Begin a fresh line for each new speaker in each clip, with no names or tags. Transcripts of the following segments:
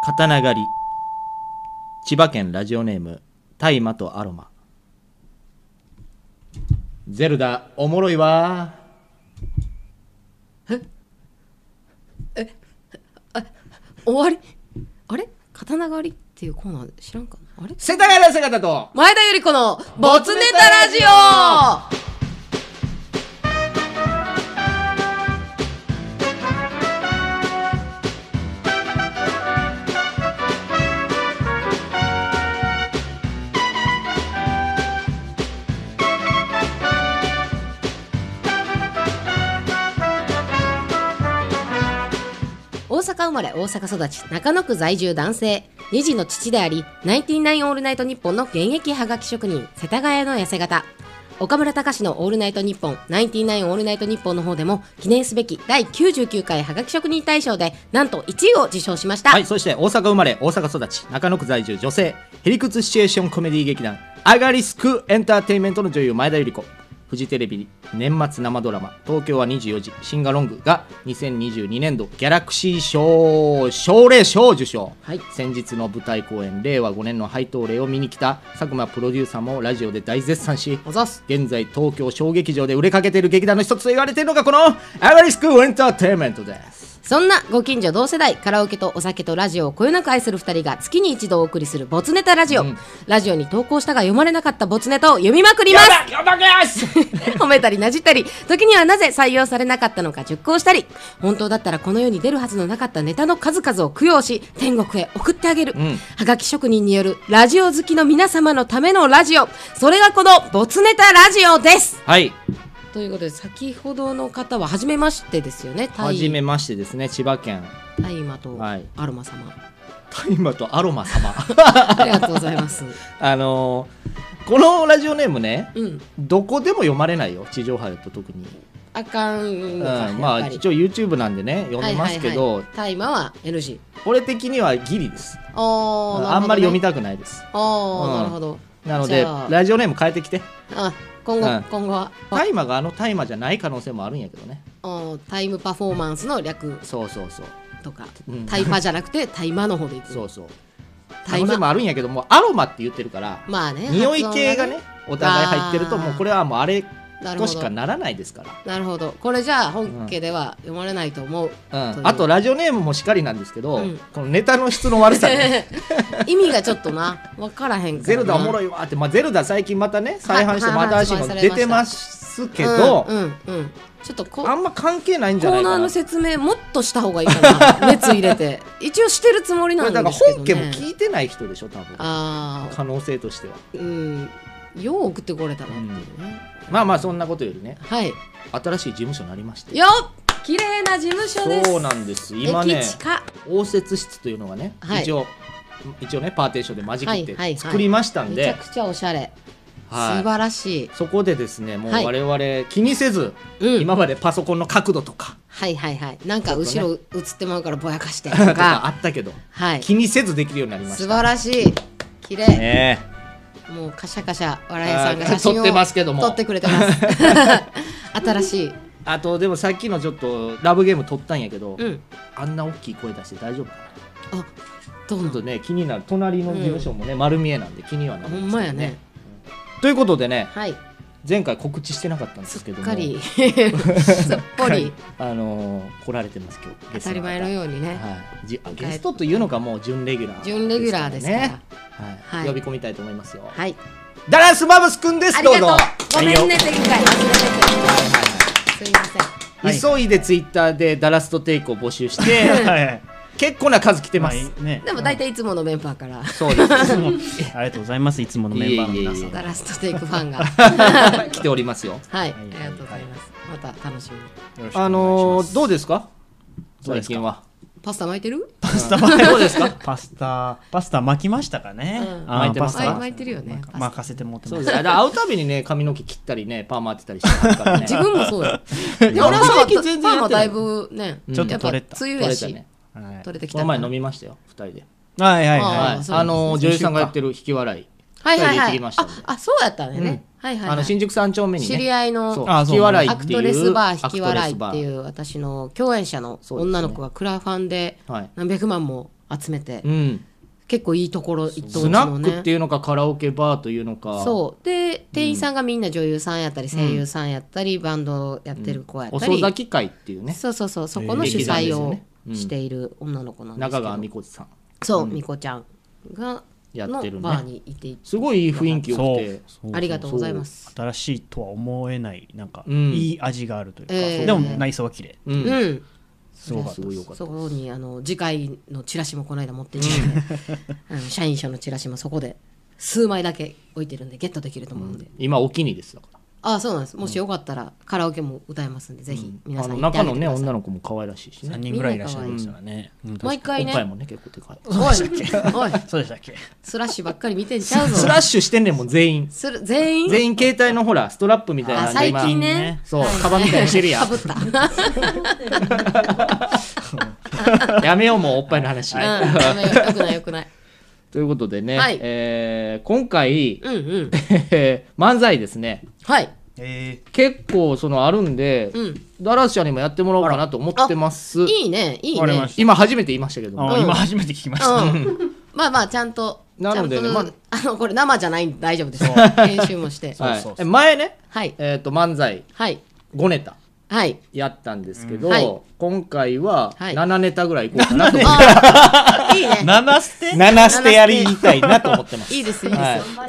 刀狩り千葉県ラジオネーム大麻とアロマゼルダおもろいわ
終わりあれ刀狩りっていうコーナー知らんかなあれ
世田谷姿と
前田由里子の没ネタラジオ大阪生まれ大阪育ち中野区在住男性2児の父でありナインティナインオールナイトニッポンの現役はがき職人世田谷の痩せ型岡村隆史の「オールナイトニッポン」「ナインティナインオールナイトニッポン」の方でも記念すべき第99回はがき職人大賞でなんと1位を受賞しました、
はいそして大阪生まれ大阪育ち中野区在住女性ヘリクツシチュエーションコメディ劇団アガリスクエンターテインメントの女優前田由里子フジテレビ年末生ドラマ「東京は24時シンガロング」が2022年度ギャラクシー賞奨励賞を受賞、
はい
先日の舞台公演令和5年の配当例を見に来た佐久間プロデューサーもラジオで大絶賛し
おざっす
現在東京小劇場で売れかけている劇団の一つと言われているのがこのアガリスクエンターテインメントです
そんなご近所同世代カラオケとお酒とラジオをこよなく愛する2人が月に一度お送りするボツネタラジオ、
うん
ラジオに投稿したが読まれなかったボツネタを読みまくります
だやばけやす
褒めたりなじったり時にはなぜ採用されなかったのか熟考したり本当だったらこの世に出るはずのなかったネタの数々を供養し天国へ送ってあげる、
ん
はがき職人によるラジオ好きの皆様のためのラジオそれがこのボツネタラジオです
はい
ということで先ほどの方は初めましてですよねタ
はじめ
イ
ましてですね千葉県
タイマと
はい
アロマ様、
大麻とアロマ様
ありがとうございます
あのーこのラジオネームね
うん
どこでも読まれないよ地上波だと特に、
あかん
うん
のか、
ま
やっ
あ
ぱり
一応 YouTube なんでね読めますけど、
はいはいはいタイマは NG
俺的にはギリです、
あー、なるほどね
あんまり読みたくないです
あー、
うん
なるほど
なので
じゃあ
ラジオネーム変えてきて
あ今後、
うん
今後は
大麻があの大麻じゃない可能性もあるんやけどね
おタイムパフォーマンスの略
そうそうそう
とか、
うん
タイパじゃなくてタイマの方でいく
そうそう可
タイ
能性
マ
もあるんやけどもうアロマって言ってるから
まあね
匂い
発音
系がねお互い入ってると
あー
もうこれはもうあれ
なる
と
ほ
し
ど
かならないですから
なるほどこれじゃあ本家では読まれないと思う、
うん、あとラジオネームもしかりなんですけど、
うん
このネタの質の悪さね
意味がちょっとな分からへんから
ゼルダおも
い
ろいわって、まあ、ゼルダ最近またね再販して
はいは
ま
い
た新しいの出てますけど、
うんうん、うんちょっとこ
あんま関係ないん
コ
じゃな
ー
い
ナー
か
の
な
説明もっとした方がいいか な熱入れて一応してるつもり
こ
な
れ
んで
だか
す
ら
けど、
本
ね、
家も聞いてない人でしょ多分
ああ
可能性としては
うんよう送ってこれたなっていうね、
まあまあそんなことよりね
はい
新しい事務所になりまして
よっ綺麗な事務所です
そうなんです今ね
駅近
応接室というのがね、
はい
一応一応ねパーテーションで混じ
はい
っ
はいはい
て作りましたん
め
で、
ちゃくちゃおしゃれ、
はい
素晴らしい、
そこでですねもう
はい
我々気にせず、
うん、
今までパソコンの角度とか
はいはいはいなんか
ちょっと
後
ね
ろ映ってまうからぼやかして と
とかあ
か
ったけど
はい
気にせずできるようになりまし
素
た
晴らしい綺麗、
ね
もうカシャカシャ笑い屋さんが写
あー
真
撮
を
ってますけども
撮ってくれてます 新しい
えあとでもさっきのちょっとラブゲーム撮ったんやけど、
うん
あんな大きい声出して大丈夫かな
あどう
ちょ
な
っと
の
ね気になる隣の事務所もね、丸見えなんで気にはなるんですけど、ね、
ほんまやね
ということでね
はい
前回告知してなかったんです
す
け
っ
ども
か りすっぽり
あのー来られてます今日
当たり前の
う
ようにね
はい、じゲストというのがもう準レギュラー
準レギュラーですから
ねはい
はい
呼び込みたいと思いますよ、
はい
ダラスマブスくんです
あり
どう
が
ぞ
とうごめんね前回忘れて
はいはいはい
てすいません
はい
急いでツイッターでダラストテイクを募集して、
はい、
結構な数来てます、
まあね
でも大体いつものメンバーから
そうです
いつ もありがとうございます。いつものメンバーの皆さん。
いえいえいえ
ダラストテイクファンが
来ておりますよ
はい、あ
はい
りがとうございます。また楽しみに。
よろしくお願いします
あのーどうですか
どう
最
ですか
近は
パスタ巻いてる？
パスタどうですか？ パスタパスタ巻きましたかね
う。ん
あー
巻いてます
パスタ
巻いてるよね
ま
パスタ
巻かせてもらって
そう
ま。
ですすね会うたびにね髪の毛切ったりねパーマ当てたりしてるからね
自分もそうよ。
いや
俺は
最近
最
全
近
然
全然
や
や
っ
って
な
てないい。ぶね、
ちょっと
やぱ
取れた
梅雨
取
や
れた
し、
ね
はい
取れてき
こ
た
の
かな。
前飲みましたよ二人で
はいはい
あー
は
はい
そう
あのー女優さんがや
先週か
ってる引き笑い
はいはい
二人で行って
は
き
い
ま。したん
あ
で、
あそうやったんだよね。はいはい
あ
は
の
い。
新宿三丁目にね
知り合いの
そう
あ
引
そう
き笑い
ア
っ
ク
ていう
トレスバー引き笑い
アク
っ
ト
て
レス
いう私の共演者の女の子がクラファンで
バーはい
何百万も集めて、
うん、
結構いいところ一等地
スナ
の
ッ
ね
クっていうのかカラオケバーというのか
そうで店員さんがみんな女優さんやったり声優さんやったり、バンドやってる子やった
遅
り、
咲き会っていうね
そうそうそうそこの主
劇団で
催
すよ
を
ねうん
している女の子なんですけ
中
ど、
川美子さん
そう、みこちゃんが
やってるね
のバーにいていて
すごいいい雰囲気よく
そ
て
うそう
ありがとうございます
新しいとは思えないなんか、
うん
いい味があるというか、
ええ
でも内装は綺麗
う
うんん
すごかったです
そこにあの次回のチラシもこの間持って きて、あの社員証のチラシもそこで数枚だけ置いてるんでゲットできると思うんで、
今お気にですだから
ああそうなんですもしよかったらカラオケも歌えますんでぜひ皆
あ
さん
の
行ってあ
中のね
げてください、
女の子も可愛らしいし
3
ね
人ぐらいいらっしゃいましたからね、うん
毎回
おっぱい
ね
もね結構でかい
おいおい
そうでしたっけ
スラッシュばっかり見てんちゃうぞ
スラッシュしてんねんもん全員
する全員
全員携帯のほらストラップみたい
あ
なんで
最
今
近ね
そうカバンみたいにしてるや
か
ん
ぶった
やめようもうおっぱいの話
うんダメよよくないよくない
ということでね
はい
えー今回
うんうん
えー 漫才ですね
はい
え
結構そのあるんで
うん
ダラス社にもやってもらおうかなと思ってます
いいねいいね
わかりまし
今初めて言いましたけど
ー
も
あ
うん
今初めて聞きました、
うん、まあまあちゃんと
なのでね
ちゃんと
ま
あのこれ生じゃないんで大丈夫です
そう
編集もして
そう
はい
は
そう
い
そう
え前ね
はい
えっと漫才
はい
5ネタ
はい
やったんですけ
うんはい
ど今回は
はい
7ネタぐらいいこうかなと思って
あーいいね
7捨て
7捨てやりたいなと思ってます
いいですいい で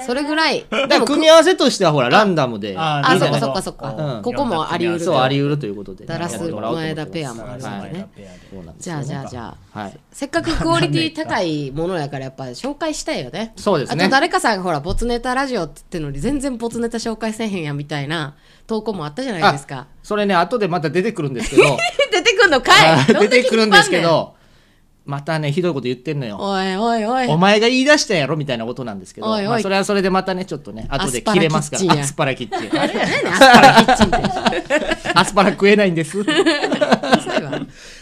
す、それぐらい
だから組み合わせとしてはほらランダムで
あ
あ
いい
そ
じ
っ
ゃな
か
い
そっかそっか、
うん
ここもありうる
そうあり得るということで
ダラス
やってもらおうと思ってます
前田ペアもあるしね
はいそうなんです
じゃあじゃあじゃあ
はい
せっかくクオリティ高いものやからやっぱ紹介したいよね
そうです
あ
ね
と誰かさんがほらボツネタラジオって言ってるのに全然ボツネタ紹介せえへんやんみたいな投稿もあったじゃないですか
それね後でまた出てくるんですけ ど
出てくんのか
はい
い
出てくるんですけ
ど
どまたねひどいこと言ってんのよ
んだけ引っ張んねんおいおいおい
お前が言い出したやろみたいなことなんですけど
おいおい
まあそれはそれでまたねちょっとね後で切れます からア
ア
ス
ス
パラキッチン
あれやねんアスパラキッチンって
アスパラ食えないん です
ダサいわ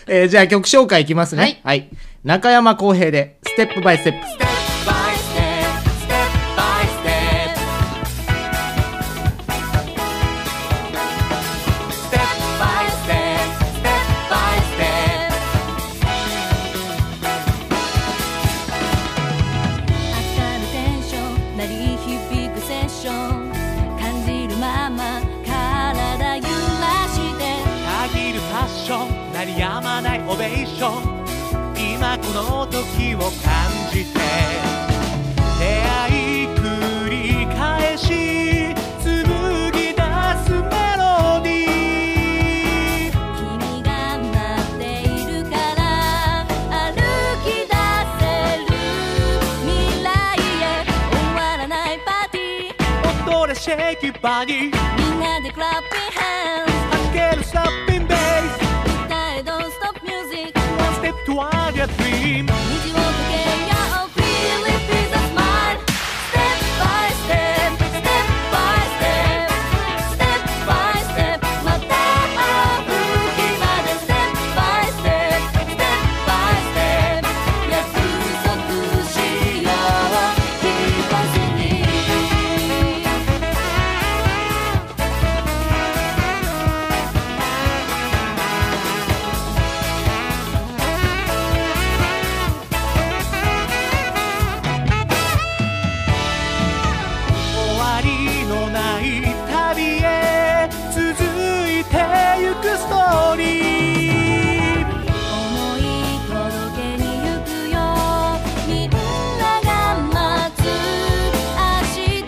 えーじゃあ曲紹介いきますね。は
はいい。
中山浩平で、ステップバイステップ。
明るテンション鳴り響くセッション感じるまま体揺らして
限るファッション鳴りやまないオベーション今この時を感じて出会い繰り返し紡ぎ出すメロディー
君が待っているから歩き出せる未来へ終わらないパーティー
踊れシェイキバディ
みんなでクラップハン
弾けるスタッピンベー
ス
ス
歌え Don't Stop Music
ワンステップトワーディアドリーム
虹をかけよう Feel it is a smile Step by step Step by step Step by step また会う日まで Step by step Step by step 約束しよう君たちに
終わりのない旅へ続いてゆくストーリー
「思い届けに行くよ」「みんなが待つ明日へ終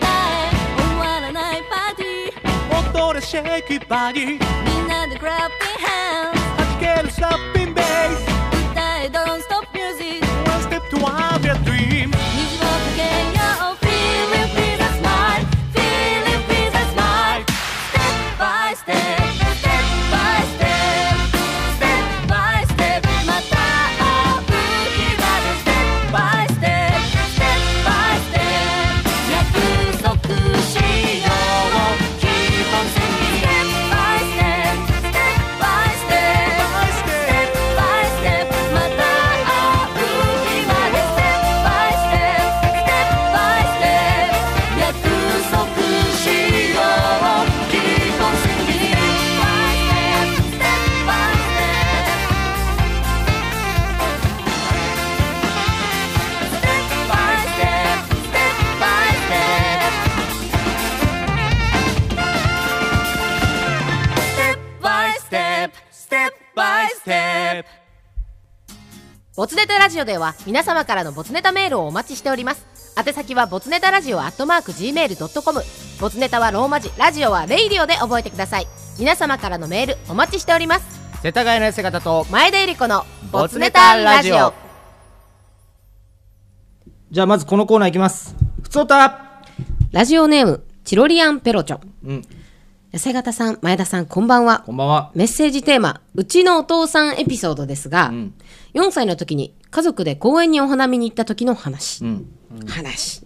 わらないパーティー」
踊れシェイキバディ
「みんなでクラッピーハン
弾けるスタッピンベー
ス」「歌え Don't Stop Music」
スワンステップトワーデ r ドリー
「虹を
ム
かけよう」「Feel oh, it feel the smile」「Feel it feel the smile」「Step by step」「Step by step」「Step by step」「また会う日まで」「Step by step」「Step by step」「約束しよう」「Keep on singing」「Step by step」「Step by
by step
ボツネタラジオでは皆様からのボツネタメールをお待ちしております。宛先はボツネタラジオアットマーク Gmail.com。ボツネタはローマ字、ラジオはレイディオで覚えてください。皆様からのメールお待ちしております。
世田谷の痩せ方と
前田ゆり子のボ
ボ
ツ
ツ
ネ
ネ
タ
タ
ラ
ラ
ジ
ジ
オ
オ。じゃあまずこのコーナーいきますふつおた
ラジオネーム、チロリアンペロチョ。
うん
痩せ方さん、前田さん、こんばんは
こ。んばんは
メッセージテーマ、うちのお父さんエピソードですが、
ん
4歳の時に家族で公園にお花見に行った時の話。
うん
話。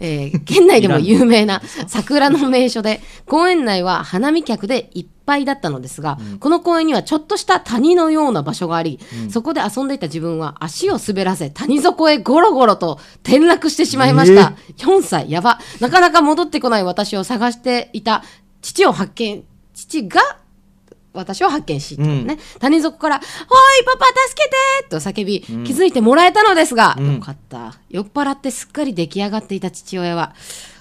えー県内でも有名な桜の名所で、公園内は花見客でいっぱいだったのですが、この公園にはちょっとした谷のような場所があり、そこで遊んでいた自分は足を滑らせ、谷底へゴロゴロと転落してしまいました。4歳、やば。なかなか戻ってこない私を探していた父を発見、父が私を発見し、ね、谷底から、おい、パパ、助けてと叫び、気づいてもらえたのですが、よかった。酔っ払ってすっかり出来上がっていた父親は、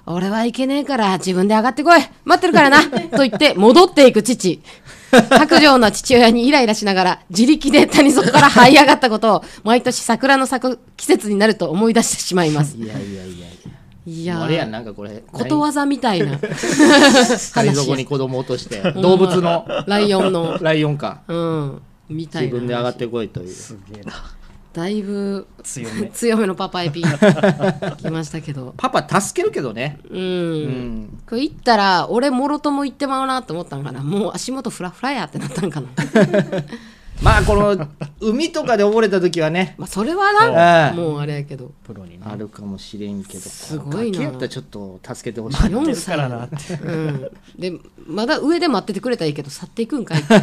俺はいけねえから自分で上がってこい待ってるからなと言って戻っていく父。白状な父親にイライラしながら自力で谷底から這い上がったことを毎年桜の咲く季節になると思い出してしまいます。
いやいやいやい
い
や
や
あれやん
ー、
なんかこれ
ことわざみたいな
谷
話
底
や
に子供落として動物の
ライオンの、
ライオンか
うん、みたい
自
な。
分で上がってこいという
すげえな。
だいぶ
強め
強めの パパエピ来ましたけど
パパ助けるけどね
うん、
うん
これ行ったら俺もろとも行ってまうなと思ったんかなもう足元フラフラやってなったんかな
まあこの海とかで溺れた時はね
まあそれはな
そう
もうあれやけど
プロにね。
あるかもしれんけどす
ごいな
やったらちょっと助けてほしい
4
ですからなって。
うん、でまだ上で待っててくれたらいいけど去っていくんかいって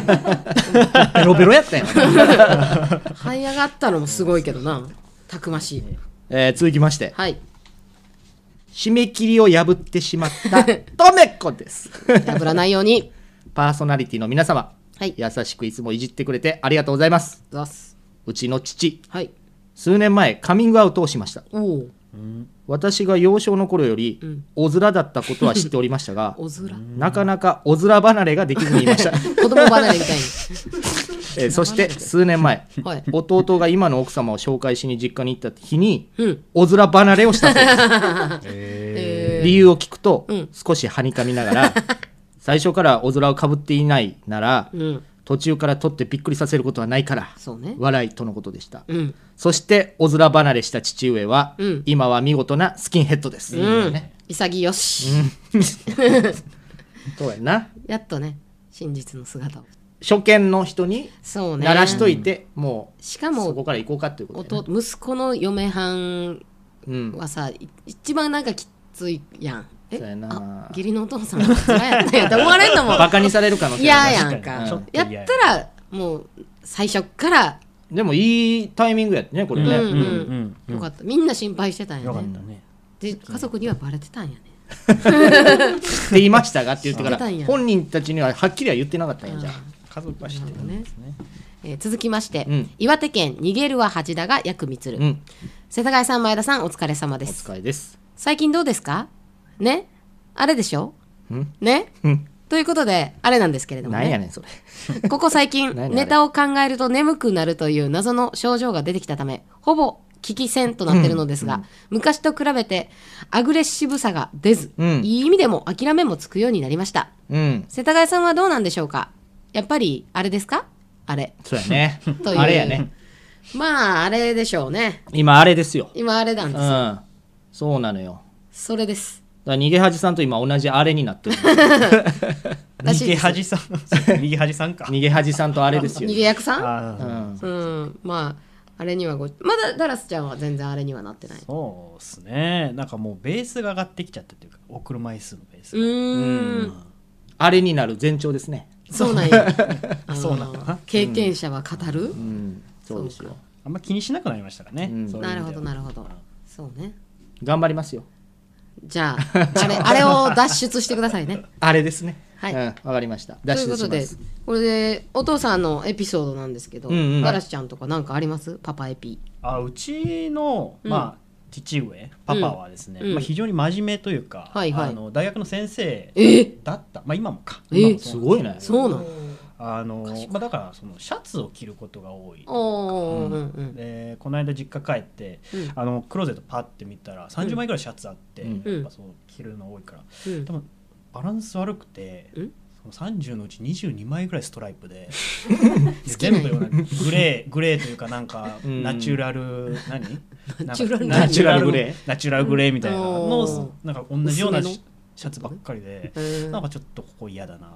ベロベロやったよ、
這い上がったのもすごいけどなたくましい
えー続きまして
はい
締め切りを破ってしまったとめっこです
破らないように
パーソナリティの皆様、
はい
優しくいつもいじってくれてありがとうございます
ざっす
うちの父
はい
数年前カミングアウトをしました
おお
私が幼少の頃より
ん
小面だったことは知っておりましたが
おずら
なかなか小面離れができずにいました、
子供離れみた
え
い
ーそして数年前
に はい
弟が今の奥様を紹介しに実家に行った日に
うん
小面離れをしたそうです
え
理由を聞くと、
ん
少しはにかみなが ら最初から小面をかぶっていないなら、
ー、うん
途中から取ってびっくりさせることはないから
そうね
笑いとのことでした、
うん
そして小面離れした父上は、
うん
今は見事なスキンヘッドです、
うん、潔 し、
そうやな
やっとね真実の姿を
初見の人に
そうね
鳴らしといて、もう
しか
そ
も
こから行こうかっていうことや
弟息子の嫁はん
なうん
はさい一番なんかきついやんえ
そうやな
あ義理のお父さんが辛やったんやって思われんのも
バカにされる可能性ある
嫌や
な
なんか
ちょっと
や
嫌
ったらもう最初っから
でもいいタイミングやってねこれね、
うん
うんうんうん
よかったみんな心配してたんや
よかっ
ね
たね。
で家族にはバレてたんや ね
って言いましたがって言ってから
言ってたんや
本人たちにははっきりは言ってなかったんやじゃあ
家族は知ってるんですね。
えー続きまして、
うん
岩手県逃げるは恥だがやくみつる、
うん
世田谷さん前田さんお疲れ様で
お
す
疲れです
最近どうですかねあれでしょ
ん
ね
うん
ということで、あれなんですけれども、
なんやね
ね、
ん それ
ここ最近、
何あれ
ネタを考えると眠くなるという謎の症状が出てきたため、ほぼ危機戦となってるのですが、昔と比べてアグレッシブさが出ず、
うん
いい意味でも諦めもつくようになりました。
うん
世田谷さんはどうなんでしょうかやっぱり、あれですかあれ。
そうやね
という
あれやね
まあ、あれでしょうね。
今あれですよ
今、あれな
う
んです。
んそうなのよ
それです。
だから逃げ恥さんと今同じあれにな ってる
らしい
右
です
端さん。そう右端さんか。
逃げ恥さんとあれですよ
逃げ役さん
あ
う
あ、
ん
うん、まあ、あれにはご、まだダラスちゃんは全然あれにはなってない。う
そうですね。なんかもうベースが上がってきちゃったというか、お車椅子のベースが。
ーん、
あれになる前兆ですね
そうなんや。あー
そうなんだな
経験者は語る。
うんそうですよ
あんま気にしなくなりましたからね。
うん
そういう意
なる
味では
ほど、なるほど。そうね。
頑張りますよ
じゃあ、あれ、あれを脱出してくださいね。
あれですね
はい
うんわかりました
と
脱
い
出
うこと
しま
で、これで、お父さんのエピソードなんですけど、
うんうん
ダラスちゃんとかなんかありますパパエピ。
あうちの、
うん
まあ父上パパはですね、
うん
まあ、非常に真面目というか、
はいはい
あの大学の先生
え
だったまあ今もか
え
今も
す
そう
ごいね
そうなの
ああの
賢い
まあ、だからそのシャツを着ることが多い
おーうん
でこの間実家帰って
うん
あのクローゼットパッて見たら30枚ぐらいシャツあって、
うん
やっぱそう着るの多いから
うん
多分バランス悪くて
うん
その30のうち22枚ぐらいストライ プでで
好きな
全
んや
部なんかグレーグレーというかなんか
うん
ナチュラル何
ナチュラル
なんか
ナチュラルグレー
ナチュラルグレーみたいな
お
のなんか同じような
薄めの
シシャツばっかりで
うん
なんかちょっとここ嫌だ な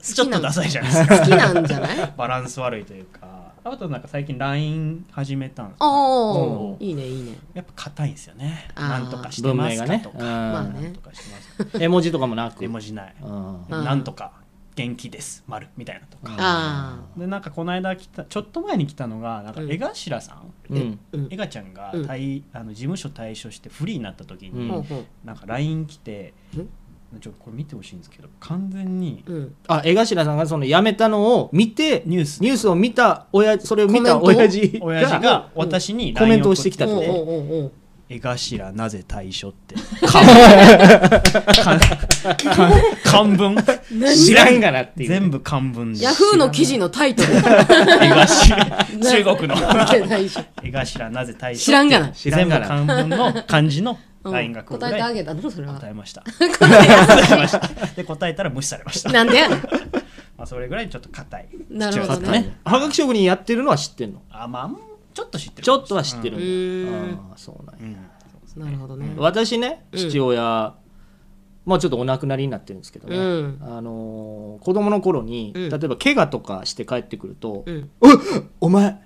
ち
ち
ょっとダ
好
サいじゃないですか
きなんじゃない
バランス悪いというかあとなんか最近 LINE 始めたんですけど
お
う
ーいいねいいね
やっぱ硬いんですよね
あー
なんとかしてますかとか、
文明が
ねうん
なんとかしてますか
絵文字とかもなく
絵文字ない、
うん
うん
なんとか元気です丸みたいなとか、
あ
でなんかこの間来たちょっと前に来たのがなんか
うん
江頭さん、
うん
うん
江頭ちゃんが
うん
退あの事務所退所してフリーになった時に、
うん
ほうほ
なんか LINE 来て、
うん
ちょっとこれ見てほしいんですけど完全に
ううん
あ江頭さんがその辞めたのを見て
ニュース
ニュースを見た親それを見た
コメント
親
を
父が
親父が私に LINE
コメントをしてきた
お
と
う
送っ
おうおうおう
江頭なぜ退所 って
か
漢文
知らんがなっていう
全部漢文で
ヤフーの記事のタイトル
江頭中国の
わけないし
江頭なぜ大将
知らんがな
知らんがな
全部漢文の漢字の
うん
ラインが来るぐ
答え
ら
てあ
い
げたのそれは
答えました
答え
で答えたら無視されました
なんでやねん
まあそれぐらいちょっと硬い
なるほ
だ
ど
って
ね
ねはがき職人やってるのは知ってんの
あまあちょっと知ってる
ちょっとは知って
う
る
ーん
ああそうなんや
うん
なるほどね
私ね
うん
父親、まあちょっとお亡くなりになってるんですけどね、
うん
あのー子供の頃に、
うん
例えば怪我とかして帰ってくると
うん
「うっお前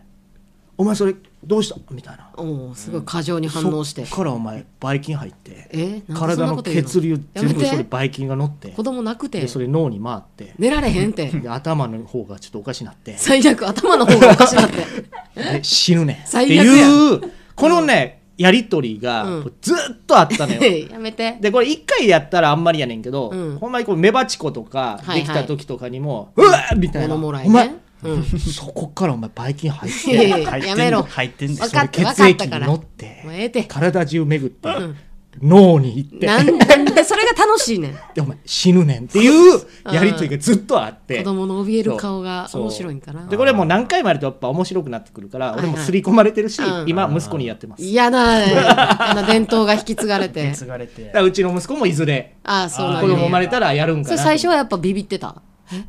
お前それどうした?」みたいな
おおすごい過剰に反応して
そっからお前ばい菌入って
えなんでそ
体
んな
の
こと言う
血流全部
や
それ
めて
ばい菌が乗って
子供なくて
でそれ脳に回って
寝られへんって
で頭の方がちょっとおかしなって
最悪頭の方がおか しなって
で死ぬねんって
最悪や
いうこのねやり取りが
うん
ずっとあった のよ。
やめて
でこれ1回やったらあんまりやねんけど、
うん
ほんまにこうメバチコとか
はいはい
できた時とかにも「うわっ!」みたいな
物もらい
お前
ねうん
そこからお前ばい菌 入っ
いやい
て
や
入っ てん
やめろ
入ってんだ
わ
よ
かっ
そ
た
の
わ
血
かっ
液
た
に
から
乗っ
も
て
うええて
体中巡って、
ん
脳に行って
なんなんでそれが楽しい ねん
でお前死ぬねんっていうやり取りがずっとあって。
子供の怯える顔が
そう
面白いんかな
でこれもう何回もやるとやっぱ面白くなってくるから
はい
俺も刷り込まれてるし、
うん
今息子にやってます
嫌な嫌な伝統が引き継がれ
受
て
け継がれて
だからうちの息子もいずれ
ああそう
子
なん
供生ま
や
れたらやるんか
そ
な
れ
と
最初はやっぱビビってたえ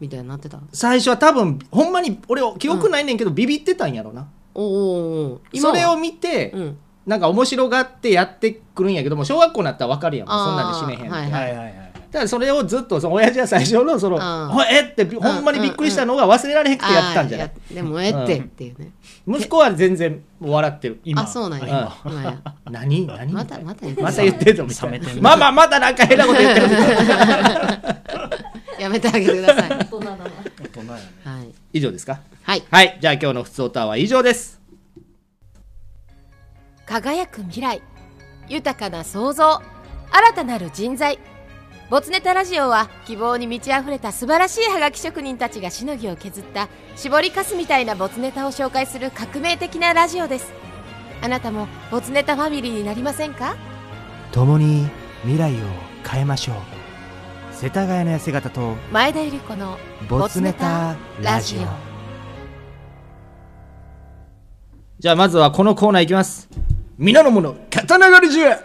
みたいになってた
最初は多分ほんまに俺記憶ないねんけど、ビビってたんやろな
おうおうおう
そ
は
れを見て、
うん
なんか面白がってやってくるんやけども小学校になったら分かるやん
あー
そんなんで死ねへんって、
はい
はいはいはい
ただそれをずっとその親父は最初のその
あー
ほえってびほんまにびっくりしたのが忘れられへんくてやってたんじゃない
あ、ーやでもええってっていうね
息子は全然笑ってる
今
あそうなんや
あ
今や
何何
またまたや
また言ってるぞみたいなママまたなんか変なこと言ってるみたいな
やめてあげてください
大人だな
大人やね
はい
以上ですか
はい
はいじゃあ今日の「ふつおた」は以上です
輝く未来豊かな創造新たなる人材ボツネタラジオは希望に満ち溢れた素晴らしいハガキ職人たちがしのぎを削った絞りかすみたいなボツネタを紹介する革命的なラジオですあなたもボツネタファミリーになりませんか
共に未来を変えましょう世田谷の痩せ方と
前田由里子の
ボツネタラジオ
じゃあまずはこのコーナーいきます皆のもの刀狩りじゃ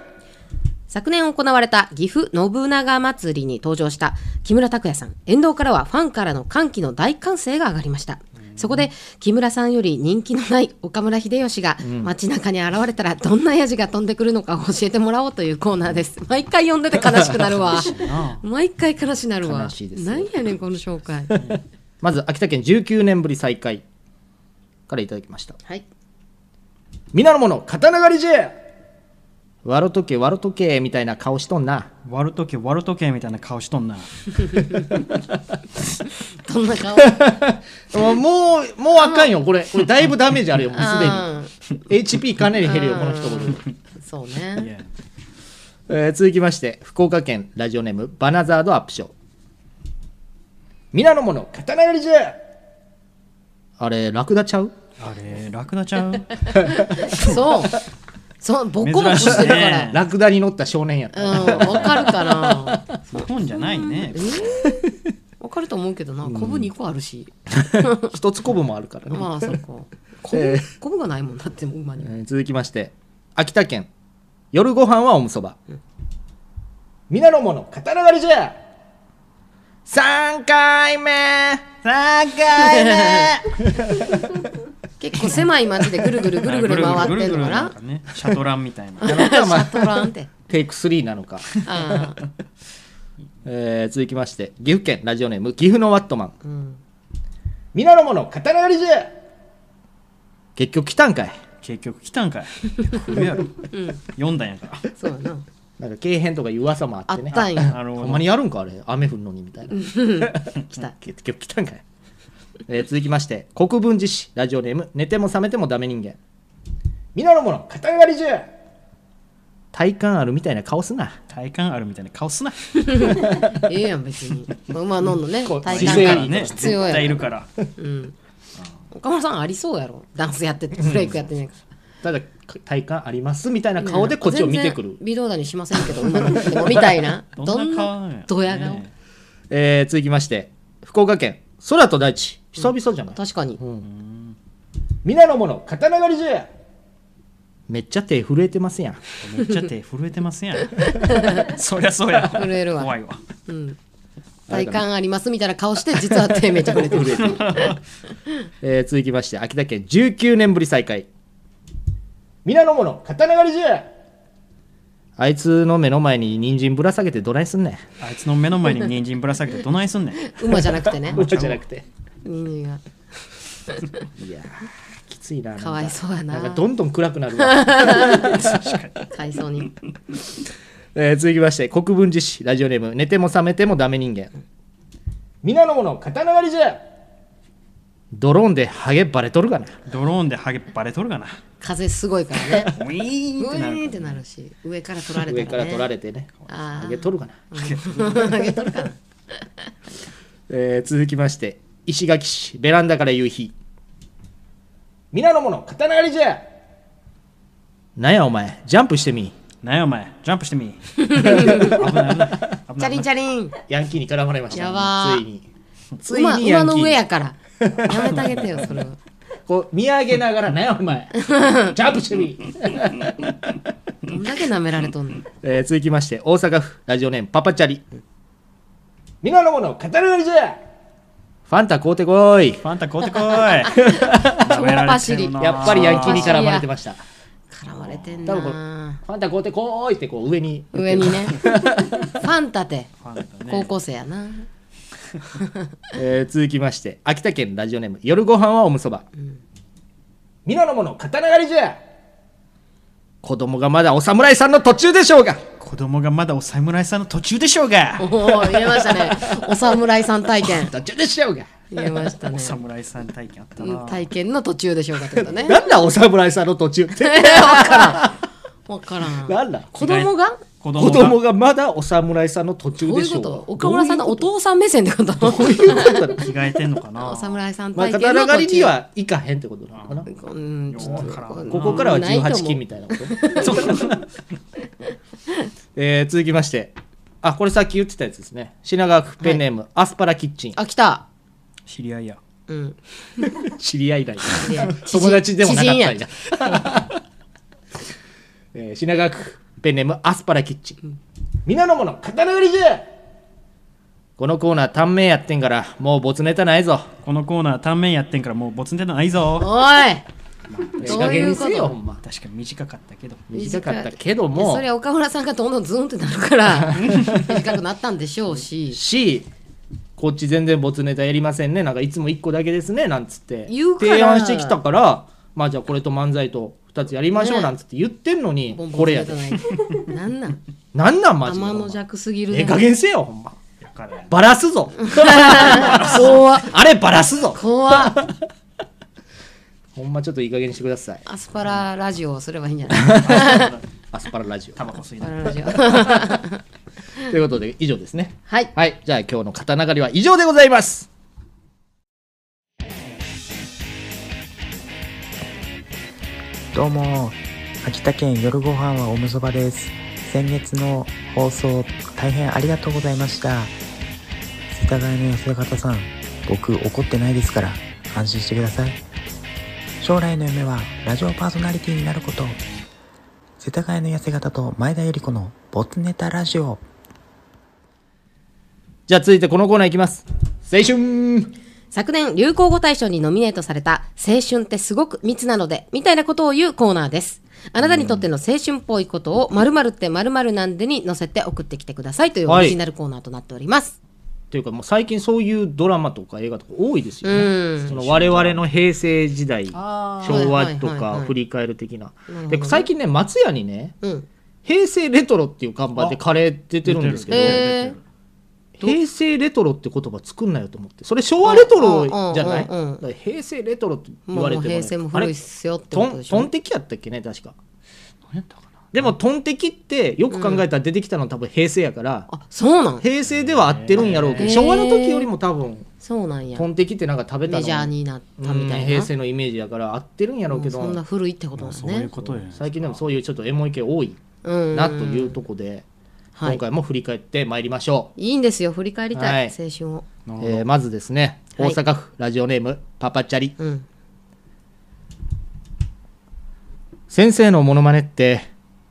昨年行われた岐阜信長祭りに登場した木村拓哉さん沿道からはファンからの歓喜の大歓声が上がりましたそこで木村さんより人気のない岡村秀吉が街中に現れたらどんなヤジが飛んでくるのかを教えてもらおうというコーナーです毎回読んでて悲しくな るわ毎回悲しなるわ
悲しいですよ
なんやねんこの紹介
まず秋田県19年ぶり再開からいただきました
はい
皆の者刀狩りじゃわろとけわろとけみたいな顔しとんな
割るとけ割るとけみたいな顔しとんな
どんな顔
もう もうもうあかんよこれこれだいぶダメージあるよもう
あ
すでに HP かなり減るよこの一言で、
ーそうね
や
えー続きまして福岡県ラジオネームバナザードアップショー皆の者刀狩りじゃあれラクダちゃう
あれラクダ ちゃん
そうそうボコボコしてるから、
珍しいね
ラクダに乗った少年やった
うんわかるかな
日本じゃないね
わかると思うけどな、
ん
コブ2個あるし。
一つコブもあるからね、
まあ、そっか。コブ、
え
コブがないもんだって、もう馬に
え。ー続きまして秋田県夜ご飯はおむそば皆の者語らわれじゃ3回目
三回目
結構狭い町でぐるぐるぐるぐる回ってんのかな。
ぐるぐるぐるぐるなんかね シャトランみたいな
なのか
シ
ま
ャ
あ
トランって。
テイク3なのか、
ああ、
えー続きまして岐阜県ラジオネーム岐阜のワットマン
うん。
皆の者語らわれじゃ結局来たんかい
結局来たんかい来る やろ読んだんやから
そうやな。
なんか軽編とかいう噂もあ
あ
っ
って
ね
たんや。
なるほ
ほ
ど
んまにやるんかあれ雨降るのにみたいな
来た。
結局来たんかい、えー続きまして国分寺市ラジオネーム寝ても覚めてもダメ人間皆の者肩代わりじゃ体感あるみたいな顔すな
体感あるみたいな顔すな
ええやん、別に。馬のんのね、
こう
体
姿勢
幹
が
が
いい
ね
必要
絶対い
や
る
ろ。
から
うん。岡村さんありそうやろ。ダンスやってて、ブレイクやってんねんから。
ただ体感ありますみたいな顔でこっちを見てくる
全、然微動だにしませんけど、馬乗ってもみたいな。ど
ど
ん
んな顔なん
な
や
ドヤ顔。
ね
えー続きまして福岡県空と大地久々じゃない、
確かに。
皆の者肩代わりじゃめっちゃ手震えてますやん
めっちゃ手震えてます やんそりゃそうや
震えるわ
怖いわ
体感ありますみたいな顔して、実は手めちゃくれてる。
えー続きまして秋田県19年ぶり再開皆の者肩代わりじゃあいつの目の前に人参ぶら下げてどないすんねん
あいつの目の前に人参ぶら下げてどないすんねん
馬じゃなくてね。
僕じゃなくて
人間が。
いやーきついななん
かわいそうやな
なんかどんどん暗くなるわ、
体操に。
えー続きまして国分寺市ラジオネーム寝ても覚めてもダメ人間皆の者肩代わりじゃドローンでハゲバレとるがな
ドローンでハゲバレとるかな
風すごいからね。
ウィーン
うえ
ってなる
ーってなるし、上から取られて、ね。
上から取られてね
あー
ハゲとるがな
うん上げとるから。
えー続きまして石垣市ベランダから夕日皆の者刀狩りじゃなんやお前ジャンプしてみ
なんやお前ジャンプし てみ危ない危ない危
チ
な
ャ
い
リンチャリン。
ヤンキーに絡まれました
やばー
ついについ
馬
に
馬
ヤン
の
キー
上
に
やから。やめてあげてよ、それは。
こう見上げながらなんやお 前ジャンプしてみ、
どんだけ舐められとんの。
えー続きまして大阪府ラジオネームパパチャリ皆の者刀狩りじゃファンタ買うてこい
ファンタ買 うてこい舐められてるな
やっぱりヤンキーに絡まれてました
絡まれてん
多分これフ
な。
ァンタ買うてこいってこう上に
上 にね。ファンタて。
ファンタね
高校生やな。
えー続きまして秋田県ラジオネーム夜ご飯はおむそば、皆の者刀狩りじゃ子供がまだお侍さんの途中でしょうが
子供がまだお侍さんの途中でしょうが
おお、入れましたね。お侍さん体験。
途中でしょうが
入れましたね
お。侍さん体験あった
うん
な
体験の途中でしょうかってことね。
なん だお侍さんの途 中って
わからん。
なんだ
子供が
子
子
供
供
が
がまだお侍さんの途中
どう
で
いう
しょ
こ
うが
と岡村さんのお父さん目線ってこと
どういうことだろう
着替えてんのか
お
な
侍さん
まあ
体験
刀
の
狩
途
りに
中。
はいかへんってことなのかな
うん、ちょっと
ようわからん
ここからは
ないと思
18
う
金みたいな こと、えー続きましてあこれさっき言ってたやつですね品川区ペンネーム、アスパラキッチン
あ、来た。
知り合いや
うん。
知り合いだよ
いや
友達でもなかったん
知人
じゃ
や
ん、えー品川区ペンネームアスパラキッチン皆の者刀売りじゃこのコーナー短命やってんからもうボツネタないぞ
このコーナー単面やってんからもうボツンてないぞ
おい
ええ加減にせよ
どういうこと
ほんま
確かに短かったけど
短かったけども
それは岡村さんがどんどんズーンってなるから 短くなったんでしょうし
しこっち全然ボツネタやりませんねなんかいつも1個だけですねなんつって
言うから
提案してきたからまあじゃあこれと漫才と2つやりましょうなんつって言ってんのに、
ボンボン
これや
じ
で
ゃない なんなん
なんなんマジで
天
ほんま
の弱すぎる
ええ
な
加減せよほんま
だから
バラす ぞ
怖っ
あれバラすぞ
怖っ
ほんまちょっといい加減にしてください
アスパララジオをすればいいんじゃないアス
アスパララジオ
タバコ吸い
パ
な
ララジオは
ということで以上ですね
い
はいじゃあ今日の刀狩りは以上でございます
どうも秋田県夜ご飯はおむそばです先月の放送大変ありがとうございました世田谷の痩せ方さん僕怒ってないですから安心してください将来の夢はラジオパーソナリティになること世田谷の痩せ方と前田由里子のボツネタラジオ
じゃあ続いてこのコーナーいきます。青春
昨年流行語大賞にノミネートされた青春ってすごく密なのでみたいなことを言うコーナーですあなたにとっての青春っぽいことを〇〇って〇〇なんでに載せて送ってきてくださいというオリジナルコーナーとなっております、
というかもう最近そういうドラマとか映画とか多いですよね
う。ん
その我々の平成時代、
あー
昭和と
はいはいはい
か
はい
振り返る的な
るほど。ね
で最近ね、松屋にね、
うん
平成レトロっていう看板でカレー出てるんですけど、
出てるえ
平成レトロって言葉作んなよと思って、それ昭和レトロじゃない
うんうんうんうん
だから平成レトロって言
も
わ
う
れ
もう
てもね
平成も古いっすよって
ト
こと
ン
でし
トン
ょ
テキやったっけね確か
何やったかな
でもトンテキってよく考えたら出てきたのは多分平成やから、
あそうなん
平成では合ってるんやろうけど、
へー
昭和の時よりも多分
そうなんや
トンテキってなんか食べた
メ
の
ジャーになった
うん
みたいな
平成のイメージやから合ってるんやろうけど
もうそんな古いってことなんです
そうい
ね
うことやね
最近でもそういうちょっとエモい系多い
うん
なというとこで、
は
今
い
回も振り返ってまいりましょ
いいんですよ振り返りたい、
はい
青春を
う、
なるほど
えーまずですね
は
大
い
阪府ラジオネーム、パパチャリ
うん
先生のモノマネって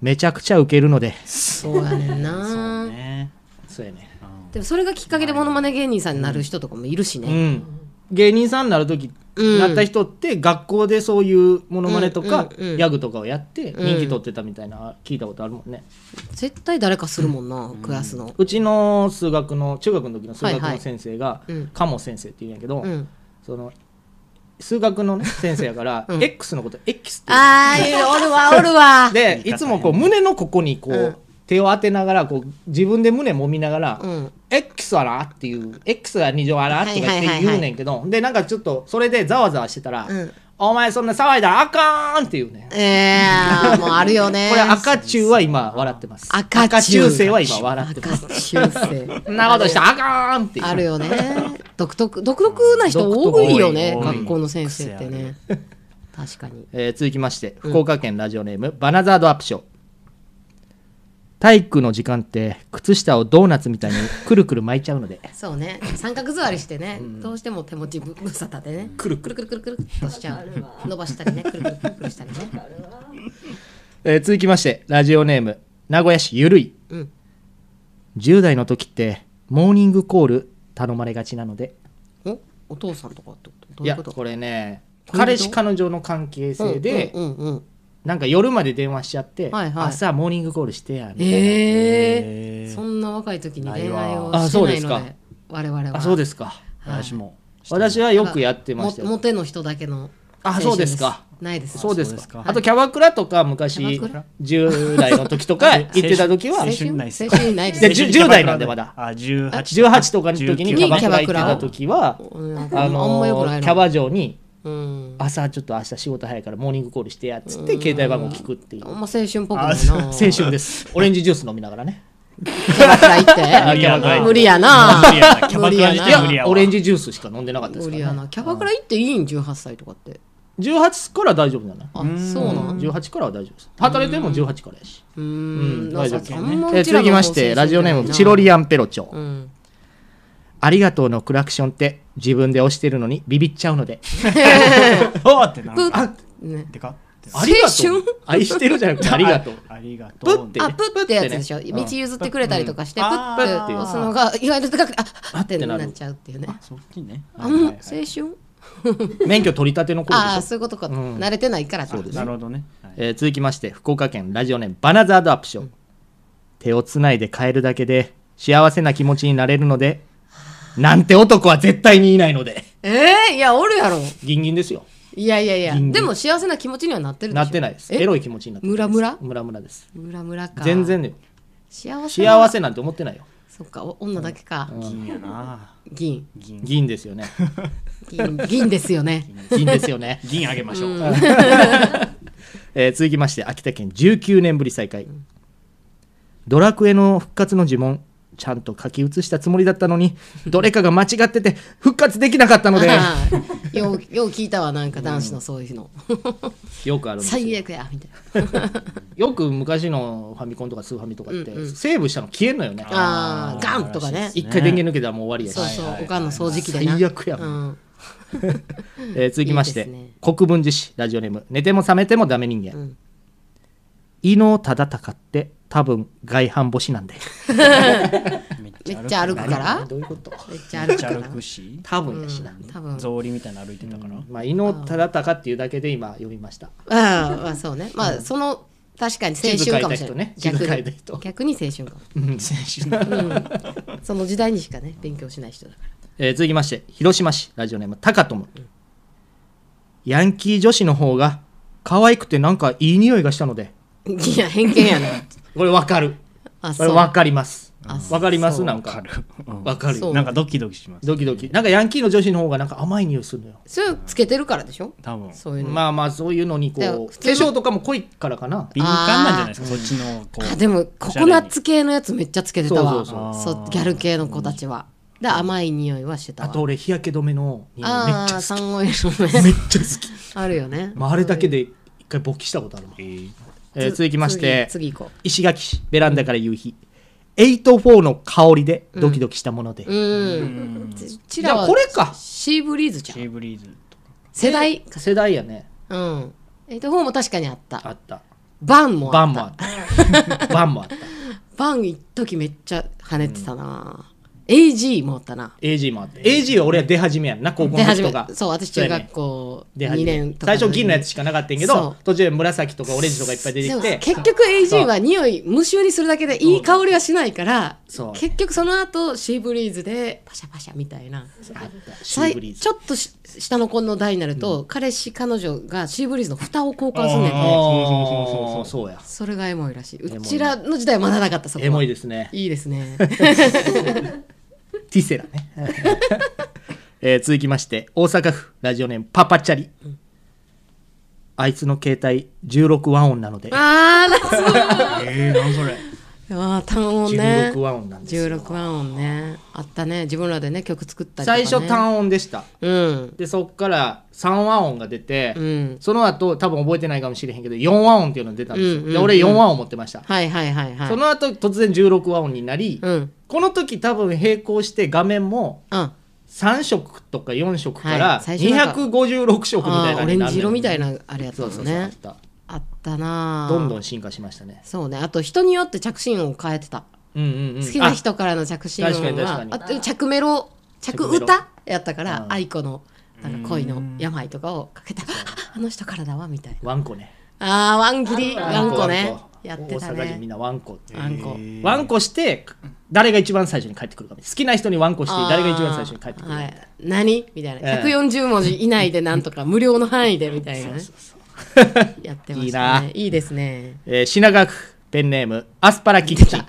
めちゃくちゃウケるので
そうやねんな
そうね
そうやね
でもそれがきっかけでモノマネ芸人さんになる人とかもいるし
う
ね、
ん芸人さんになる時、
うん
なった人って学校でそういうモノマネとか、
うんうんうん
ギャグとかをやって
うん
人気取ってたみたいな聞いたことあるもんね、
絶対誰かするもんな、クラスの
うちの数学の中学の時の数学
はいは
の
い
先生が
うん
鴨先生って言うんやけど、
うん
その数学の、ね、先生やから、
うん
X のこと X って言
あーいるおる わおるわ
うでいつもこう胸のここにこう、
うん
手を当てながらこう自分で胸揉みながら、
うん
X あらっていう X は2乗あらとか言っ
はいはいはいは
て
い
言うねんけど、でなんかちょっとそれでざわざわしてたら、
うん
お前そんな騒いだらあかーんっていうね
えー、もうあるよね
これ赤中は今笑ってます
赤中
中生は今笑ってます
赤中世
そんなことしたらあかーんっていう
あるよね独特独特な人多いよね
独特多い
学校の先生ってね確かに
えー続きまして福岡県ラジオネーム、バナザードアップショー体育の時間って靴下をドーナツみたいにくるくる巻いちゃうので
そうね三角座りしてね、どうしても手持ちぶぶさたでねくるくるくるくるくるっとしちゃう伸ばしたりねくるくるくるくるしたりね
えー続きましてラジオネーム名古屋市ゆるい、
うん
10代の時ってモーニングコール頼まれがちなので
おお父さんとかってこ
いう
とどいう
や
こと
これね
恋人
彼氏彼女の関係性で、
うんうんうんうん
なんか夜まで電話しちゃって、
はいはい
朝モーニングコールしてやみたいな、
ええ
え
そんな若い時に恋愛を
ないわあ
して
そうで
ない
す
の
か
で我々は
あそうですすか
私も
私はよくやってましたよ
モテの人だけの
あ
青春
そうですか
ないです
そうで
そ
す
うです
か
か。
あとキャバクラとか昔
キャバクラ
10代の時とか行ってた時は
青
青
春
春
ない
ない
で
っ
す
す
青春ない
で
です
じゅ10代なんでまだ
あ18
18とかの時にキャバクラ行ってた時は
うん
あの
あんまよくない
ー
な
キャバ嬢に
うん
朝ちょっと明日仕事早いからモーニングコールしてやっつって携帯番号聞くっていう
あんま
青
青春っぽくないな
あそう
春ですオレンジジュース飲みながらね
キャバクラ行
あ
っ
キャバクラ行
て
って
無理やな
無理やなキャ
無
バクラ
理
自
や
い
体
な
無理や
や
わ
オレンジジュースしか飲んでなかったです
無
か
理や
らね
なキャバクラ行っていいん18歳とかって
18から大丈夫じゃない
あそうなん
18からは大丈夫です働いても18からやし
うーん
大丈夫え
夫
ー続きましてラジオネームチロリアンペロチョ
うん
ありがとうのクラクションって自分で押してるのにビビっちゃうの で
おーってな
プ
る
ッね
てかって
ありがと
青
う愛してるじゃなくてありがとう
ありがとう
プッて
あプッってやつでしょ
プッて
道
ね
譲ってくれたりとかしてプ
うん
ッて
あー
押すのが意外と高くてあ
あ
っ
っててな
な
る
っちゃうっていうね
そっちね
あもう
はい
青春
免許取り立ての頃
ああ
でしょ
そういうことか
ん
慣れてないからってこと
なるほどねはい
えー続きまして福岡県ラジオネームバナザードアップション手をつないで変えるだけで幸せな気持ちになれるのでなんて男は絶対にいないので
ええいやおるやろ
ギンギンですよ
いやいやいや
銀
でも幸せな気持ちにはなってるでしょ
なってないです
え
エロい気持ちになってないです
ムラム
ムラムラです
ムラムラか
全然よ
幸せな
幸せなんて思ってないよ
そっかお女だけか
銀やな
銀
銀
銀ですよ ね
銀銀ですよね
銀ですよね
銀あげましょ う
えー続きまして秋田県19年ぶり再開、ドラクエの復活の呪文ちゃんと書き写したつもりだったのに、どれかが間違ってて復活できなかったので、
ああようよう聞いたわなんか男子のそういうの
よくあるんです
最
よ。
悪やみたいな
よく昔のファミコンとかスーファミとかって、
うんうん
セーブしたの消えんのよね。
ああガンとかね
一回電源抜けたらもう終わりやし。
そうそう、おかんの掃除機でな
最悪やも
うん
えー続きまして
いいですね
国分寺市ラジオネーム寝ても覚めてもダメ人間、
うん
伊能忠敬って多分外反母趾なんで
めっ
めっちゃ歩くから
どういうこと
めっちゃ
め
歩
っ
く
ち
か
ゃ
ら
歩くし
多分やしな、
多分
草履みたいなの歩いてたから、
まあ、伊能忠敬っていうだけで今読みました
ああまあそうねまあその確かに青春かもしれない
地図書いた人ね地図書いた
逆
人
に逆に青春かも
うん先週の
その時代にしかね勉強しない人だから
えー続きまして広島市ラジオネームタカトム、ヤンキー女子の方が可愛くてなんかいい匂いがしたので
いや偏見やな
これわかる
あ
こ
そ
れ
う
わかります
あそう
わかります
そう
なんかわかる
そう
なんかドキドキします
ドキドキなんかヤンキーの女子の方がなんか甘い匂いするのよ
それをつけてるからでしょ
多分
そういうの、
まあまあそういうのにこ
だから
う化
普通の
粧とかも濃いからかな
敏感なんじゃないですかそっちのこ
あ
う
でもココナッツ系のやつめっちゃつけてたわ
そうそう
そう
そうギャル系の子たちはで甘い匂いはしてた
あ
わ
と俺日焼け止めの匂いめっ
あ
ちゃ
あ
好
サンゴイルの
き
ね
めっちゃ好き、
あるよね
まあ、あれだけで一回勃起したことあるもん、えー続きまして
次次行こ
石垣市ベランダから夕日84の香りでドキドキしたもので、
ううんうち
じ
ら
ゃあ
は
これか
シーブリーズじゃ
シ
ん
ーブリーズ
世代
世代やね
うんえっと方も確かにあっ
あ
た
った
バンも
バ
あ
ン
っ
もあ
た
ったバンもあった
バン一時めっちゃ跳ねてたな AG もあったな
AG もあった AG は俺は出始めやんな高校
で
の
初め
人が
そう私中学校
出始
2
め
年とか
最初銀のやつしかなかったんやけ
そ
ど
う
途中で紫とかオレンジとかいっぱい出てき
でも
て
結局 AG は匂い無臭にするだけでいい香りはしないから
そう
結局その後シーブリーズでパシャパシャみたいな
あったシ
さ
ー
い
ブリーズ
ちょっとし下の子の代になると、彼氏彼女がシーブリーズの蓋を交換するねん
あー
て
そうそうそうそうや
それがエモいらしい
モいう
ちらの時代はまだなかったそこは
エモいですね
いいです ね
ティセラね、えー続きまして大阪府ラジオネームパパチャリ、あいつの携帯16和音なので
あーなそう
えー、なんそれ
あー単音ね
16和音なんですよ
16和音ねあったね自分らでね曲作ったりとか、
最
ね、
初単音でした
うん
でそっから3和音が出て、
うん
その後多分覚えてないかもしれへんけど4和音っていうのが出たんですよ、
うんうんうん
で俺4和音持ってました、
はいはいはいはい
その後突然16和音になり、
うん
この時多分並行して画面も
うん
3色とか4色か
は
ら
い最初なんか
256色みたいな
あーオ
の
レ
に
ン
なる
ジ色みたい
な
なあれやった
そ
も
うそう
ん
そうあ
ね
った
あったな
どんど
ん
ん進化しましたね
そうねあと人によって着信音を変えてた
うんうんうん
好きな人からの着信
確か
音
に確か
は
に
あと着メロ着
着メロ
歌やったから愛子のなんか恋の病とかをかけた あの人からだわみたいな
あワンコね
あーワン切りワンコね
ワンコ
やってた
大阪人みん
ね
なワンコって
ワンコ
ワンコして誰が一番最初に帰ってくるか好きな人にワンコして
あー
誰が一番最初に帰ってくるか
はい何みたいな
ええ
140文字以内でなんとか無料の範囲でみたいなねやってましたねいいですね
えー品川区ペンネームアスパラキッ チン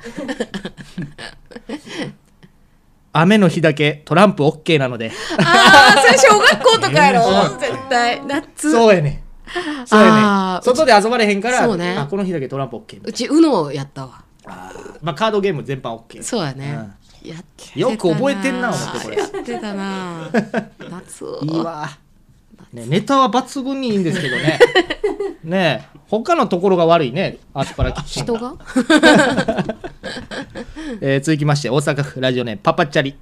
雨の日だけトランプ OK なので
ああそれ小学校とかやろ絶対夏
そうやねんそうやね
あ
ん
ー
外で遊ばれへんから
そうね
あこの日だけトランプ OK みた
う
い
ち UNO やったわ
なまあカードゲーム全般 OK
そうやね、やってた
よく覚えてんな思ってこれ
やってたな夏を
いいわ、ね、ネタは抜群にいいんですけど ねねえ他のところが悪いねアスパラキッチン
人が
えー続きまして大阪府ラジオネームパパチャリ、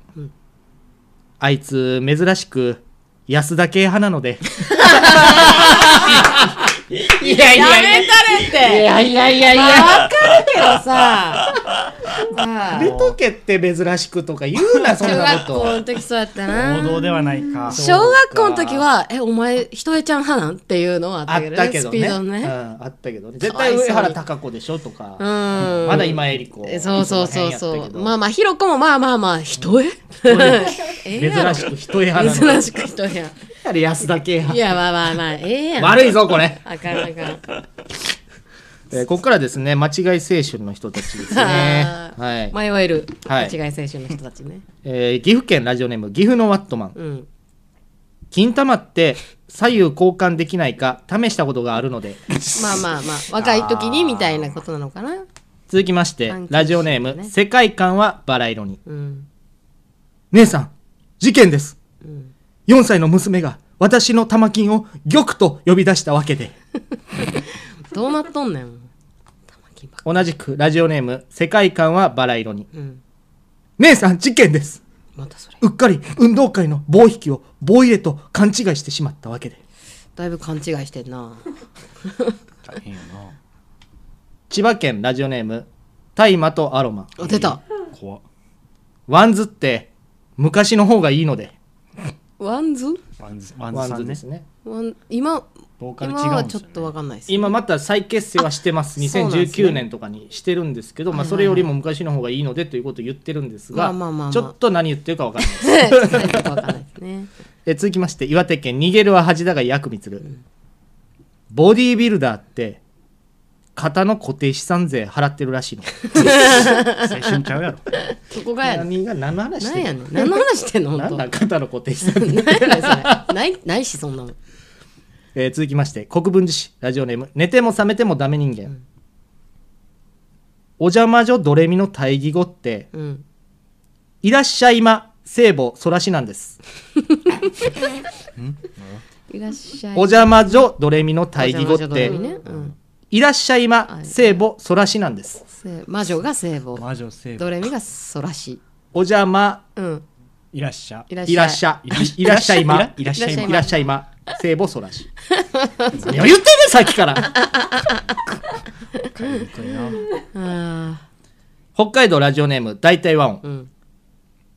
あいつ珍しく安田系派なのでいやい
や
やい
めたれっていやいやいやいやわかるけどさ
や
あ
レトケって珍しくとか言うなそん
中
な
学
こと
校の時そうやった
王道
な
ではないか
小学校の時は「えお前ひとえちゃん派なん?」っていうのはあっ
あ
た
っ
けどね
たけど
ス
ね
ピードの
うん、
ね
あったけどね絶対上原貴子でしょとか、
うん
まだ今えり子
えそうそうそう
の辺やっ
そ
たけ
う
ど
まあまあひろこもまあまあまあひとえええやろ
珍しく人派なの
珍しくひとえやん
あれ安田系
い
派
やまあまあまあええやん
悪いぞこれ、
あかんあかん
えーここからですね間違い青春の人たち ですね
あ
はい、
迷える間
はい
違い青春の人たちね、
えー岐阜県ラジオネーム岐阜のワットマン
うん
金玉って左右交換できないか試したことがあるので
まあまあまあ若い時にみたいなことなのかな
続きまして、
関係
ラジオネーム、
者ね
世界観はバラ色に
うん
姉さん事件です
うん
4歳の娘が私の玉金を玉と呼び出したわけで
どうなっとんねん玉金ばっか
同じくラジオネーム世界観はバラ色に
うん
姉さん事件です
またそれ
うっかり運動会の棒引きを棒入れと勘違いしてしまったわけで
だいぶ勘違いしてんな
大変よな
千葉県ラジオネーム大麻とアロマ
あ出た
怖っ
ワンズって昔の方がいいので
ワンズ
ワンズワン
ワ
ズ
ン
さ
ズ
んね
ですね
ワン今
ボーカル違うんです
今
よ、
は
ね、
ちょっとわかんないです
今また再結成はしてます
あそうなんですね
2019年とかにしてるんですけどまあ、
はいはいは
そ
い
れよりも昔の方がいいのでということを言ってるんですが、
まあまあまあまあ
ちょっと何言ってるか分からないです
ちょっとよくわかんないですね
え続きまして岩手県逃げるは恥だが役につる、ボディービルダーって型の固定資産税払ってるらしいの
青春ちゃうやろ
そこがやねん
何が何の話し
なん
て
や
る
ねん何の話してんの
なん
本
だ肩の固定資産
当
税
なん やねんそれないないしそんなの
えー続きまして国分寺市ラジオネーム寝ても覚めてもダメ人間、お邪魔女ドレミの対義語って
うん
いらっしゃいま聖母そらしなんです、
いらっしゃい
お邪 魔女ドレミの対義語っ
お邪
て、
魔女の時にねうん
いらっしゃいま
はい
聖母そらしなんです
せ魔女が聖母
魔女セー
ド
ブ
レミがソラシ
お邪魔
うん
いらっしゃ
いらっしゃい
いらっしゃ
いらっし
いらっしゃ
ゃ
いま
いらっしゃいま
いらっしゃいま聖母そら し何を言ってんねんさっきから
いにくいな
あ
北海道ラジオネーム大体ワン、
ん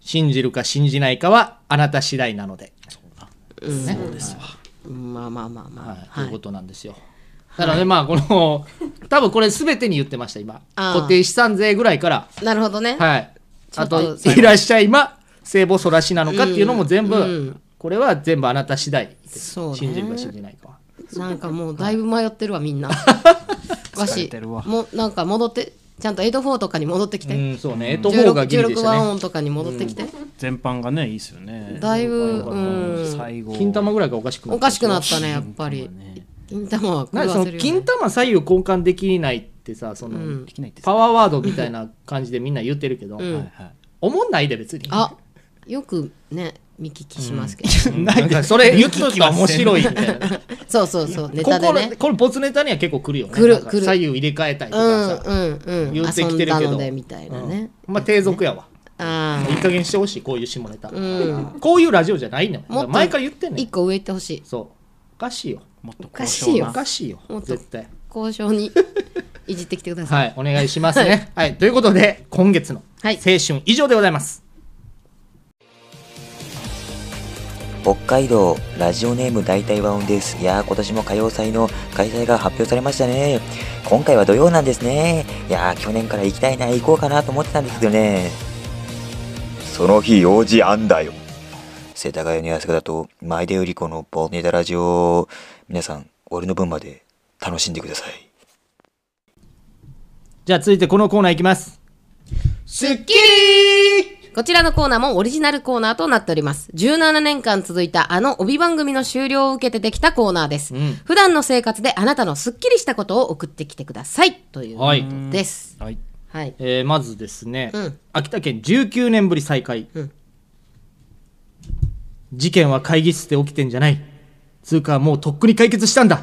信じるか信じないかはあなた次第なので
そうですわまあまあまあま
はい
あ、
ということなんですよ。だからね、まあこの多分これ全てに言ってました今
あー
固定資産税ぐらいから、
なるほどね、
はい、
ちょ
あ
っと
と「いらっしゃいま聖母そらしなのか」っていうのも全部、
うん
これは全部あなた次第です
そうね
信じるか信じないかは。
なんかもうだいぶ迷ってるわみんな わ
疲れ
して
るわ
もうなんか戻ってちゃんと84とかに戻ってき
う
て、
ん、そうね、えと
十
方
六
がギリでし
16
た
和
ね。
音とかに戻ってきて、
全般がねいいっすよね
だいぶ
よか
う
った
ん
最後
金玉ぐらいがおかしくな
お
った
かしくなったねやっぱり金玉は
なんか
狂
その
わせるよ、
金
ね、
玉左右交換できないってさその、
うん
できないって
パワーワードみたいな感じでみんな言ってるけど、
うん
はいはい
思んないで別に。
あよくね見聞きしますけど、
なんかそれ言っときは面白いみたいな。
そうそうそうネタで
こ
ね
ここれボツネタには結構来るよね
来る
なんか
来る
左右入れ替えたりと
う
か
ん
さ、
うんうん
言ってきてるけど
遊んだのでみたいなね、
うんまあ低俗やわ、
あ
いい加減にしてほしいこういう下ネタ、
あうん
こういうラジオじゃないのよだ
も
か
っと
ら前から言ってんね
一
ん
個上行ってほしい
そうおかしいよ
もっと
おかしい
お
よ
かしいよ
もっと
絶対
交渉にいじってきてください、
はいお願いしますねはい、ということで今月の
は
青
い
春以上でございます、
北海道ラジオネーム大体和音です。いやー、今年も歌謡祭の開催が発表されましたね。今回は土曜なんですね。いやー、去年から行きたいな、行こうかなと思ってたんですけどね。その日、用事あんだよ。世田谷の安方と前田由里子のボネタラジオ。皆さん、俺の分まで楽しんでください。
じゃあ続いてこのコーナーいきます好き
こちらのコーナーもオリジナルコーナーとなっております17年間続いたあの帯番組の終了を受けてできたコーナーです、
うん
普段の生活であなたのスッキリしたことを送ってきてくださいという
はい
ことです
はい
はい
えーまずですね、
うん
秋田県19年ぶり再開、
うん
事件は会議室で起きてんじゃないつうかもうとっくに解決したんだ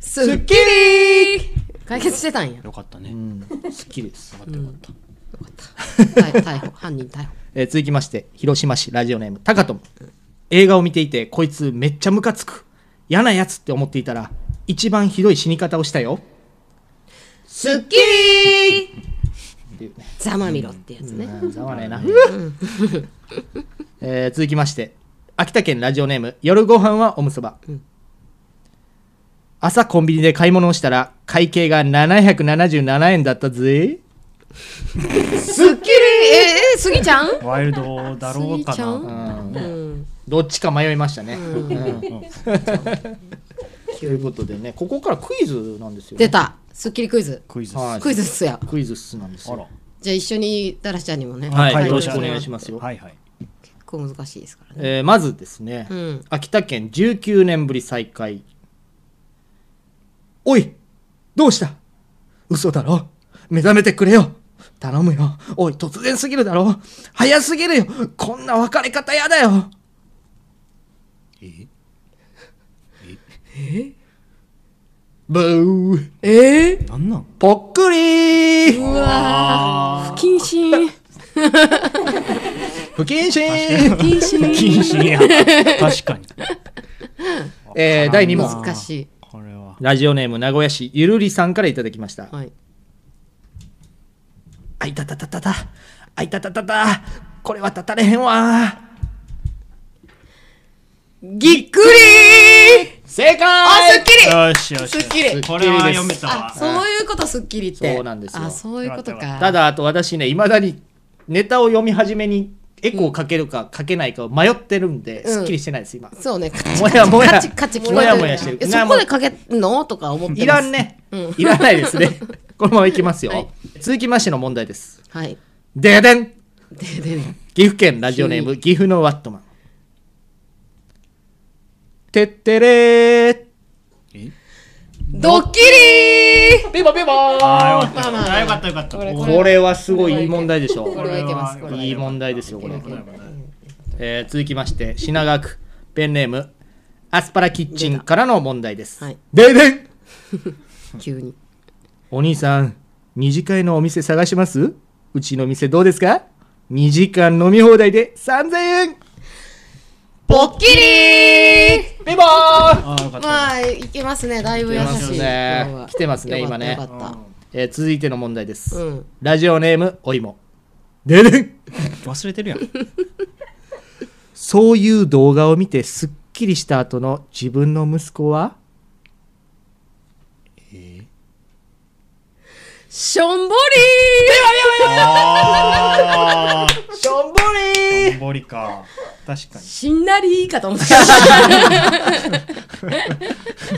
すっきり解決してたんや
よかったね、
好き です、
逮逮捕犯人逮捕
えー続きまして広島市ラジオネームタカトム映画を見ていてこいつめっちゃムカつく嫌なやつって思っていたら一番ひどい死に方をしたよ
すっきりざまみろってやつね、
ざわねえな、 えー続きまして秋田県ラジオネーム夜ご飯はおむそば、朝コンビニで買い物をしたら会計が777円だったぜ
すっきりえー、すぎちゃん
ワイルドだろうか
スイちゃ
なん
どっちか迷いましたね、うんということでねここからクイズなんですよ、ね、
出たスッキリクイズ
クイズっす
はい
クイズっすや
クイズっすなんです
あ
よ
ら
じゃあ一緒にダラシちゃんにもね、
はい、
はい
よろしくお願いしますよ、
はいはい
結構難しいですからね
えーまずですね、
うん
秋田県19年ぶり再開おいどうした嘘だろ目覚めてくれよ頼むよおい突然すぎるだろ早すぎるよこんな別れ方やだよ
え
ブー
ええ
なんなん
ぽっくりー
う わー不謹慎
不謹慎
不謹慎
謹慎や確かに
えー、第2問
難しい
これは
ラジオネーム名古屋市ゆるりさんからいただきました
はい
あいたたたたたあいたたたたこれはたたれへんわ
ぎっくり
正
あす
解
っきり
よしよし
すっきり
これは読めたわ
あそういうことすっきりって
そうなんですよ
あそういうことか
ただあと私ねいまだにネタを読み始めにエコーかけるかかけないかを迷ってるんで、
うん
すっきりしてないです今
そうね
もやもや
カチカチ聞こえて
もや
る
もやしてる
えそこでかけんのとか思ってます
いらんね、
うん
いらないです ねこのままいきますよ、
はい
続きましての問題です
はい
ででん
ででで
岐阜県ラジオネーム岐阜のワットマンてってれー
ドッキリ
ピボピボ
あよ
ー
かった
まあまあまあ
あよかったよかった
これ
お
こ
これはすごいいい問題でしょ
これはいけますこれはい
い
けます
問題ですよこれ
いけるいける
えー続きまして品川区ペンネームアスパラキッチンからの問題です、
はい
ででん
急に
お兄さん二次会のお店探しますうちの店どうですか2時間飲み放題で3000円
ポッキリ
ピボーン
あよかった
まあいけますねだいぶ優し
いけます
い
ね
今日は
来てますね
よかっ
今
た
ね
よかった
えー続いての問題です、
うん
ラジオネームおいもででん
忘れてるやん
そういう動画を見てすっきりした後の自分の息子は
しょんぼり
あ
しょんぼ
ー
り
ぼんぼりか確かに
しんなりかと思った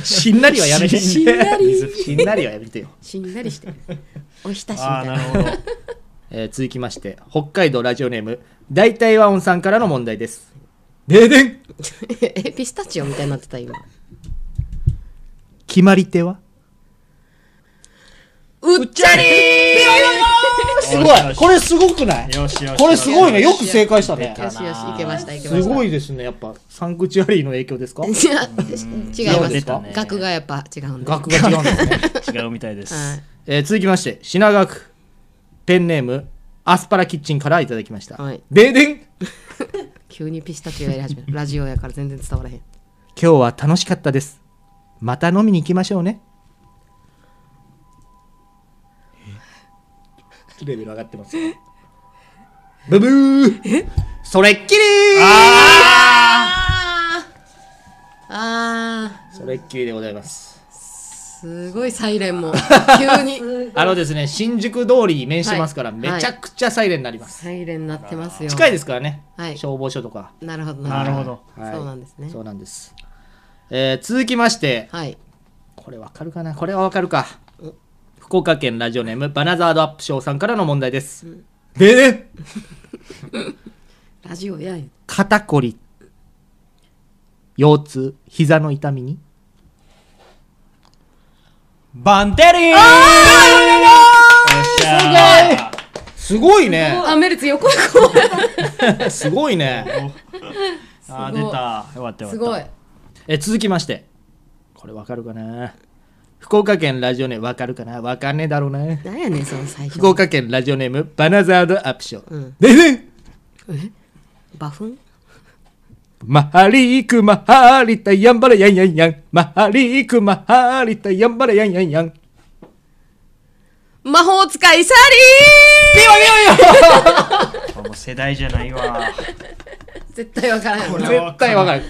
しんなりはやめて
しんなり
しんなりはやめてよ、
しんなりしてるおひたしみ
あ
た
あ
い
な
な
るほど
えー続きまして北海道ラジオネーム大体和音さんからの問題ですででん
えピスタチオみたいになってた今
決まり手は
うっちゃり
す
ごいこ
れすごくない
よしよし
いねよく正解したね
よしよしいけましたいけまし
す
た
ごいですねやっぱサンクチュアリーの影響ですか
いや違いま
出
す
た
ね
額がやっぱ違うんで
額が違うんですね、
違うみたいです
はい
えー続きまして品川区ペンネームアスパラキッチンからいただきました、
はい
ででん今
急にピスタチオやり始めるラジオやから全然伝わらへん
日は楽しかったですまた飲みに行きましょうねレベル上がってますブブーそれっきり
ああ
それっきりでございます
すごいサイレンも急に
あのですね、新宿通りに面してますから、
はい
めちゃくちゃサイレンになります。
サイレンなってますよ
近いですからね、
はい
消防署とか。
なるほど
なるほど
はい
そうなんですね
そうなんです。えー続きまして、
はい
これわかるかなこれはわかるか。福岡県ラジオネーム、バナザードアップショーさんからの問題です。ででん
ラジオやん
肩こり、腰痛、膝の痛みに。
バンテリーよっしゃ
すごいね。
あメルツ横行こ
すごいね。
ーあー出たよかったよかった
うすごい
えー続きまして、これわかるかな福岡県ラジオネーム、わかるかなわかんねえだろうな。
なんやねんその最初
福岡県ラジオネームバナザードアップショー、
うん
でね
バフン
マハリークマハリタヤンバラヤンヤンヤンマハリークマハリタヤンバラヤンヤンヤン
魔法使いサ
あもう世代じゃないわ
リー絶対わからん
れは
絶対わかる、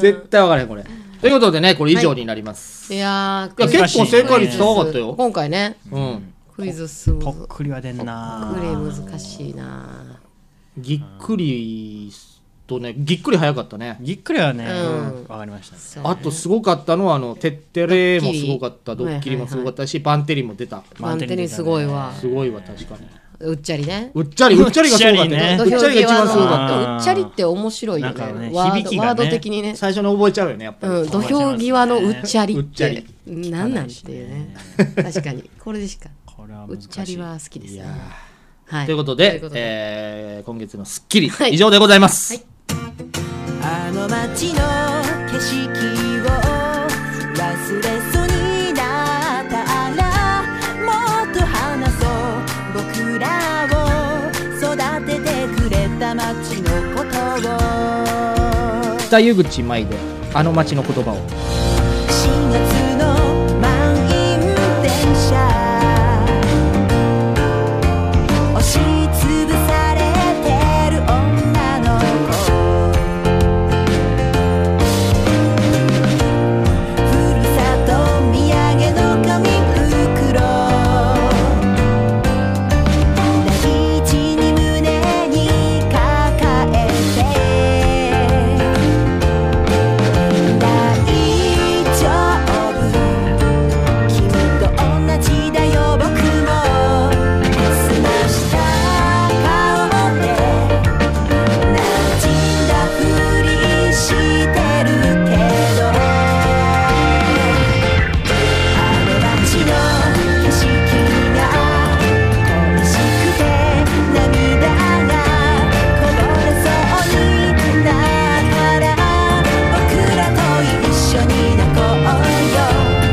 絶対わかるこれということでねこれ以上になります、
いや
い
ー
や結構正解率
クイズ
高かったよ、
今回ね
うん、
クイズすご
ぽっ
く
くりは出んな
クレー難しいな
ぎっくりとねぎっくり早かったね
ぎっくりはね
うん
わかりました
あとすごかったのはあの「てってれ」もすごかった
ド
ド
ッ
ッ
キ
キ
リ
リもすごかったし、バンテリンも出た
バンテリンすごいわ
すごいわ確かに
うっちゃりね
うっちゃりうっちゃりがすごかった
う
ね
っ
う
土
っち
俵
ゃりが
際
一番すごかった
の
った
うっちゃりって面白いよ
なんか
ね
ね
ワー
響
ド
き
ワー
がね
ド的にね
最初の覚えちゃうよねやっぱり、
うん土俵際のうっちゃり
うっ
っ
ちゃ
て
り
何なんっていうね確かにこれでしか
ここれは
う
難
ち
しい
チャリは好きです
い
ね
やー
は
ということ
とい
で
うこと、で
えー今月の『スッキリ
は』い
以上でございます。
はい
あの街の景色を忘れそうになったらもっと話そう僕らを育ててくれた街のことを
北湯口舞で、あの街の言葉を。
4月の満員電車押しつぶされてる女の子ふるさと土産の紙袋大地に胸に抱えて大丈夫君と同じだよ僕も澄ました顔で馴染んだふりしてるけどあの街の景色が恋しくて涙がこぼれそうになったら僕らと一緒に泣こうよ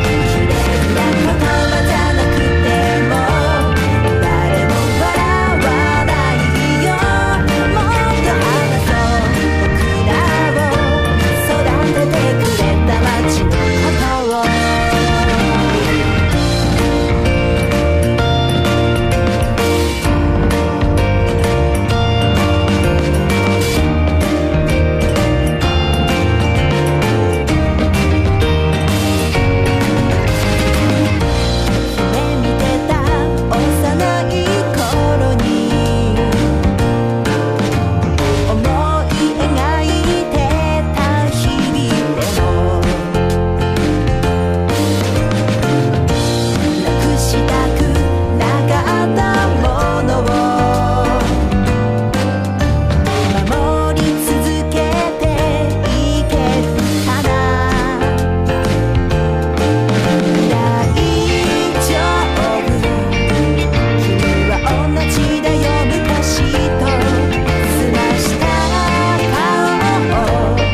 綺麗な言葉じゃなくても誰も笑わないよもっと話そう僕らを育ててくれた街のことを夢見てた幼い頃に思い描いてた日々でもなくしたくなかったものを守り続けていけるかな大丈夫君は同じだよ昔と澄ました顔を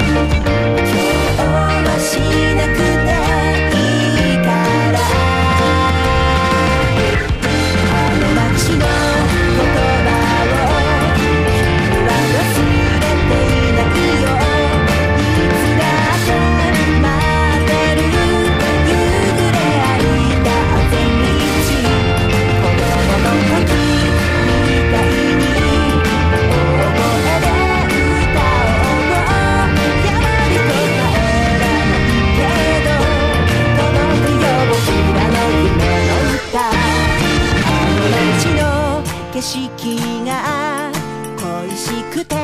今日はしなくていいからあの街の言葉を君は忘れていないよいつだって待ってる夕暮れ歩いてるたあぜ道子供の時みたいに大声で歌おうやはり答えらないけど届くよ僕らの夢の歌あの街の景色が恋しくて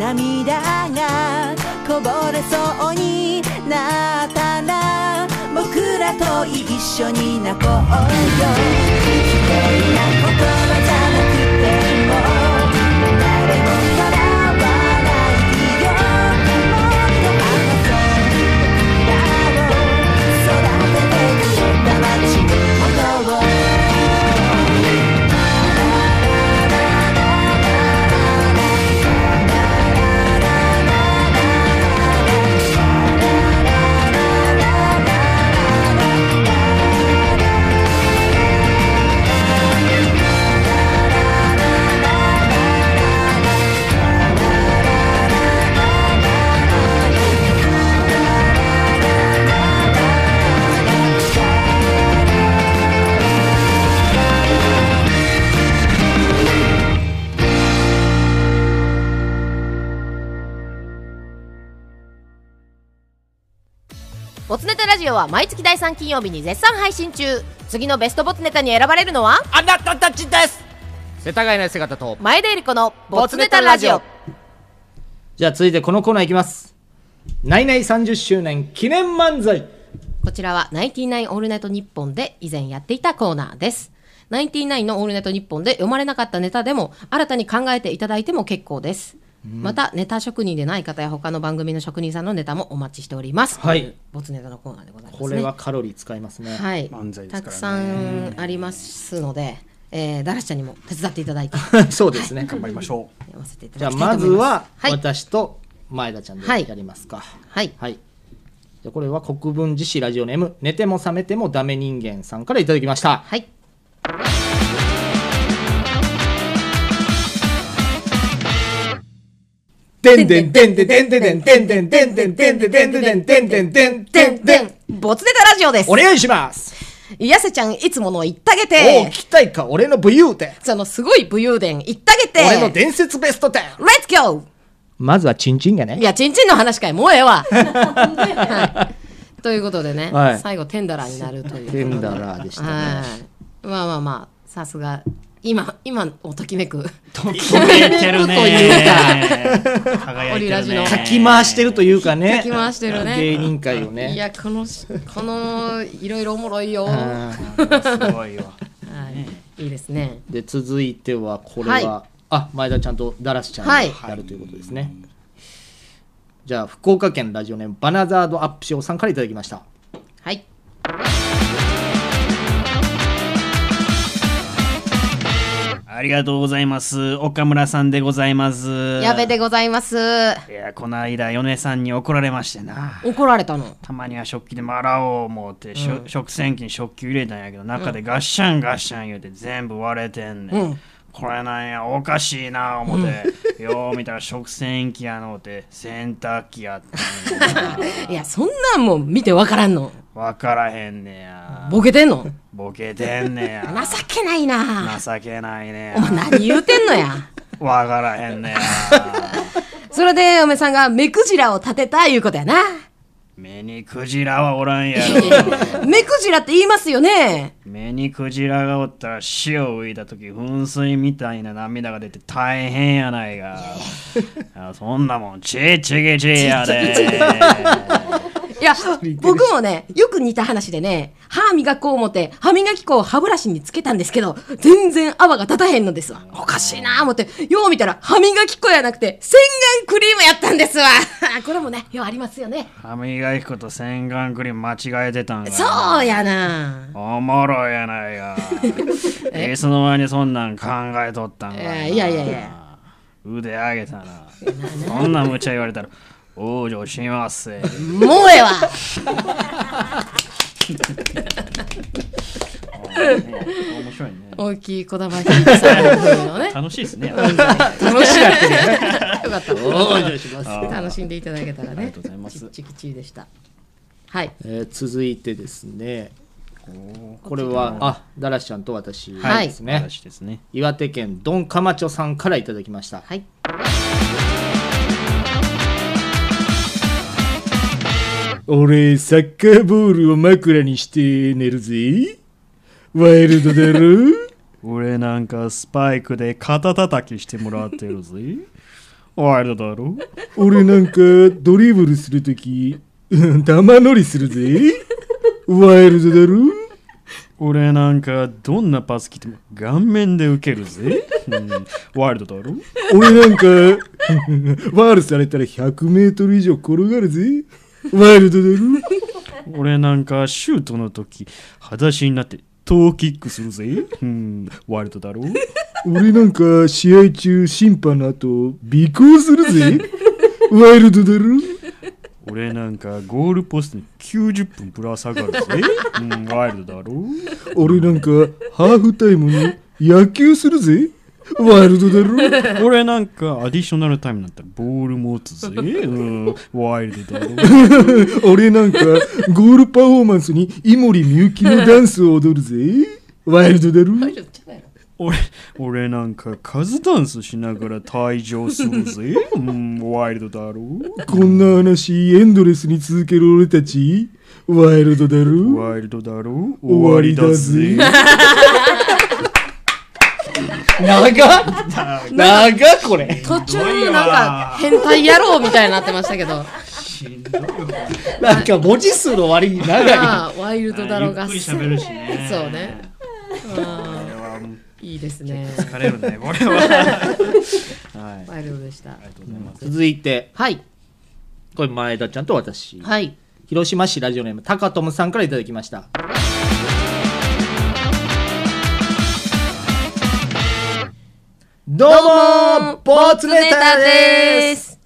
涙がこぼれそうになったら僕らと一緒に泣こうよ綺麗な言葉じゃなくても誰もからわないよもっと話そう僕らを育ててくれた街のことを
ボツネタラジオは毎月第3金曜日に絶賛配信中次のベストボツネタに選ばれるのは
あなたたちです世田谷の姿と。
前田恵理子のボツネタラジオ
じゃあ続いてこのコーナーいきます。ナイナイ30周年記念漫才。
こちらはナインティナインオールナイトニッポンで以前やっていたコーナーです。ナインティナインのオールナイトニッポンで読まれなかったネタでも新たに考えていただいても結構です。またネタ職人でない方や他の番組の職人さんのネタもお待ちしております、
はい
とうボツネタのコーナーでございます、ね、
これはカロリー使いますね。
はい、
漫才ですからね
たくさんありますので、えー、ダラシちゃんにも手伝っていた だいて
そうですね。
頑張りましょ
やらせていた
じゃ
だ
あ
きた
ま
いと
ず
思い
は
ますはい、
私と前田ちゃんでやりますか。
はい、
はい。じゃあこれは国分寺市ラジオネーム寝ても覚めてもダメ人間さんからいただきました。
はい、
でんでんでんでんでんでんでんでんでんでんでんでんでんでんでんでんでんで
で
ん
んでんボツネタラジオです
お願いします。
癒せちゃんいつもの言ってあげ
おう聞
て
きたいか俺の武勇伝。
そのすごい武勇伝言ってあげて
俺の伝説ベスト10。
Let's go!
まずはチンチンが
い
ね。
や、ちんちんの話かい、もうえ えわ。はいということでね、
はい
最後、テンダラーになるという。
テンダラーでしたね。
はい。まあまあまあ、さすが、今、今をときめく。
ときめいてるね 輝いて
オリラ
る
ジの
ね
かき回してるというかね。
かき回してるね
芸人界を
い
ね。
や、この、この、いろいろおもろいよ。は
あー
すごいわ
い、いいですね。
で続いてはこれ
は
は、あ前田ちゃんとダラスちゃん
はい
がやるということですね。じゃあ福岡県ラジオネームバナザードアップショーさんからいただきました。
はい。
ありがとうございます岡村さんでございます
やべでございます。
いやこの間米さんに怒られましてな
怒られたの。
たまには食器でも洗おう思って、しょ食洗機に食器入れたんやけど中でガッシャンガッシャン言うて全部割れてんねん、これなんやおかしいな思って、よう見たら食洗機やのうて洗濯機やったんや
いや、そんなんもん見てわからんの。
わからへんねや
ボケてんの。
ボケてんねや
情けないな。
情けないね
お前何言うてんのや。
わからへんねや
それで、嫁さんが目くじらを立てたいうことやな。
目にクジラはおらんや
いやい
ろ
や目くじらって言いますよね。
目にクジラがおったら塩を浮いた時噴水みたいな涙が出て大変やないがあそんなもんちっちぎちやで
いや、僕もね、よく似た話でね、歯磨こう思って、歯磨き粉を歯ブラシにつけたんですけど、全然泡が立たへんのですわ。おかしいなぁ思って、よう見たら歯磨き粉やなくて、洗顔クリームやったんですわ。 これもね、ようありますよね。
歯磨き粉と洗顔クリーム間違えてたんかな
そうやなぁ。
おもろいやな いがいつの間にそんなん考えとったんか
えーいやいやいや
腕上げた なそんな無茶言われたら往生しますせ
もうええわ。
面白いね
大きい小玉ひいきさんのね。
楽しいですね
楽しい。よかった。
あー
楽しんでいただけたらね。
ありがとうございます
ちっちきちいでした。はい。
えー続いてですねこれはあダラスちゃんと私
はい
ですね、
私ですね
岩手県ドンカマチョさんからいただきました、
はい。
俺サッカーボールを枕にして寝るぜワイルドだろ
俺なんかスパイクで肩叩きしてもらってるぜ ワイルドだろ
俺なんかドリブルするとき玉乗りするぜワイルドだろ
俺なんかどんなパス来ても顔面で受けるぜ、うんワイルドだろ
俺なんかワールされたら100メートル以上転がるぜワイルドだろ
俺なんかシュートの時裸足になってトーキックするぜ、うんワイルド だろ
俺なんか試合中審判の後尾行するぜワイルドだろ
俺なんかゴールポストに90分ぶら下がるぜ、うんワイルドだろ
俺なんかハーフタイムに野球するぜワイルドだろ
俺なんかアディショナルタイムになったらボール持つぜ、うんワイルドだろ
俺なんかゴールパフォーマンスに井森美幸のダンスを踊るぜワイルドだろ
俺俺なんかカズダンスしながら退場するぜ、うん、ワイルドだろ
こんな話エンドレスに続ける俺たちワイルドだろ
ワイルドだろ
終わりだぜ長っ長っこれ
途中なんか変態野郎みたいになってましたけど、
なんか文字数の割に長い。
まあワイルドだろうが。
ゆっくり喋るしね
そうね。いいですね。
疲れるね、これは。 はい。
ワイルドでした
あ。りがとうございます。
続いて
はい。
これ前田ちゃんと私、
はい。
広島市ラジオネーム高友さんからいただきましたどうもーボツネタです
す。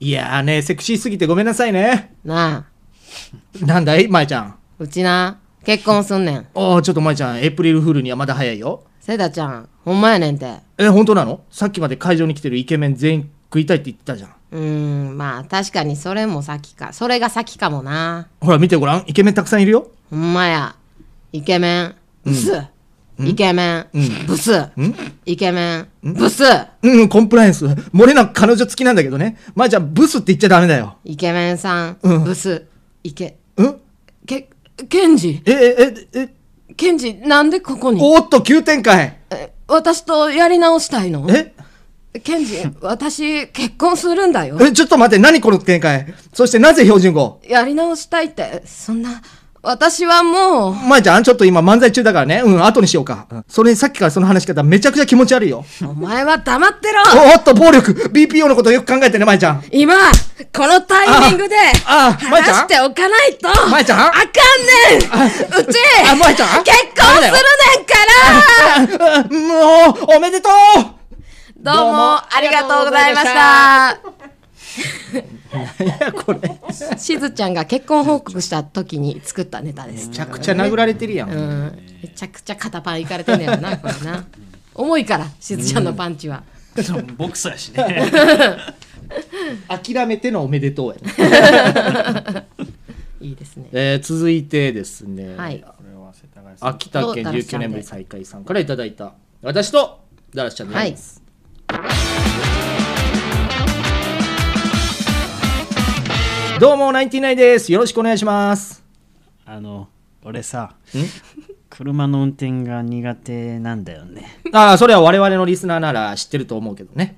いやーねセクシーすぎてごめんなさいね
なあ、
なんだいまえちゃん
うちな、結婚すんねん。
おーちょっとまえちゃんエイプリルフールにはまだ早いよ
セダちゃん、ほんまやねんて。
え本当なのさっきまで会場に来てるイケメン全員食いたいって言ってたじゃん
うーん、まあ確かにそれも先か。それが先かもな。
ほら見てごらんイケメンたくさんいるよ
ほんまや。イケメン、ブス。イケメン、ブス。イケメン、ブス。
うん、コンプライアンス。漏れなく彼女付きなんだけどね。まあ、じゃあ、ブスって言っちゃダメだよ。
イケメンさん、
うん
ブス。イケ、
うん
け、ケンジ。
え、え、え、え、
ケンジ、なんでここに
おーっと、急展開
え私とやり直したいの
え
ケンジ、私、結婚するんだよ。
え、ちょっと待って、何この展開そしてなぜ標準語
やり直したいって、そんな、私はもう、
まえちゃん、ちょっと今漫才中だからね。うん、後にしようか。うんそれにさっきからその話し方めちゃくちゃ気持ち悪いよ。
お前は黙ってろ
おーっと、暴力 !BPO のことよく考えてね、まえちゃん。
今、このタイミングで、
ああ舞
話
ちゃん
しておかないと、
舞ちゃん
あかんねんうち、
あ舞ちゃん
結婚するねんから
ああもう、おめでとう
どうも、ありがとうございました。
いや、これ。め
しずちゃんが結婚報告した時に作ったネタです。
ちゃくちゃ殴られてるやん。
うん、めちゃくちゃ肩パンいかれてんねやろな、これな。重いから、しずちゃんのパンチは。
そうボクサーやしね。
諦めてのおめでとうやね。
いいですね。
えー続いてですね、
はい。
これは世田谷さん。
秋田県19年ぶり再開さんからいただいた私とダラシちゃんでございます、どうもナインティナインですよろしくお願いします
あの、俺さ、車の運転が苦手なんだよね。
ああそれは我々のリスナーなら知ってると思うけどね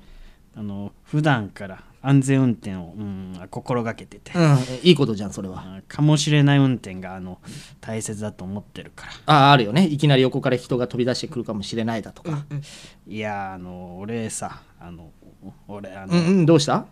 あの、普段から安全運転を、うん、心がけてて
う。んいいことじゃんそれは
あかもしれない運転があの大切だと思ってるから
あああるよねいきなり横から人が飛び出してくるかもしれないだとか
いやーあの俺さあのお俺あの、
うんうんどうした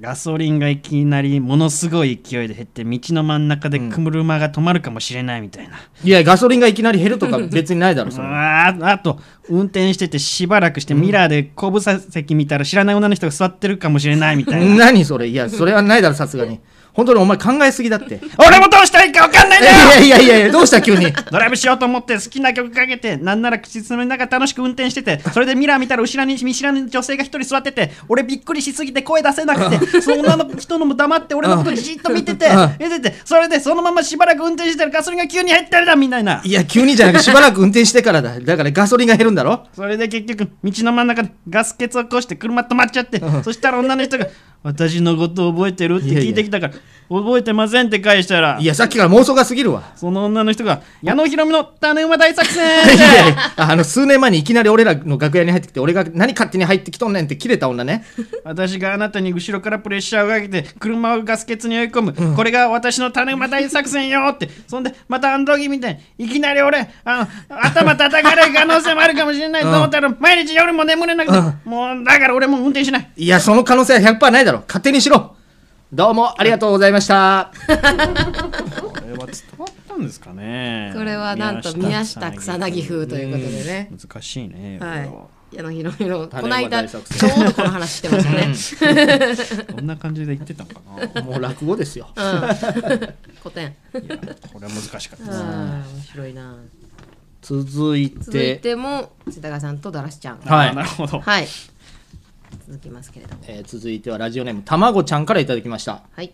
ガソリンがいきなりものすごい勢いで減って道の真ん中で車が止まるかもしれないみたいな、
いやガソリンがいきなり減ると か別にないだろそれは
ああと運転しててしばらくしてミラーで後部座席見たら知らない女の人が座ってるかもしれないみたいな
何それいやそれはないだろさすがに本当にお前考えすぎだって
俺もどうしたらいいか分かんないん
い
だよ
やいやいやいや、どうした急に。
ドライブしようと思って好きな曲かけてなんなら口つむりながら楽しく運転しててそれでミラー見たら後ろに見知らぬ女性が一人座ってて俺びっくりしすぎて声出せなく てその女の人のも黙って俺のことじっと見てて
うん
見ててそれでそのまましばらく運転してるガソリンが急に減ってるだみたいない
や、急にじゃなくてしばらく運転してからだ。だからガソリンが減るんだろ
それで結局道の真ん中でガス欠を起こして車止まっちゃってそしたら女の人が「私のこと覚えてる?」って聞いてきたから「覚えてません」って返したら
いや、さっきから妄想が過ぎるわ。
その女の人が「矢野ひろみの種馬大作戦!」っ
いや
て
いやあの、数年前にいきなり俺らの楽屋に入ってきて、俺が何勝手に入ってきとんねんって切れた女ね。
私があなたに後ろからプレッシャーをかけて車をガス欠に追い込む、これが私の種馬大作戦よってそんでまたあの時みたいにいきなり俺あの頭叩かれる可能性もあるかもしれないと思ったら、毎日夜も眠れなくて、もうだから俺もう運転しない
いや、その可能性は100%ないだろ。勝手にしろ。どうもありがとうございました。
これは伝わったんですかね
これはなんと宮下草薙風ということでね。
難しいね
はい。矢野ひろみの、こ
種
の
馬
間、
大
ちょ
作戦
うどこの話してましたね。
こんな感じで言ってたのかない
もう落語ですよ。
古典。
やこれは難しかったで
あー面白いな。
続い
続い
て、
ても、世田谷さんとだらしちゃん。
はい
あなるほど
はい。続きますけれども。
えー続いてはラジオネーム、たまごちゃんからいただきました。
はい。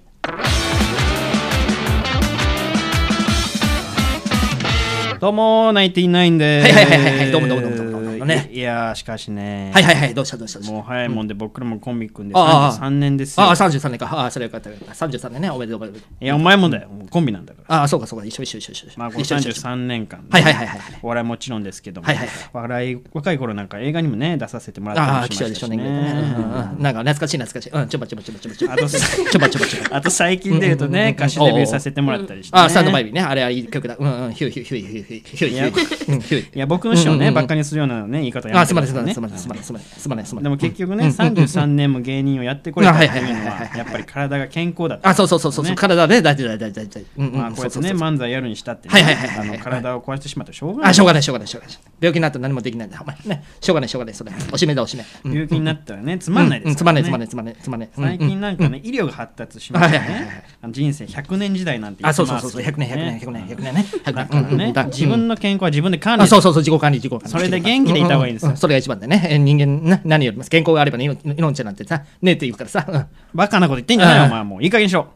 どうもナインティナインで
はいはいはいはいどうもどうもどうもどうもどうもね。
いやーしかしね
はいはいはい、どうしたどうしたどうした
もう早いもんで僕らもコンビ組んで
ああ
3年ですよ
ああ、33年か。ああ、それよかったよかった。33年ね、おめでとうおめでとう。
いやお前もだよもうコンビなんだから
ああ、そうかそうか、一緒一緒一緒一緒。
まあこの
一緒一緒一緒
33年間ね
はいはいはいはいはい。
お笑いもちろんですけども、
はいはい
笑い若い頃なんか映画にもね出させてもら
あ
った
あ、
り
貴
しま
重で
し
したょね。
しね
うんうんうんなんか懐かしい懐かしい。うん、ちょばちょばちょばちょばちょば。
あと
ちょばちょばちょば。
あと最近で言うとね、歌手デビューさせてもらったりして、ね。
ああ、スタンドバイビーね。あれはいい曲だ。うんうん、ヒューヒューヒューヒューヒューヒューヒューヒュー。うんヒュー
いや、僕の師
う
匠
んうんう
ね、
ん
ばっかにするようなね、言い方や
ああ、
めて
す
く
ま
だ
ないす
さい
ま
ね
ないすまないすまないすまないすまないすま
で
ない。
も結局ね、33年も芸人をやってこれたっていうのは、やっぱり体が健康だった。
あ、そうそうそうそう、
ね
体ね、大事大事大事大事。うんうん、
まあ、こうやって
そう
ね、
そうそう
漫才やるにしたってね、
はいはいはいはい
あの体を壊してしまってしょうがない。
あ、しょうがないしょうがないしょうがない。病気になったら何もできないんだ。お前ね、しょうがないしょうがない。それ、おしめだおしめ。うん
病気になったらね、つまんないです、
う
ね
んつまんないつまんないつまんないつまんない。うん
最近なんかね、医療が発達しました
はいはいはいは
ね。あの人生100年時代なんて言
あ、
って
そう
ますけ
そ
ど
う
ね
そうそう、100年、100年、100年、100年ね。100
だからね、自
の
分の健康は自分で管理
あ
す
そ
る
うそうそう自己管理自己管理
それで元気でいた方がいいんですよ
うううそれが一番だよねえ人間な何よりも健康があればね命命なんてさねえって言うからさうん
バカなこと言ってんじゃないよ、
うん
お前もう。いい加減にしろ。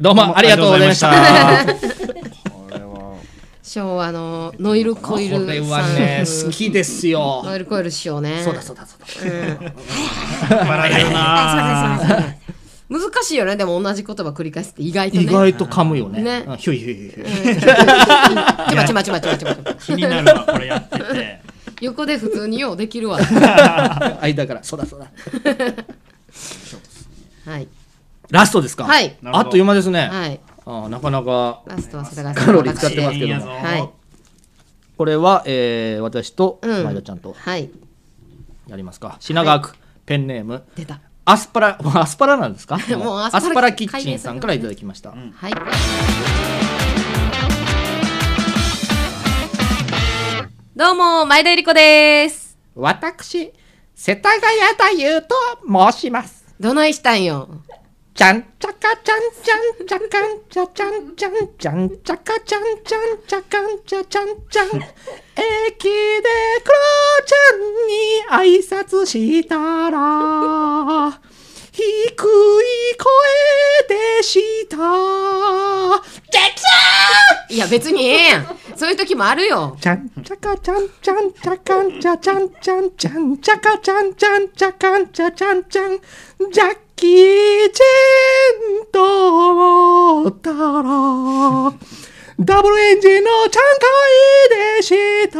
どうもありがとうございました
ありがとうございま した。
昭和のノイルコイルさ
こ
ん
れはね好きですよ
ノイルコイル師匠ね
そうだそうだそうだ
笑えるなぁ
難しいよねでも同じ言葉繰り返すって意外とね
意外と噛むよね
ね
うんひょいひょいひょいひょい
ちまちまちまちまちまちま
気になるわ、これやってて。
横で普通にようできるわ
間からそうだそうだ
はい
ラストですか
はい
あっという間ですね
はい
あなかなか
ラストは世田谷さん
カロリー使ってますけど
いいや
も
ぞ
はい
これはえー私と
うん
前田ちゃんと
はい
やりますか品川区ペンネーム
出た
アスパラもうアスパラなんですか
もうアスパラ
アスパラキッチンさんからいただきました
はいどうも前田ゆり子です
私、世田谷だゆうと申します。
どないしたんよ
ちゃんちゃかちゃんちゃんちゃかんちゃちゃんちゃんちゃんちゃかちゃんちゃんちゃかんちゃちゃんちゃん。駅でクロちゃんに挨拶したら、低い声でした。ジェクソン
いや別にええやんそういう時もあるよ
ちゃんちゃかちゃんちゃんちゃかんちゃちゃんちゃんちゃんちゃかちゃんちゃんちゃかんちゃちゃんちゃんジャッキー・チェンと思ったらダブルエンジンのちゃんかいでした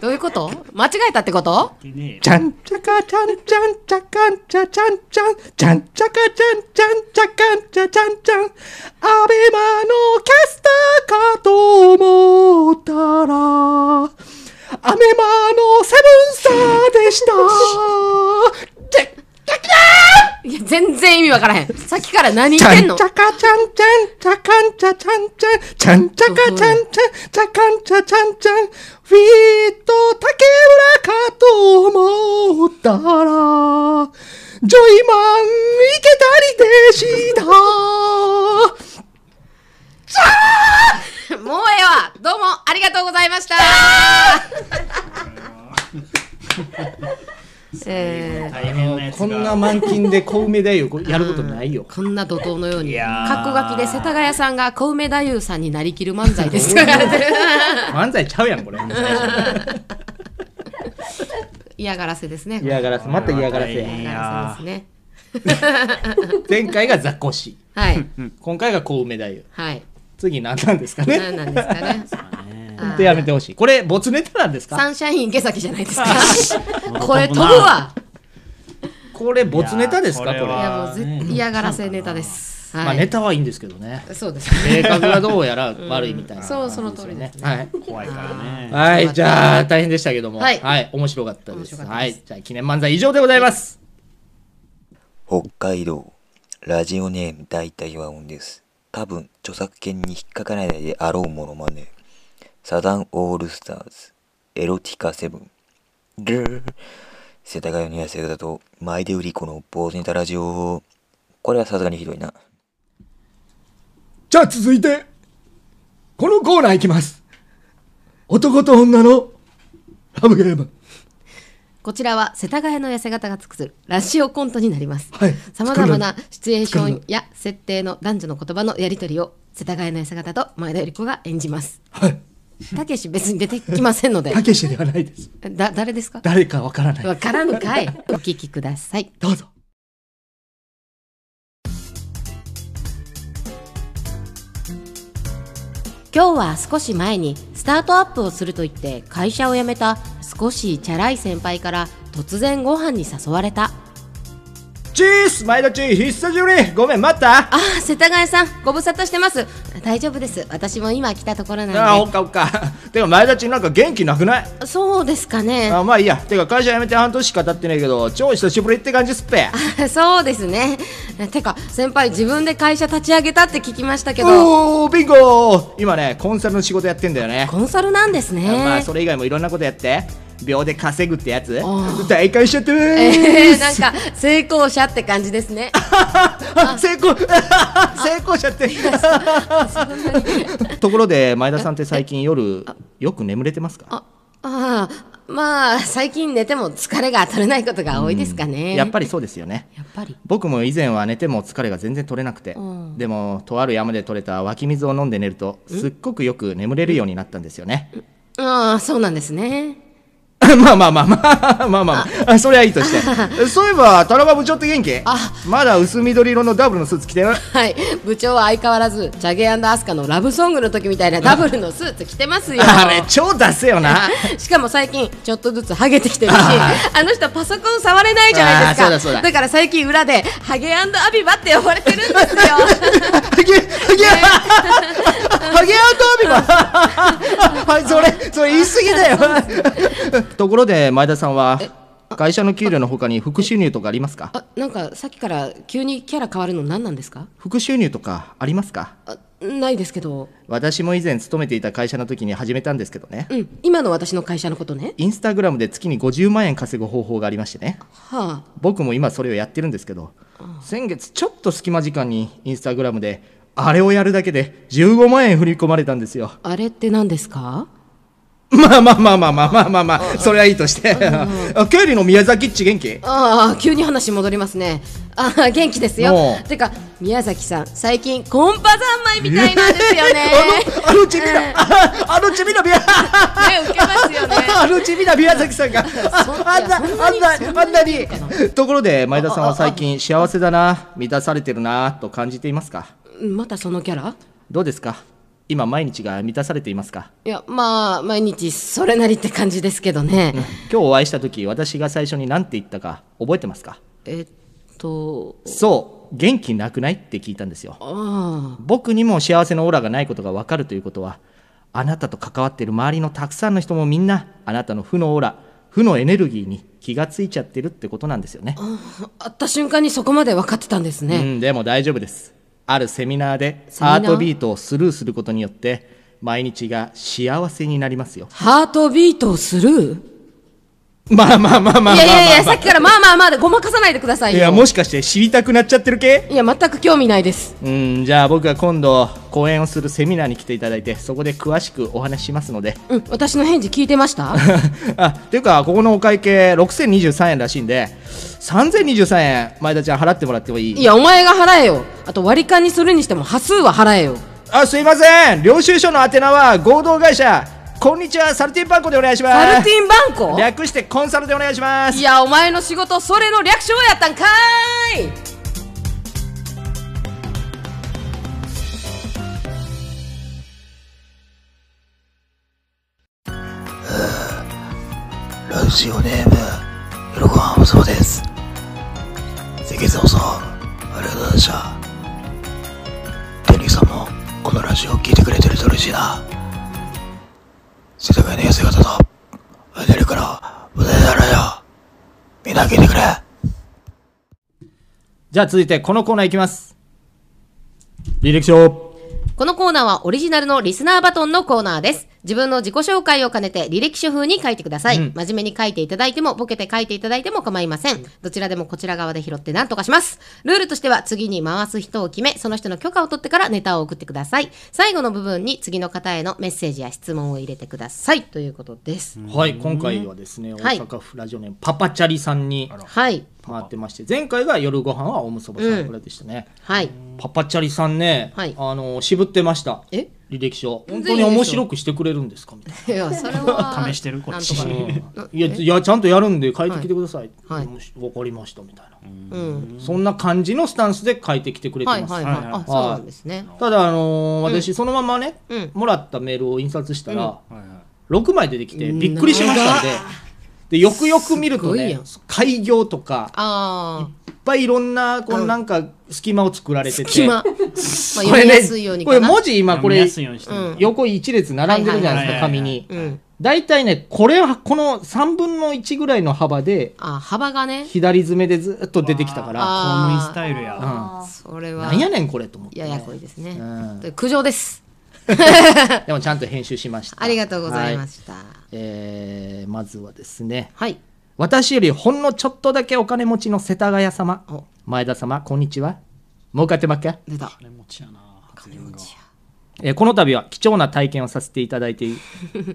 どういうこと間違えたってこと
ちゃんちゃかちゃんちゃんちゃかんちゃちゃんちゃんちゃんちゃかちゃんちゃんちゃかんちゃちゃんちゃんアベマのキャスターかと思ったらアベマのセブンスターでした
いや全然意味わからへんさっきから何
ち
言
ゃ
ってん
ん
の
ちゃかちゃんちゃんちゃかんちゃちゃんちゃんちゃんちゃかちゃんちゃんちゃかんちゃちゃんちゃんフィット竹浦かと思ったらジョイマン池谷でした
もうええわどうもありがとうございましたえー
大変なやつ
こんな
が。
満勤で小梅太夫やることないよ
こんな怒涛のように
やー
カッコ書きで世田谷さんが小梅太夫さんになりきる漫才ですから
漫才ちゃうやんこれ
嫌がらせですね
嫌がらせまた嫌がらせや
い
嫌がらせですね
前回がザコシ
はい
今回が小梅太夫
はい
次何なんですかね
何なんですかね
ほんとやめてほしいこれボツネタなんですか
サンシャイン池崎じゃな いですか声飛ぶわ
これボツネタですかこ
いやーこれ
い
れ
は
やもう絶嫌がらせネタです
まあ
は
ネ
い
タはいいんですけどね
そうです
性格がどうやら悪いみたいな、
そうその通りです
はい、
怖いからね。
はい、じゃあ大変でしたけども
は
はいい、面白かったで
面
す
白かった
は
で
い
す
じゃあ記念漫才以上でございます
北海道ラジオネーム大体和音です多分著作権に引っかからないであろうものまねサザンオールスターズエロティカセブンルー世田谷の痩せ方と前で売り子の坊主ネタラジオこれはさすがにひどいな
じゃあ続いてこのコーナーいきます男と女のラブゲーム
こちらは世田谷の痩せ方が作るラジオコントになります。
はい
さまざまなシチュエーションや設定の男女の言葉のやり取りを世田谷の痩せ方と前田由里子が演じます。
はい
たけし別に出てきませんので
たけしではないです
だ誰ですか
誰かわからない
わからぬかいお聞きください
どうぞ
今日は少し前にスタートアップをすると言って会社を辞めた少しチャラい先輩から突然ご飯に誘われた
チース前田ち久しぶりごめん待った
あー世田谷さんご無沙汰してます大丈夫です私も今来たところ
ああ
な
お
ん
っかおっか てか前田ちなんか元気なくない
でそうですかね
あまあいいやてか会社辞めて半年しか経ってないけど超久しぶりって感じっすっぺ
そうですねてか先輩自分で会社立ち上げたって聞きましたけど
おおビンゴ今ねコンサルの仕事やってんだよね
コンサルなんですね、
まあそれ以外もいろんなことやって秒で稼ぐってやつ
ー
大会しちゃってる
えー、なんか成功者って感じです ね
あ成功成功者って ところで前田さんって最近夜よく眠れてますか
あ あーまあ最近寝ても疲れが取れないことが多いですかね、
やっぱりそうですよね
やっぱり
僕も以前は寝ても疲れが全然取れなくて、
うん
でもとある山で取れた湧き水を飲んで寝るとすっごくよく眠れるようになったんですよね、
ああそうなんですね
まあまあまあまあまあまあ、まあ、あそれはいいとしてそういえば田中部長って元気
あ
まだ薄緑色のダブルのスーツ着てる
はい部長は相変わらずチャゲアスカのラブソングの時みたいなダブルのスーツ着てますよ
あれ超出せよな
しかも最近ちょっとずつハゲてきてるし あの人パソコン触れないじゃないですか
あーそうだそうだ
から最近裏でハゲアビバって呼ばれてるんですよ
ハゲハゲハゲアウトビバはいそれそれ言い過ぎだよところで前田さんは会社の給料の他に副収入とかありますか
あ なんかさっきから急にキャラ変わるの何なんですか
副収入とかありますか
あないですけど
私も以前勤めていた会社の時に始めたんですけどね
うん今の私の会社のことね
インスタグラムで月に50万円稼ぐ方法がありましてね
は
僕も今それをやってるんですけど先月ちょっと隙間時間にインスタグラムであれをやるだけで15万円振り込まれたんですよ
ああれって何ですか
まあまあまあまあまあまあまあまあそれはいいとして経理の宮崎っち元気
ああ急に話戻りますねああ元気ですよ
おう
てか宮崎さん最近コンパ三昧みたいなんですよね
あ のあの地味な
うん
あの地味な宮
ね受けますよね
あの地味な宮崎さんがあんなあんなあんなにところで前田さんは最近幸せだな満たされてるなと感じていますか
うんまたそのキャラ
どうですか今毎日が満たされていますか
いやまあ毎日それなりって感じですけどね、
今日お会いした時私が最初に何て言ったか覚えてますか
えっと
そう元気なくないって聞いたんですよ
あ
僕にも幸せのオーラがないことが分かるということはあなたと関わっている周りのたくさんの人もみんなあなたの負のオーラ負のエネルギーに気がついちゃってるってことなんですよね、
あ会った瞬間にそこまで分かってたんです
う
ね、
ん、でも大丈夫ですあるセミナーで
セミナ
ハ
ー
ートビートをスルーすることによって毎日が幸せになりますよ
ハートビートをスルー
まあまあまあまあまあまあ、まあ、
いやいやいやさっきからまあまあまあでごまかさないでくださいよ
いやもしかして知りたくなっちゃってる系
いや全く興味ないです
うんじゃあ僕が今度講演をするセミナーに来ていただいてそこで詳しくお話ししますので
うん私の返事聞いてまし た
あっていうかここのお会計6023円らしいんで3023円前田ちゃん払ってもらってもいい
いやお前が払えよあと割り勘にするにしても端数は払えよ
あすいません領収書の宛名は合同会社こんにちはサルティンパンコでお願いします
サルティンバンコ
略してコンサルでお願いします
いやお前の仕事それの略称やったんかーい
ラジオネーム、よろこはむそうです。関澤さん、ありがとうございました。テリーさんも、このラジオを聞いてくれてると嬉しいな。世田谷の痩せ方と、アイデルから、無駄だらよ。みんな聞いてくれ。
じゃあ続いてこのコーナーいきます履歴書
このコーナーはオリジナルのリスナーバトンのコーナーです。自分の自己紹介を兼ねて履歴書風に書いてください。真面目に書いていただいても、ボケて書いていただいても構いません。どちらでもこちら側で拾って何とかします。ルールとしては次に回す人を決め、その人の許可を取ってからネタを送ってください。最後の部分に次の方へのメッセージや質問を入れてください。ということです。
はい今回はですね
はい
大阪府ラジオネームパパチャリさんに
はい。
回ってまして前回が夜ご飯はおむそばさ
うん
んこれでしたね、
はい。
パパチャリさんね、
はい
あの渋ってました
え
履歴書
全
本
然
当
いい
に
でしょ
面白くしてくれるんですかみたい
いやそれは
試してるこっち
なんとかね
な「いやいやちゃんとやるんで書いてきてください」
はい
もしわかりました」みたいな、
うん
そんな感じのスタンスで書いてきてくれてま
は
す、
いはいはい
はいはい
あそうなんですね
ただ、あのー私そのままね、
うん
もらったメールを印刷したら、
はいはい
6枚出てきてびっくりしましたんででよくよく見ると
すごい
ね
やん
開業とか
あ
いっぱいいろんなこ
う
の
ん
なんか隙間を作られ
あ
てて、
隙間まあ
こ
読
れ
み
ね
やすいように
こ
か
れ
な
文字今こ
読み
れ
やすいようにしてる
うん
横一列並んでるじゃないですか
はいはいはい
紙に
うん
大体ねこれはこの3分の1ぐらいの幅で
あ幅がね
左詰めでずっと出てきたから
あ
公務員スタイル
う
や
ん
それは
なんやねんこれと思って
ややこいですね
うん
で苦情です
でもちゃんと編集しました
ありがとうございま
は
した
えーまずはですね
はい
私よりほんのちょっとだけお金持ちの世田谷様
お
前田様こんにちは儲かってばっか、
出た
金持ちやな発言が
えーこの度は貴重な体験をさせていただいてい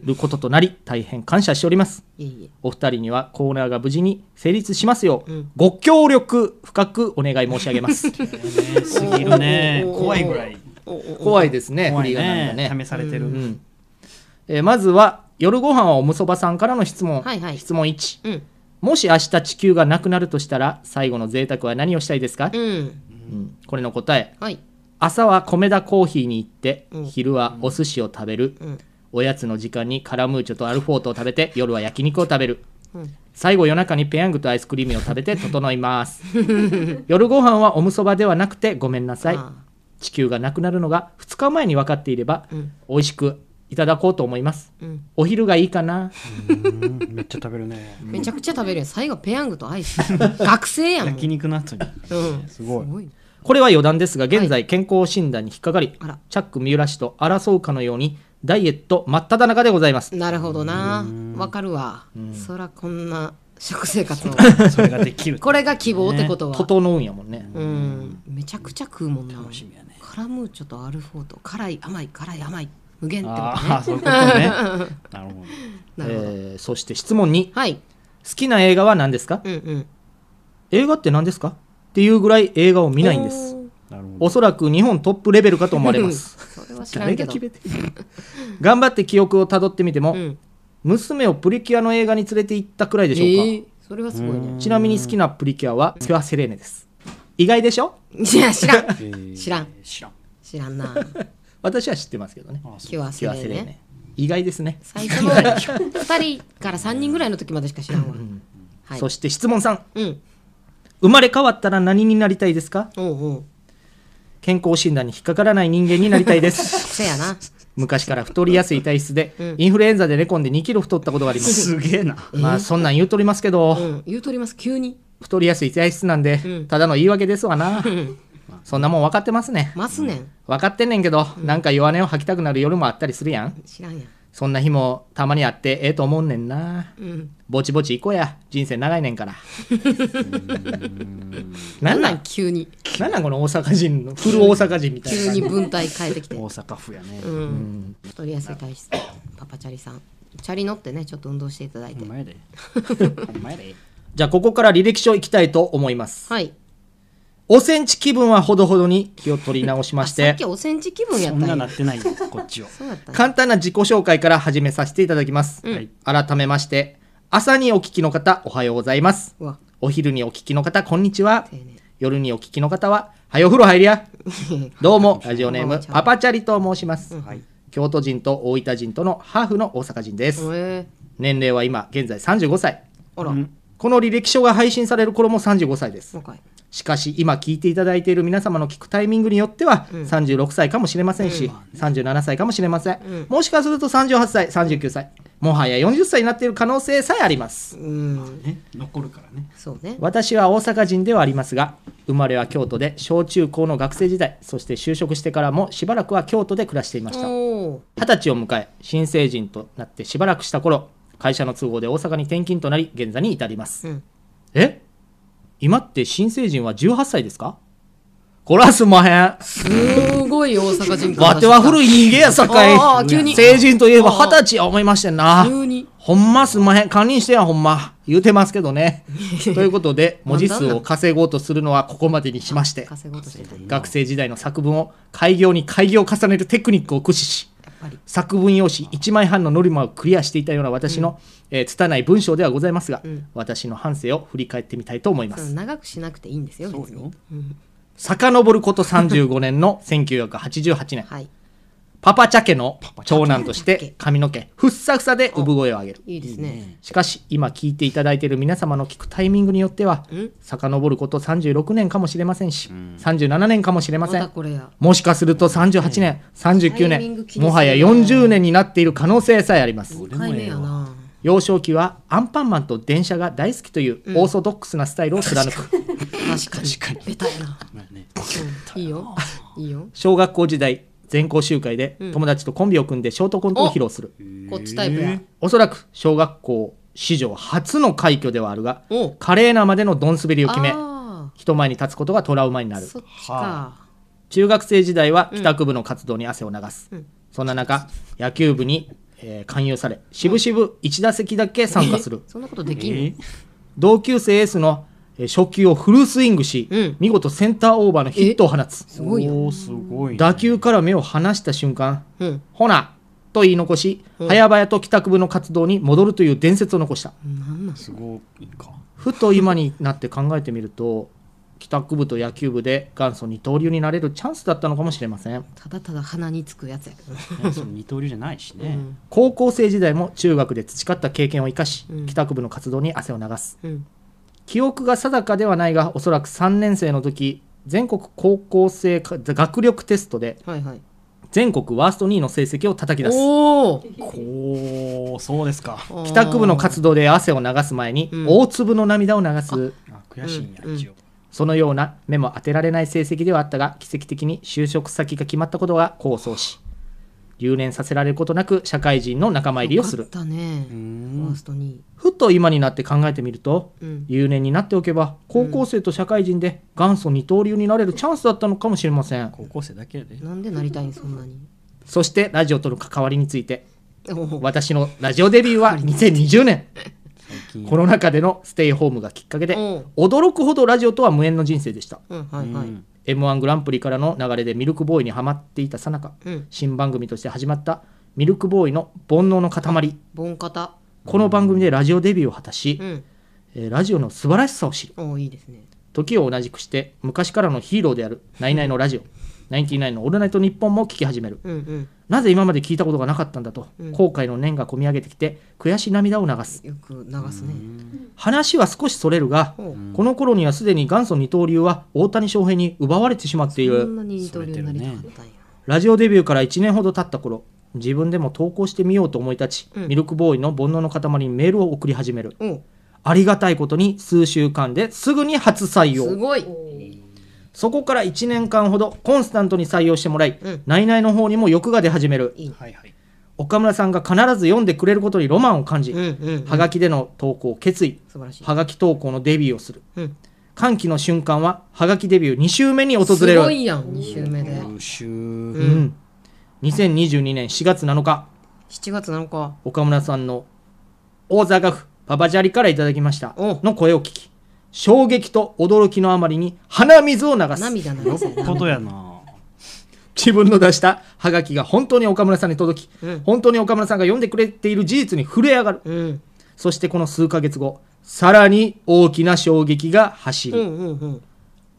ることとなり大変感謝しております
いえいえ
お二人にはコーナーが無事に成立しますよう、
うん
ご協力深くお願い申し上げます
ねすぎるね
おー
怖いぐらい
怖いですね
怖
フリー
い
がなんか
ね
ね
試されてる
うんえーまずは夜ご飯はおむそばさんからの質問、
はいはい
質問1
うん
もし明日地球がなくなるとしたら最後の贅沢は何をしたいですか、
うん
うんこれの答え
はい
朝は米田コーヒーに行って、
うん
昼はお寿司を食べる、
ん
おやつの時間にカラムーチョとアルフォートを食べて夜は焼肉を食べる、
うん
最後夜中にペヤングとアイスクリームを食 べて整います夜ご飯はおむそばではなくてごめんなさい
あ
地球がなくなるのが2日前に分かっていれば、
うん
美味しくいただこうと思います
うん
お昼がいいかな
めっちゃ食べるね
めちゃくちゃ食べるやん最後ペヤングとアイス学生やんもう
焼肉の後に
うん
すごい
すごい
これは余談ですが現在健康診断に引っかかり、
あら
チャック三浦氏と争うかのようにダイエット真っ只中でございます
なるほどなわかるわそらこんな食生活を
それができる
これが希望ってことは
整うんやもんね、
うんめちゃくちゃ食うもんな
楽しみやね
カラムーチョとアルフォート辛い甘い辛い甘い無限ってこと
ああ
ね
そういうことね なるほど
なるほど
えーそして質問に
はい
好きな映画は何ですか
うんうん
映画って何ですかっていうぐらい映画を見ないんです
なるほど
おそらく日本トップレベルかと思われます
それは知ら
誰
んけ
が
ど
決めてる頑張って記憶をたどってみても、
うん
娘をプリキュアの映画に連れて行ったくらいでしょうか、
えーそれはすごいね
ちなみに好きなプリキュアはキュアセレーネです意外でしょ
いや 知らん知らん
知らん
知らんな
私は知ってますけどね
あ
今
そう
日は
キ
セ
ュアセ
レ
レー
ね
ネ意外ですね、
最初の2人 から3人ぐらいの時までしか知らんわはい
そして質問3
うん
生まれ変わったら何になりたいですか
おうおう
健康診断に引っかからない人間になりたいです
せやな
昔から太りやすい体質で、
ん
インフルエンザで寝込んで2キロ太ったことがあります。
すげえな
まあそんなん言うとりますけど、
うん言うとります急に
太りやすい体質なんで、
うん
ただの言い訳ですわな。そんなもん分かってますね。
ますねん
分かってんねんけど、なんか弱音を吐きたくなる夜もあったりするやん。
知らんやん
そんな日もたまにあってええと思うねんな。
うん
ぼちぼち行こうや。人生長いねん から。な
なんん
な
なんん急に
なんなんこの大阪人の、フル大阪人みたいな
急
感じ。
に文体変えてきて
大阪府やね
うん、太りやすい体質パパチャリさんチャリ乗ってねちょっと運動していただいて
お前でお前で
じゃあここから履歴書行きたいと思います。
はい
おセンチ気分はほどほどに気を取り直しま
あ
し
さ
て
っきおセンチ気分や
そ
っ
ん
た
なんな
や
ってないよこっちを
そうやったんや
簡単な自己紹介から始めさせていただきます、
ん
改めまして朝にお聞きの方おはようございます
うわ
お昼にお聞きの方こんにちは
丁寧
夜にお聞きの方ははよお風呂入り やどうもラジオネー
こんばん
ム
は
パパチャリと申します、
はい
京都人と大分人とのハーフの大阪人です、
え
年齢は今現在35歳
ー、あら、
ん
この履歴書が配信される頃も35歳です
若い
しかし今聞いていただいている皆様の聞くタイミングによっては36歳かもしれませんし、37歳かもしれません、もしかすると38歳39歳もはや40歳になっている可能性さえあります
うん
ね残るからね
そうね
私は大阪人ではありますが生まれは京都で小中高の学生時代そして就職してからもしばらくは京都で暮らしていました
おー
二十歳を迎え新成人となってしばらくした頃会社の都合で大阪に転勤となり現在に至ります、
うん
え今って新成人は18歳ですかこらすんまへん
すごごい大阪人感
わては古い人間やさかい
ああ急に
成人といえば二十歳や思いましてんな
急に
ほんますんまへん堪忍してやほんま言うてますけど ねということで文字数を稼ごうとするのはここまでにしまして
稼ごうとしてた
学生時代の作文を開業に開業を重ねるテクニックを駆使し
ぱり
作文用紙1枚半のノルマをクリアしていたような私の、えー拙い文章ではございますが、
ん
私の反省を振り返ってみたいと思いま
そ
す
の長くしなくていいんですよ別に
遡ること35年の1988年
はい
パパチャ家の長男として髪の毛ふっさふさで産声を上げる
いいですね
しかし今聞いていただいている皆様の聞くタイミングによっては
ん
遡ること36年かもしれませんし37年かもしれま
ま
せ
た
ん
これや
もしかすると38年39
タイミング
年
気にするな
もはや40年になっている可能性さえあります
1回目やな
幼少期はアンパンマンと電車が大好きというオーソドックスなスタイルを貫く、
確かにベタやなうんいいよいいよ
小学校時代全校集会で友達とコンビを組んでショートコントを披露する、
こっちタイプや
おそらく小学校史上初の快挙ではあるが
お
華麗なまでのドン滑りを決め
あ
人前に立つことがトラウマにな
ー
る
そっちか
中学生時代は帰宅部の活動に汗を流す、
ん
そんな中野球部に、えー勧誘され渋々1打席だけ参加する
えそんなことできん
同級生エースのえー初球をフルスイングし、
うん
見事センターオーバーのヒットを放つ
すごいよ
おーすごいね
打球から目を離した瞬間、
のうん
ほなと言い残し、早々と帰宅部の活動に戻るという伝説を残した。
すごいか
ふと今になって考えてみると、帰宅部と野球部で元祖二刀流になれるチャンスだったのかもしれません。
ただただ鼻につくやつやけどね
ねその二刀流じゃないしね
高校生時代も中学で培った経験を生かし、
うん
帰宅部の活動に汗を流す。
うん
記憶が定かではないが、おそらく3年生の時、全国高校生か学力テストで
はいはい
全国ワースト2位の成績を叩き出す。
おお
こうそうですか
帰宅部の活動で汗を流す前に、
うん
大粒の涙を流す
あ悔しいんや
うん
一応
そのような目も当てられない成績ではあったが奇跡的に就職先が決まったことが功を奏し留年させられることなく社会人の仲間入りをする
よかったね
ん
ワースト2位
ふと今になって考えてみると
うん
留年になっておけば高校生と社会人で元祖二刀流になれるチャンスだったのかもしれません
高校生だけやで
なんでなりたいんそんなに
そしてラジオとの関わりについて
おー
私のラジオデビューは2020年
近
コロナ禍でのステイホームがきっかけで
うん
驚くほどラジオとは無縁の人生でした
うんはいはい
m 1グランプリからの流れでミルクボーイにはまっていたさなか
うん
新番組として始まったミルクボーイの煩悩の塊
ボン型
この番組でラジオデビューを果たし
う、ん
えーラジオの素晴らしさを知る
おーいいですね
時を同じくして昔からのヒーローである「ナイナイのラジオ」「ナインティナインのオールナイトニッポン」も聞き始める
うんうん
なぜ今まで聞いたことがなかったんだと
うん
後悔の念がこみ上げてきて悔し涙を流す
よく流すね
話は少しそれるが
ほう
この頃にはすでに元祖二刀流は大谷翔平に奪われてしまってい
そ
る
んなに二刀流になりたかったんや
ラジオデビューから1年ほど経った頃自分でも投稿してみようと思い立ち、
うん
ミルクボーイの煩悩の塊にメールを送り始める
おう
ありがたいことに数週間ですぐに初採
す
用
ごい
そこから1年間ほどコンスタントに採用してもらい、
うん
ナイナイの方にも欲が出始める
はいはい
岡村さんが必ず読んでくれることにロマンを感じ、
うんうん
はがきでの投稿を決意
素晴らしい
はがき投稿のデビューをする
うん
歓喜の瞬間ははがきデビュー2週目に訪れ
す
る
ごいやん2週目で
優秀
うん、2022年4月7日
7月7日
岡村さんの大阪府パパジャリからいただきました
お
の声を聞き衝撃と驚きのあまりに鼻水を流す
涙流せな
ことやな
自分の出したハガキが本当に岡村さんに届き、
うん
本当に岡村さんが読んでくれている事実に震え上がる
うん
そしてこの数ヶ月後さらに大きな衝撃が走
う
る、
んうんうん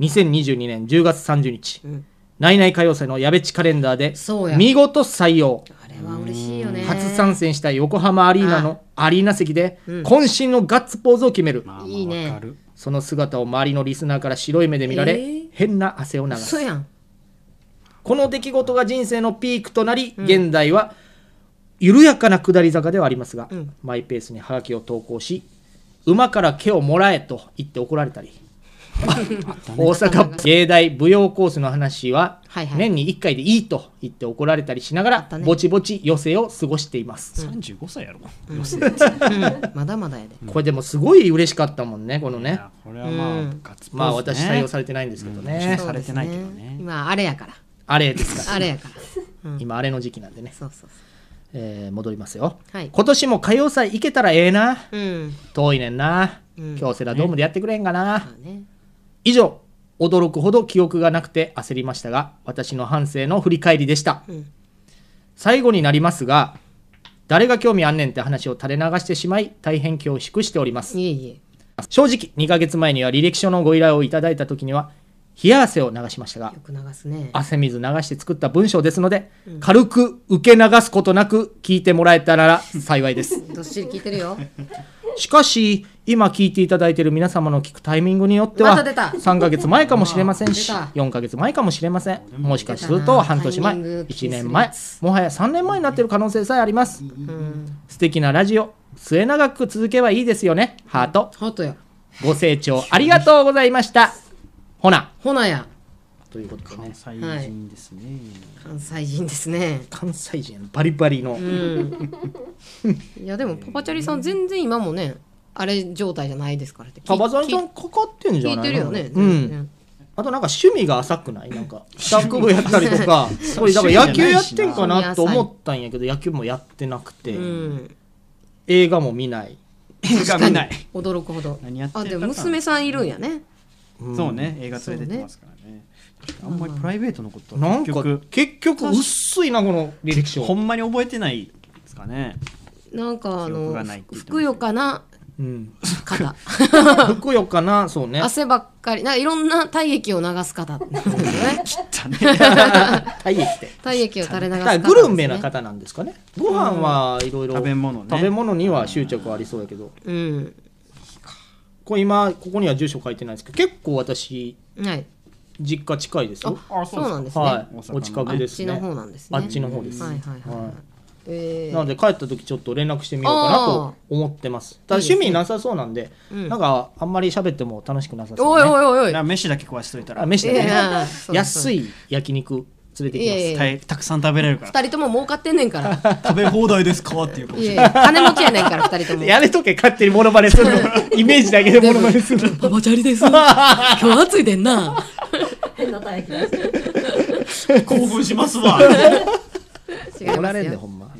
2022年10月30日、
うん
ナイナイ歌謡祭のやべっちカレンダーで
そうや
見事採用
あれは嬉しいよね
初参戦した横浜アリーナのアリーナ席で
うん
渾身のガッツポーズを決める、
まあまあ
いいね
わかる
その姿を周りのリスナーから白い目で見られ、
えー
変な汗を流す
そうやん
この出来事が人生のピークとなり、現代は緩やかな下り坂ではありますが、
うん
マイペースにハガキを投稿し馬から毛をもらえと言って怒られたり 大阪芸大舞踊コースの話は
はいはい
年に1回でいいと言って怒られたりしながら、
たね
ぼちぼち余生を過ごしています、
35歳やろ
まだまだやで
これでもすごい嬉しかったもんねこのね
いやこれはまあ
うん
ガッツポーズね
まあ私採用されてないんですけどね、
そうです
されてないけどね
今あれやから
ああれですか
あれやから。
ら今あれの時期なんでね、
そうそう
えー戻りますよ、
はい
今年も歌謡祭行けたらええな
そう。うん。
遠いねんな、
うん
京セラドームでやってくれへんかな、
まあね。
以上驚くほど記憶がなくて焦りましたが私の反省の振り返りでした、
ん
最後になりますが誰が興味あんねんって話を垂れ流してしまい大変恐縮しております
いえい
正直2ヶ月前には履歴書のご依頼をいただいた時には冷や汗を流しましたが
え。よく流すね。
汗水流して作った文章ですので、軽く受け流すことなく聞いてもらえたら幸いです
どっしり聞いてるよ。
しかし今聞いていただいている皆様の聞くタイミングによって
ま
は
た出た
3ヶ月前かもしれませんし
出た
4ヶ月前かもしれませんもしかすると半年前
タイミング気
1
にする
年前もはや3年前になっている可能性さえあります素敵なラジオ末永く続けばいいですよねハート
ハートや。
ご清聴ありがとうございましたほな
ほなや。
ということでね
最近ですね。
関西人ですね。
関西人やのバリバリの
うん。いやでもパパチャリさん全然今もね、あれ状態じゃないですからって。
パパさんちゃん
聞
かかってんじゃ
聞い
な
て
い
るよ
の
ね。
うんあとなんか趣味が浅くないなん か帰宅部やったりとかこれだから野球やってんかなと思ったんやけど野球もやってなくて、
全然。うん。
映画も見ない、
映画見ない。
驚くほど。
何やってん
あ、
だ
でも娘さんいるんやね。
ん
そうね、映画連れてってますからね。あんまりプライベートのこと
な
は
ん
結
か
局、
結局薄いなこの履歴書
ほんまに覚えてないですかね。
なんかあ
記憶
の
がないって言
ふふ
って
く
ました
よかな
うん、
方
ふくよかなそうね
汗ばっかりなんかいろんな体液を流す方なんですよ ね
だね
体液って
体液を垂れ流
だ
す方
から
ですね
グルメな方なんですかねご飯はいろいろ
食べ物ね
食べ物には執着ありそうやけど
うん
これ今ここには住所書いてないですけど結構私
はい
実家近いですよ
あそうなんですね、
は
大
い
阪の
お近く
あっ
です
ち
ね
の方なんですね
あっちの方です
はいはいはい、
はい
えー
なので帰った時ちょっと連絡してみようかなと思ってます。ただ趣味なさそうなんで、
うん
なんかあんまり喋っても楽しくなさそう、
おい
ね。
おいおいおい
だから飯だけ食わしといたら
あ、、飯だ
いやい
ね
や。そうそう
安い焼肉連れてきます。
いやいや
たいたくさん食べれるから。
二人とも儲かってんねんから
食べ放題ですかっていうかも
い
し
や
れ
い
ない。
や金持ちやねんから二人とも
やめとけ、勝手にモノマネするの。イメージだけでモノマネするの。
パパチャリ です今日暑いでんな
変な 体液出してる
興奮しますわ。
違
お
いますよ
られんで、ほんま。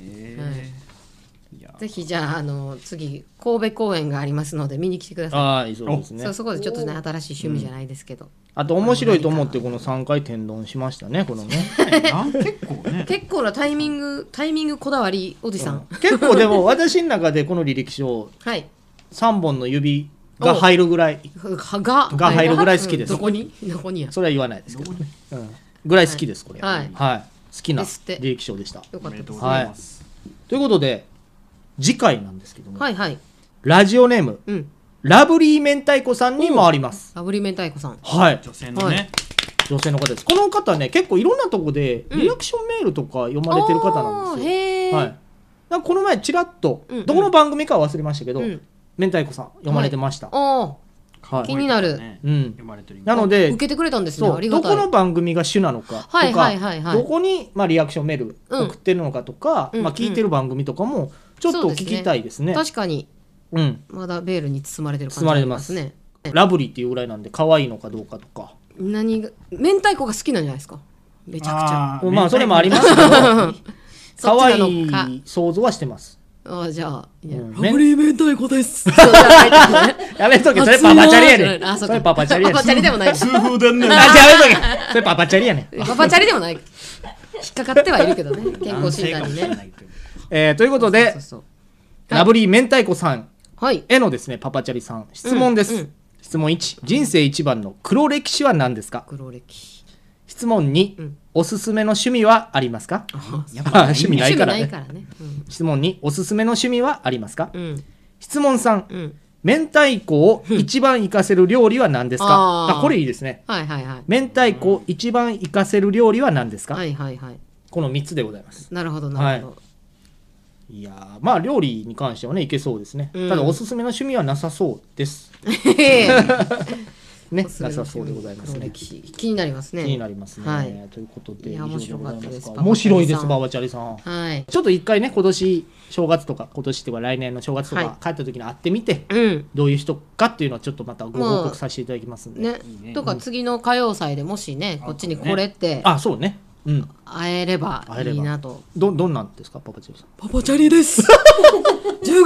ぜひじゃああの次神戸公演がありますので見に来てください
ああ、そうですね
そう。そこでちょっとね新しい趣味じゃないですけど、
あと面白いと思って、この3回天丼しましたね、このね。
あ結構ね。
結構なタイミングタイミングこだわりおじさん、
結構でも、私の中でこの履歴書、
はい
3本の指が入るぐらい、
が
が入るぐらい好きです
うんどこにどこにや
それは言わないですけどね。うんぐらい好きです、これ。
はい
はい。好きな
ですって
履歴書でした。
よかったです
はい。ということで、次回なんですけども、
はいはい
ラジオネーム、
うん
ラブリー明太子さんにもあります。
炙り明太子さん
はい。
女性のね。
女性の方です。この方ね、結構いろんなとこで、リアクションメールとか読まれてる方なんですよ。
へえ、
はい。なんかこの前、ちらっと、
うんうん
どこの番組かは忘れましたけど、
うん
明太子さん読まれてました。
おー
はい。
気になる
ね
うん。
読まれてる今
なので
受、けてくれたんですね
そ
あ
う
り
ど
がた
こ
い
の番組が主なのかとか、
はいはいはいはい
どこに、まあ、リアクションメール
うん
送ってるのかとか、
うん
まあ、聞いてる番組とかもちょっと聞きたいですね。
確かに
うん、
まだベールに包まれてる感
包
じ
ま
あ
れ
り
て
ま
ますす
ね
ラブリーっていうぐらいなんで可愛いのかどうかとか
何が明太子が好きなんじゃないですかめちゃくちゃ
あー
まあそれもありますけ ど
そっ
可
ちなの
愛
か
い想像はしてます
ああじゃあいや
うん
炙り明太子ですそうじゃないですね
やめとけそれ
熱い
パ
な
パチャリやね
じゃないあ
ん
そう
そ
か
れパパチャリやねん
パパチャリでもない
痛風だ ね。
あじゃあやめとけそれパパチャリやねん、
パパチャリでもない引っかかってはいるけど ね健
男
康診
性か
断
も
に
しれ
ね
ないという
えーということで
そうそう
ラブリー明太子さん
はい
へのですねパパチャリさん質問です、
うんうん
質問1人生一番の黒歴史は何ですか
黒歴
質問2、
うん
おすすめの趣味はありますか
やっ
あ
ぱ
趣味な
趣
い
味
から
ない
ね
からね
質問2おすすめの趣味はありますか、
うんうん
質問3、
うん
明太子を一番活かせる料理は何ですか、
あー
あこれいいですね
はいはいはい
明太子を一番活かせる料理は何ですか、
はいはいはい
この3つでございます
なるほどなるほど、
いやーまあ料理に関してはねいけそうですね、
うん
ただおすすめの趣味はなさそう です
へへ
ね
お
な
すすめの
さそうでございます
黒
ね
歴史気になりますね
気になりますね、
はい
ということで
いや
以上ござい
面白かった
ま
です
か面白いです
馬
ババチャリさん
はい
ちょっと一回ね今年正月とか今年っていうか来年の正月とか、
はい
帰った時に会ってみて
うん
どういう人かっていうのはちょっとまたご報告させていただきますんで、
ねとか次の歌謡祭でもしねこっちに来れて
あそうねうん
会えれば
会えれば
いいなと。
どどんなんですかパパチョさん
パパチャリです。10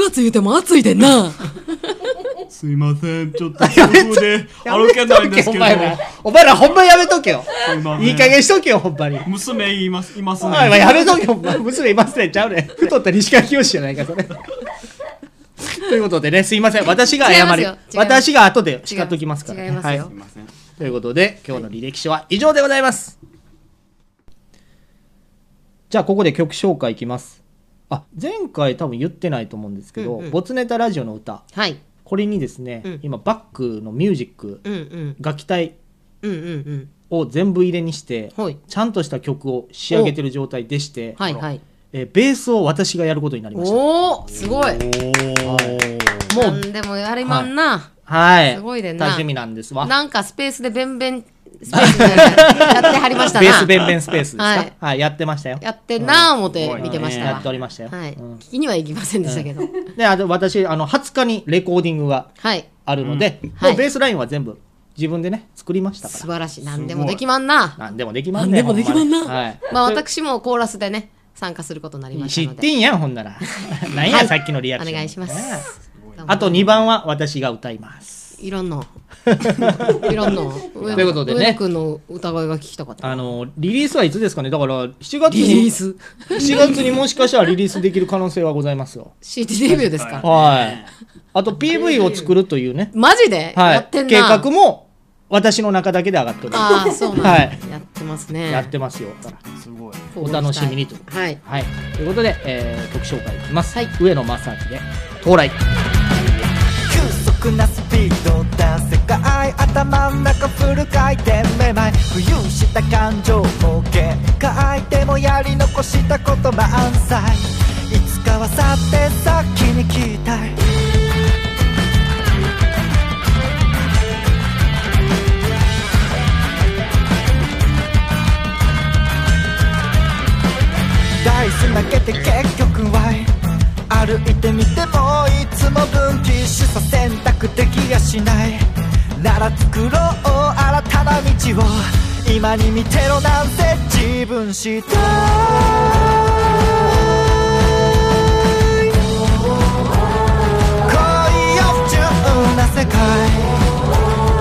月言うても暑いでんな。
すいません、ちょっとここで歩けないんですけど
や、めとけお前らお前らほんまやめとけよ
すいません
いい加減しとけよほんまに
娘いますいます
お
ね。
前はやめとけよほんま娘いますねちゃうね太った西川きよしじゃないかそれということでねすいません私が謝り
違いますよ違います
私が後で叱っときますから、
違いますよ
はい
すいません。
ということで今日の履歴書は以上でございます、じゃあここで曲紹介いきますあ前回多分言ってないと思うんですけど「
うんうん
ボツネタラジオの歌
はい。」
これにですね、
うん
今バックのミュージック
うんうん。
楽器隊
うんうん
を全部入れにして、
うん。はい。
ちゃんとした曲を仕上げてる状態でして、
はいはい。
えーベースを私がやることになりました。
おおすごい。
も
も
う
うでもやりまんな。
はい。
すごいでんな
楽しみなんですわ。
なんかスペースでベンベンスペースでやってはりましたな。
ベースベンベンスペースですか、は
はいい、
やってましたよ。
やってんなー思って見てまし
うん
た
や
わ
ってお。りましたよ。
はい。
うん
聞きには行きませんでしたけど。
で、あと私、あの、20日にレコーディングが
はい。
あるので、
は
も
い
うベースラインは全部自分でね、作りましたか
素
ら。
晴らしい。何でもできまんな。
なんでもできまんね。
なんでもできまんな
ほまにはい。
まあ私もコーラスでね、参加することになりまし
知
た
っ
の
て
で。
んやん、ほんな ら。なんや、さっきのリア
お
クション。
願いしま
ね
す。
あと2番は私が歌います。
いろん な。いろんな。と
ということでね
君の歌声が聞きたかった。
あの、リリースはいつですかねだから、7月に。
リリース。
4月にもしかしたらリリースできる可能性はございますよ。
CD デビューですか。
はい。あと PV を作るというね、
マジで
は
やっ
い
て、んな。
計画も私の中だけで上がっておりま
ああ、そうなんだ。
はい
やってます
す。
ね。
やってますよ。
すごい。
お楽しみにと。
はい。
はい。ということで、えー曲紹介いきます。
はい
上野正明で、到来。
急速なスピードだ世界頭ん中フル回転めまい浮遊した感情も限界でもやり残したこと満載いつかは去って先に聞きたいダイス投げて結局は歩いてみてもいつも分岐しさ選択できやしないなら作ろう新たな道を今に見てろなんて自分次第恋を純な世界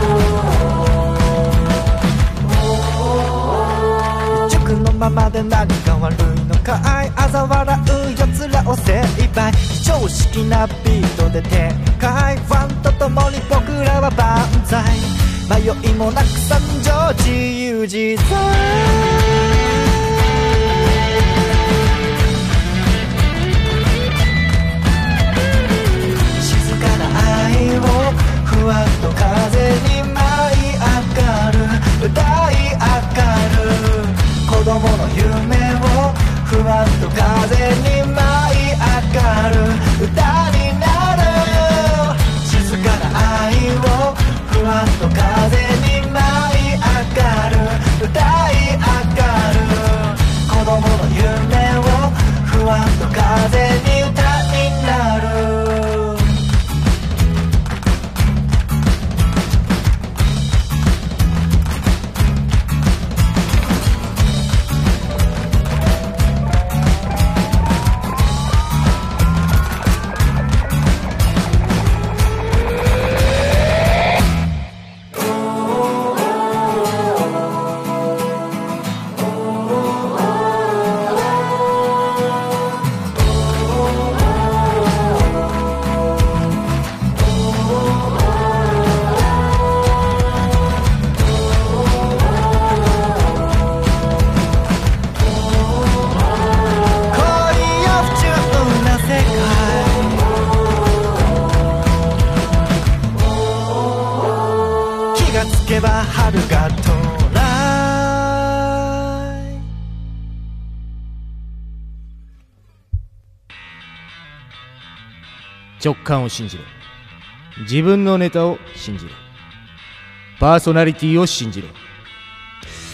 塾のままで何が悪いのかい嘲笑うやつらを精一杯非常識なビートで展開ファンと共に僕らは万歳迷いもなく参上自由自在静かな愛をふわっと風に舞い上がる歌い上がる子供の夢をふわっと風に舞い上がる歌になる静かな愛をふわっと風に舞い上がる歌い上がる子供の夢をふわっと風に歌になる恋を不純な世界気がつけば春が到来
直感を信じろ自分のネタを信じろパーソナリティを信じろ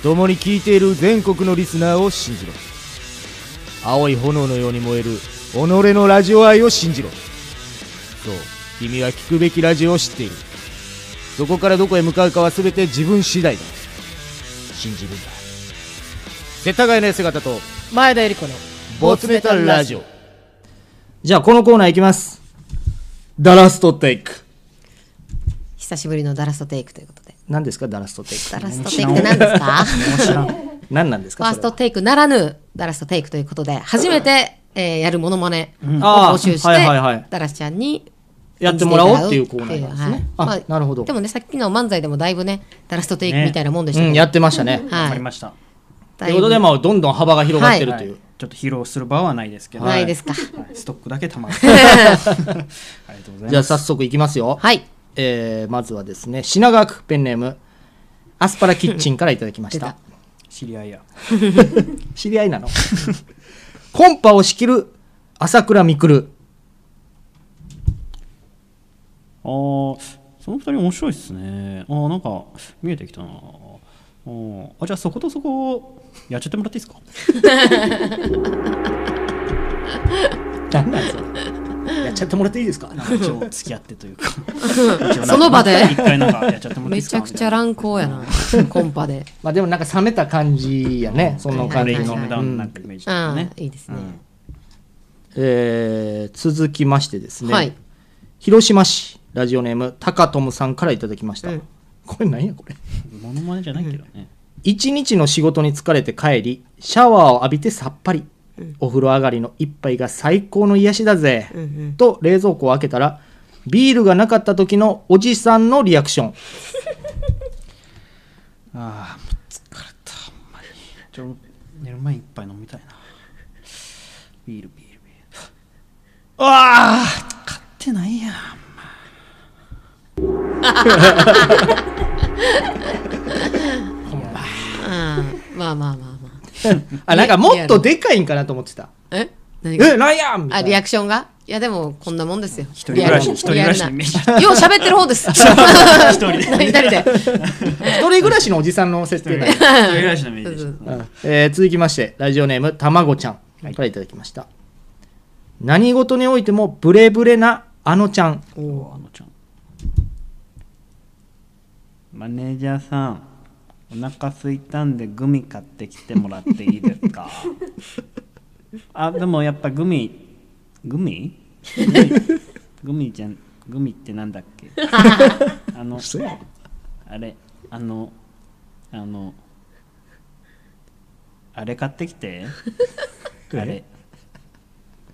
共に聞いている全国のリスナーを信じろ青い炎のように燃える己のラジオ愛を信じろそう君は聞くべきラジオを知っているそこからどこへ向かうかは全て自分次第だ信じるんだ世田谷の姿と
前田由里子の
ボツネタラジオ
じゃあこのコーナーいきますダラストテイク
久しぶりのダラストテイクということで。
何ですかダラストテイク
ダラストテイクって何ですか
何なんです
フ
か
ァー
そ
ス
れ
ト
は
テイクならぬダラストテイクということで、初めて、えーやるモノマネを
あー
募集して、
はいはいはい
ダラスちゃんに
やってもらおうっていうコーナーなんです
は
ね
い
あ
まあ
なるほど
でもね、さっきの漫才でもだいぶね、ダラストテイクみたいなもんでし
う
たけど、
んやってましたね
は
わか
い
り。ました。
ということで
だいぶ
まあどんどん幅が広がってる
は
と
い
いう
ちょっと披露する場はないですけど、
ないですか。
はいストックだけた まる。ありがとうござい
じゃ
ま
あ
す。
早速いきますよ
はい。
えーまずはですね品川区ペンネームアスパラキッチンからいただきまし
出
た
た
知り合いや。
知り合いなの コンパを仕切る朝倉未来
あーその二人面白いですね。あーなんか見えてきたな。あーあじゃあそことそこやっちゃってもらっていいですか。
何なんですかやっちゃってもらっていいですか
なんか一応付き合って というか。
その場で
一回なんかやっちゃってもらっていい
め
です
ち
か。
ゃくちゃ乱行やな、コンパで。
まあでもなんか冷めた感じやね、その感じ
はい
の
はい
無駄なんかイメージだ
あ
よ
あ、
ね。
いいですね。
えー続きましてですね、
はい。
広島市ラジオネームタカトムさんからいただきました、
うん
これ何やこれ
モノマネじゃないけどね。
一日の仕事に疲れて帰りシャワーを浴びてさっぱり、お風呂上がりの一杯が最高の癒しだぜ、と冷蔵庫を開けたらビールがなかった時のおじさんのリアクション
ああもう疲れたほんまに。ちょ寝る前に一杯飲みたいな。ビールビールビール。ああ買ってないやん。
ああ、まあまあまあまあ。
あなんかもっとでかいんかなと思ってた
え何が
えなんやみた
あ、
い
リ
な
アクションがいや、でも、こんなもんですよ。一
一人暮らし一人暮らしのイメージ。
よう喋ってる方 です。一人で。 何々で。
一人暮らしのおじさんの設定だよ
一人暮らしのイメージでした。
うんえー続きましてラジオネームたまごちゃんからいただきました、何事においてもブレブレなあのちゃん
あのちゃんマネージャーさんお腹空いたんでグミ買ってきてもらっていいですかあでもやっぱグミグミグミグミじゃんグミってなんだっけあのあれあのあのあれ買ってきてあれ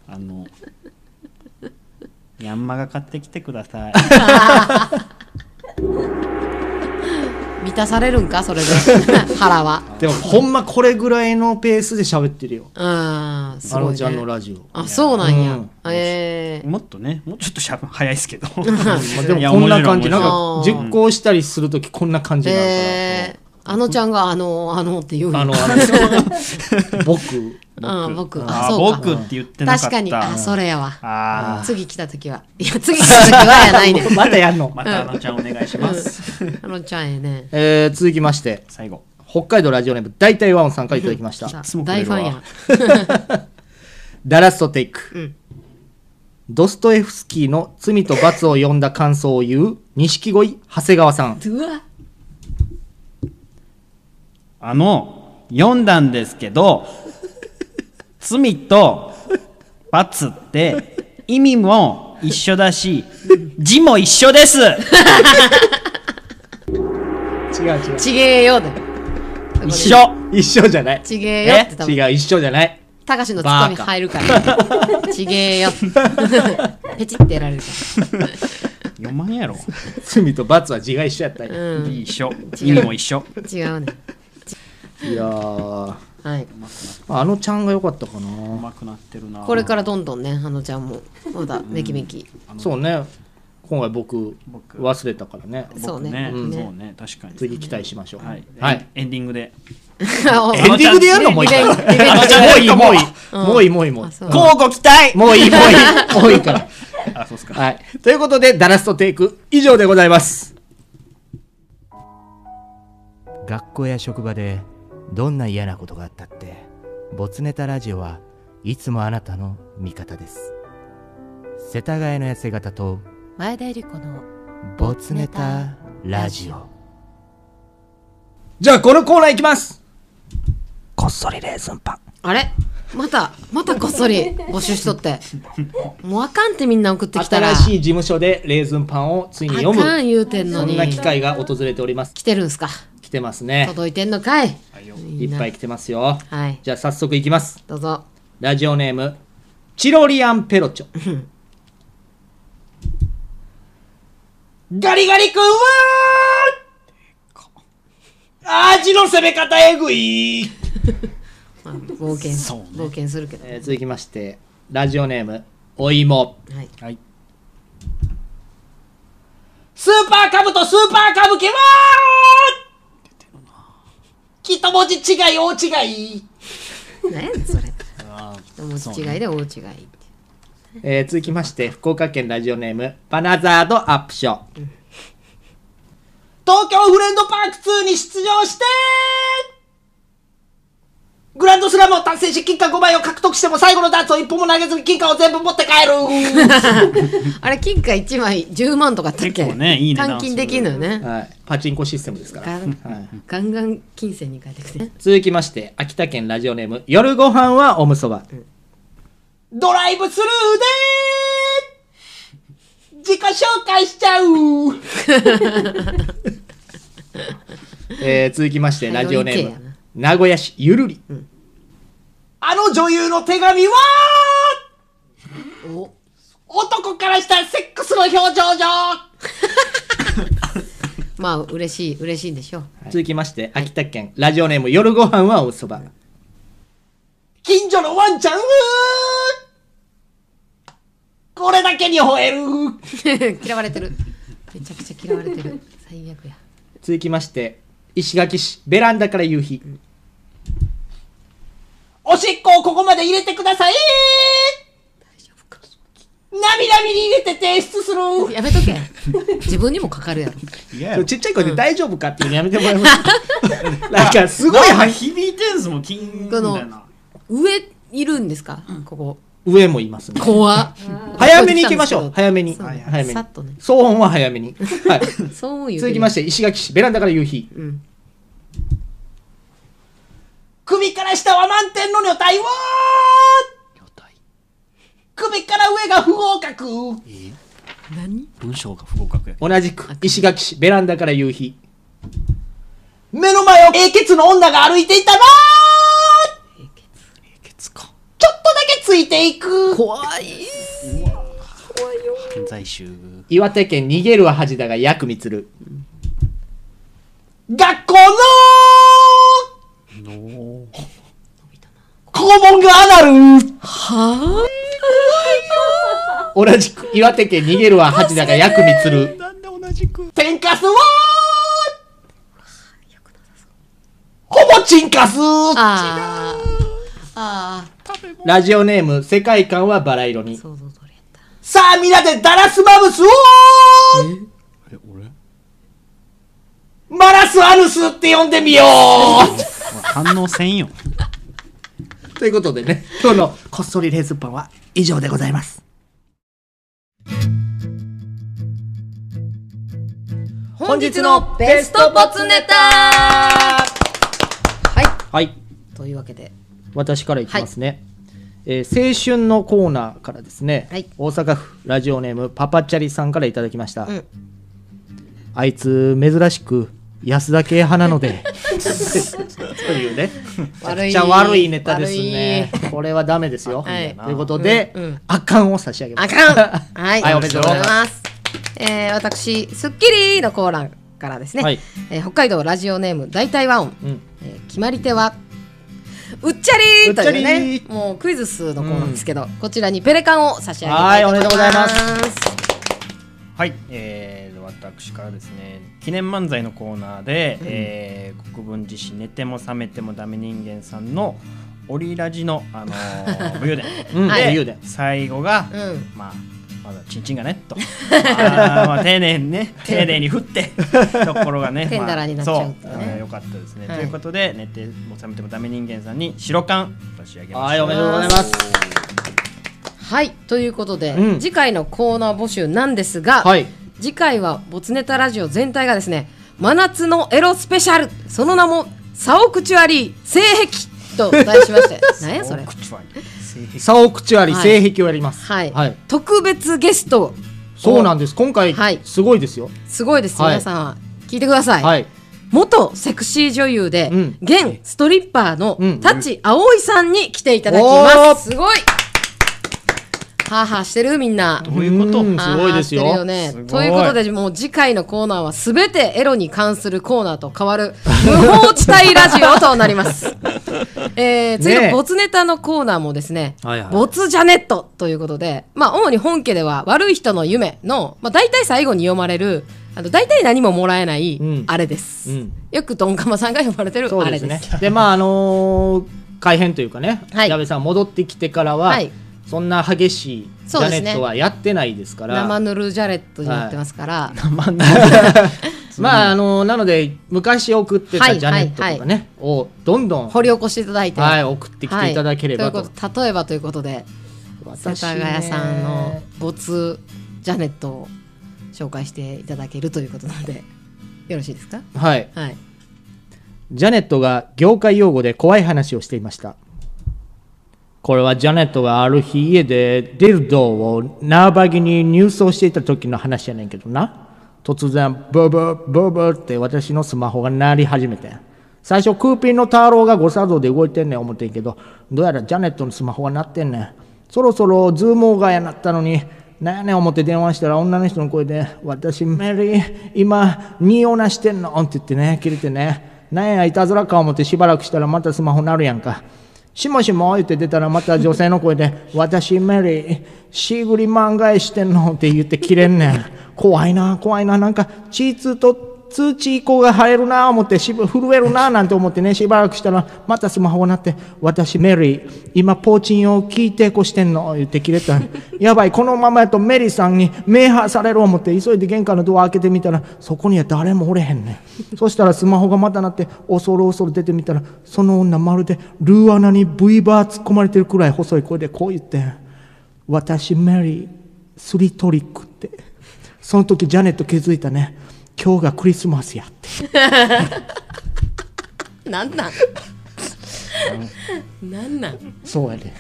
あのヤンマが買ってきてください
満たされるんか それで腹は
でもほんまこれぐらいのペースで喋ってるよ
うんす
あ
ごい、
の
ね、
ちゃんのラジオ
あそうなんや、
うん
ええ
もっとね、もうちょっとしゃぶ早いです けど。
まあでもこんな感じなん
面白い
か実行したりするときこんな感じになるから、
ええあのちゃんがあのあのって言うんや
あのあ の僕
うん、僕
あ
あ
ー
そうか
僕って言ってなかった。
確かにあそれやわ
あ
次来た時はいや次来た時はやないね
またやんの
ー、 またあのちゃんお願いします。
あのちゃんええね
えー続きまして
最後。
北海道ラジオネーム大体ワンさんからいただきました
さ
つもく
大
れる
フ
わ
ァンや
ダラストテイク、
ん
ドストエフスキーの「罪と罰」を読んだ感想を言う錦鯉長谷川さん
うわ
あの、読んだんですけど、罪と罰って意味も一緒だし、字も一緒 です
違う違う
ちげえよで
一緒
一緒じゃない
ちげえよって多分
違う一緒じゃない
たかしのツッコミ入るからちげえよペチってや られるか
読まんやろ。
罪と罰は字が一緒やったん
ら
や、
うん
一緒。意味も一緒。
違うね
いやー
はい
あのちゃんが良かったかな、
うまくなってるな。
これからどんどんね、あのちゃんも、まだめきめき。
そうね今回僕
僕
忘れたからね
そうね。ね
ね、そうね、確かに。
次期待しましょう
はい。
はい、
エンディングで。
あ
エンディングでやるのもう一回
リ
も
ベンリベン
ういいもういい
うん
もういいもういいもうい
あ
い
そう
交互期待
もういいもういいもういい から
あ、そうっすか。
はい。ということで、ダラストテイク、以上でございます。
学校や職場でどんな嫌なことがあったってボツネタラジオはいつもあなたの味方です世田谷の痩せ方と
前田由里子の
ボツネタラジオ
じゃあ、このコーナーいきます。
こっそりレーズンパン
あれまたまたこっそり募集しとってもうあかんってみんな送ってきたら
新しい事務所でレーズンパンをついに読
あ
む
かん言うてんの
そん
に
な機会が訪れております
来てるんすか
来てますね
届いてんのかい
いっぱい来てますよ
はい
じゃあ早速いきます
どうぞ
ラジオネームチロリアンペロチョガリガリ君は味の攻め方えぐい、
まあ冒険、冒険するけど
えー続きましてラジオネームお芋
はい
スーパーカブとスーパー歌舞伎は一文字違い大違い
何やねんそれ一文字違いで大違いって
えー続きまして福岡県ラジオネームバナザードアップショー東京フレンドパーク2に出場してグランドスラムを達成し金貨5枚を獲得しても最後のダーツを1本も投げずに金貨を全部持って帰る、
あれ金貨1枚10万とかあったっけ
結構ねいい値段
換金できんのよね
はい、パチンコシステムですから、
ガ
はい
ン、ガンガン金銭に変えてくね
続きまして秋田県ラジオネーム夜ご飯はおむそば、ドライブスルーで自己紹介しちゃう、 えー続きましてラジオネ
最後
ー
に行けや
ム名古屋市ゆるり、あの女優の手紙は
お
男からしたらセックスの表情上、
まあ嬉しい嬉しいんでしょう
続きまして秋田県ラジオネーム夜ご飯はおむそば、近所のワンちゃんはこれだけに吠える
嫌われてるめちゃくちゃ嫌われてる最悪や
続きまして石垣市ベランダから夕日、おしっこをここまで入れてくださいなみなみに入れて提出する
やめとけ自分にもかかるやろ
ちっちゃい声で大丈夫かっていうのやめてもらえます なんかすごい
なんか
は
響いてんすもん、キーンみたいな。
上いるんですかここ
上もいますね
怖っ
早めに行きましょう早めに
そう
早
ね
めに
さっとね
騒音は早め に、はい、
そういう
続きまして石垣市ベランダから夕日、
うん
首から下は満点の女体は首から上が不合格
何
文章が不合格や
同じく石垣市ベランダから夕日目の前を英傑の女が歩いていたな
けつか
ちょっとだけついていく
怖い
犯罪集
岩手県逃げるは恥だが役みつる学校の肛門がアナル
は
同じく岩手県逃げるは恥だが役みつる
なんで同じく
天かすはほぼチンカス
ああーあ
ラジオネーム世界観はバラ色に
ー想像通りやった
さあみんなでダラスマブスを
え俺
マラスアヌスって呼んでみよ
反応せんよ
うということでね今日のこっそりレーズンパンは以上でございます
本日のベストボツネタは
はい
いというわけで
私からいきますね、えー青春のコーナーからですね、
はい
大阪府ラジオネームパパチャリさんからいただきました、
ん
あいつ珍しく安田系派なの でというね
悪
めっちゃ悪いネタですねこれはダメですよ、
はい
ということで、
うんうん
あかんを差し上げま
あ
す
かんはい、
はい
ありがとうございます。えー、私、スッキリのコーナーからですね、
はい
えー北海道ラジオネーム大体和音、
うん
えー決まり手は、うっちゃりーという
うっ
ね
ちゃり、ー
もうクイズ数のコーナーですけど、こちらにペレカンを差し上げたいと思い
はいおめ
ます。
でとうございます
はい、えー、私からですね記念漫才のコーナーで、えー国分寺市寝ても覚めてもダメ人間さんのオリラジの、あ のー、武勇伝
うん
で
武勇伝
最後が、
うん
まあまだチンチンがねとまあまあ丁寧 にね丁寧に振ってところがね
テンダラーになっちゃうって
ま
ね
あそうあの良かったですね、
はい
ということで寝ても覚めてもダメ人間さんに白缶差し上げま
は
し
い
た
おめでとうございます
はい、ということで、
うん
次回のコーナー募集なんですが、
はい
次回はボツネタラジオ全体がですね、真夏のエロスペシャル、その名も、サオクチュアリー性癖とお答えしま して何やそれ
サオクチュアリ
はい
性癖をやります
はい、特別ゲスト
そうなんです今回
はい
すごいですよ
すごいです、
はい
皆さんは聞いてください、
はい
元セクシー女優で、
うん
現ストリッパーの
うん
舘葵さんに来ていただき
おー
ます、すごいはあはあしてるみんな
どういうこと
あー
すごいですよ
合ってるよね
すごい
ということで、もう次回のコーナーはすべてエロに関するコーナーと変 わる無法地帯ラジオとなります。えー、次
ね
の
え
ボツネタのコーナーもですね、
はいはい
ボツジャネットということで、まあ、主に本家では悪い人の夢の、まあ、大体最後に読まれる、あの、大体何ももらえない
うん、
あれです。
うん
よくドンカマさんが呼ばれてる
そ
あ
うで
れ
す
で
ね
す。
でまああのー改編というかね
はい
矢部さん戻ってきてからは
はい
そんな激しいジ
そう
ャ
です
ネ
ね
ットはやってないですから
生ぬるジャレットになってますから、
まああのなので昔送って
は
た
い
ジャネットとかね、
はい
をどんどん、
掘り起こしていただいて、
はい、送ってきていただければと,、
はい、ということ例えばということで世
私
田
ね
谷さんの没ジャネットを紹介していただけるということなんでよろしい ですか
はい、
はい
ジャネットが業界用語で怖い話をしていましたこれはジャネットがある日家でディルドーを縄張りに入送していた時の話やねんけどな突然ブーブーブーブーって私のスマホが鳴り始めてん最初クーピンの太郎が誤作動で動いてんねん思ってんけどどうやらジャネットのスマホが鳴ってんねんそろそろズームオーガーやなったのになんやねん思って電話したら女の人の声で「私メリー今ニオナしてんの」って言ってね切れてねなんやいたずらか思ってしばらくしたらまたスマホ鳴るやんかしもしも言って出たらまた女性の声で「私メリーしぐり漫画してんの」って言って切れんねん怖いな怖いななんかチーツと通知以降が入るなぁ思ってしぶ震えるなぁなんて思ってねしばらくしたらまたスマホが鳴って「私メリー今ポーチンを聞いてこしてんの」言って切れたやばいこのままやとメリーさんに命破される思って急いで玄関のドア開けてみたらそこには誰もおれへんねんそしたらスマホがまた鳴って恐る恐る出てみたらその女まるでルー穴に V バー突っ込まれてるくらい細い声でこう言ってん「私メリースリートリック」ってその時ジャネット気づいたね今日がクリスマスやって
なんなんなんなん
そうやで。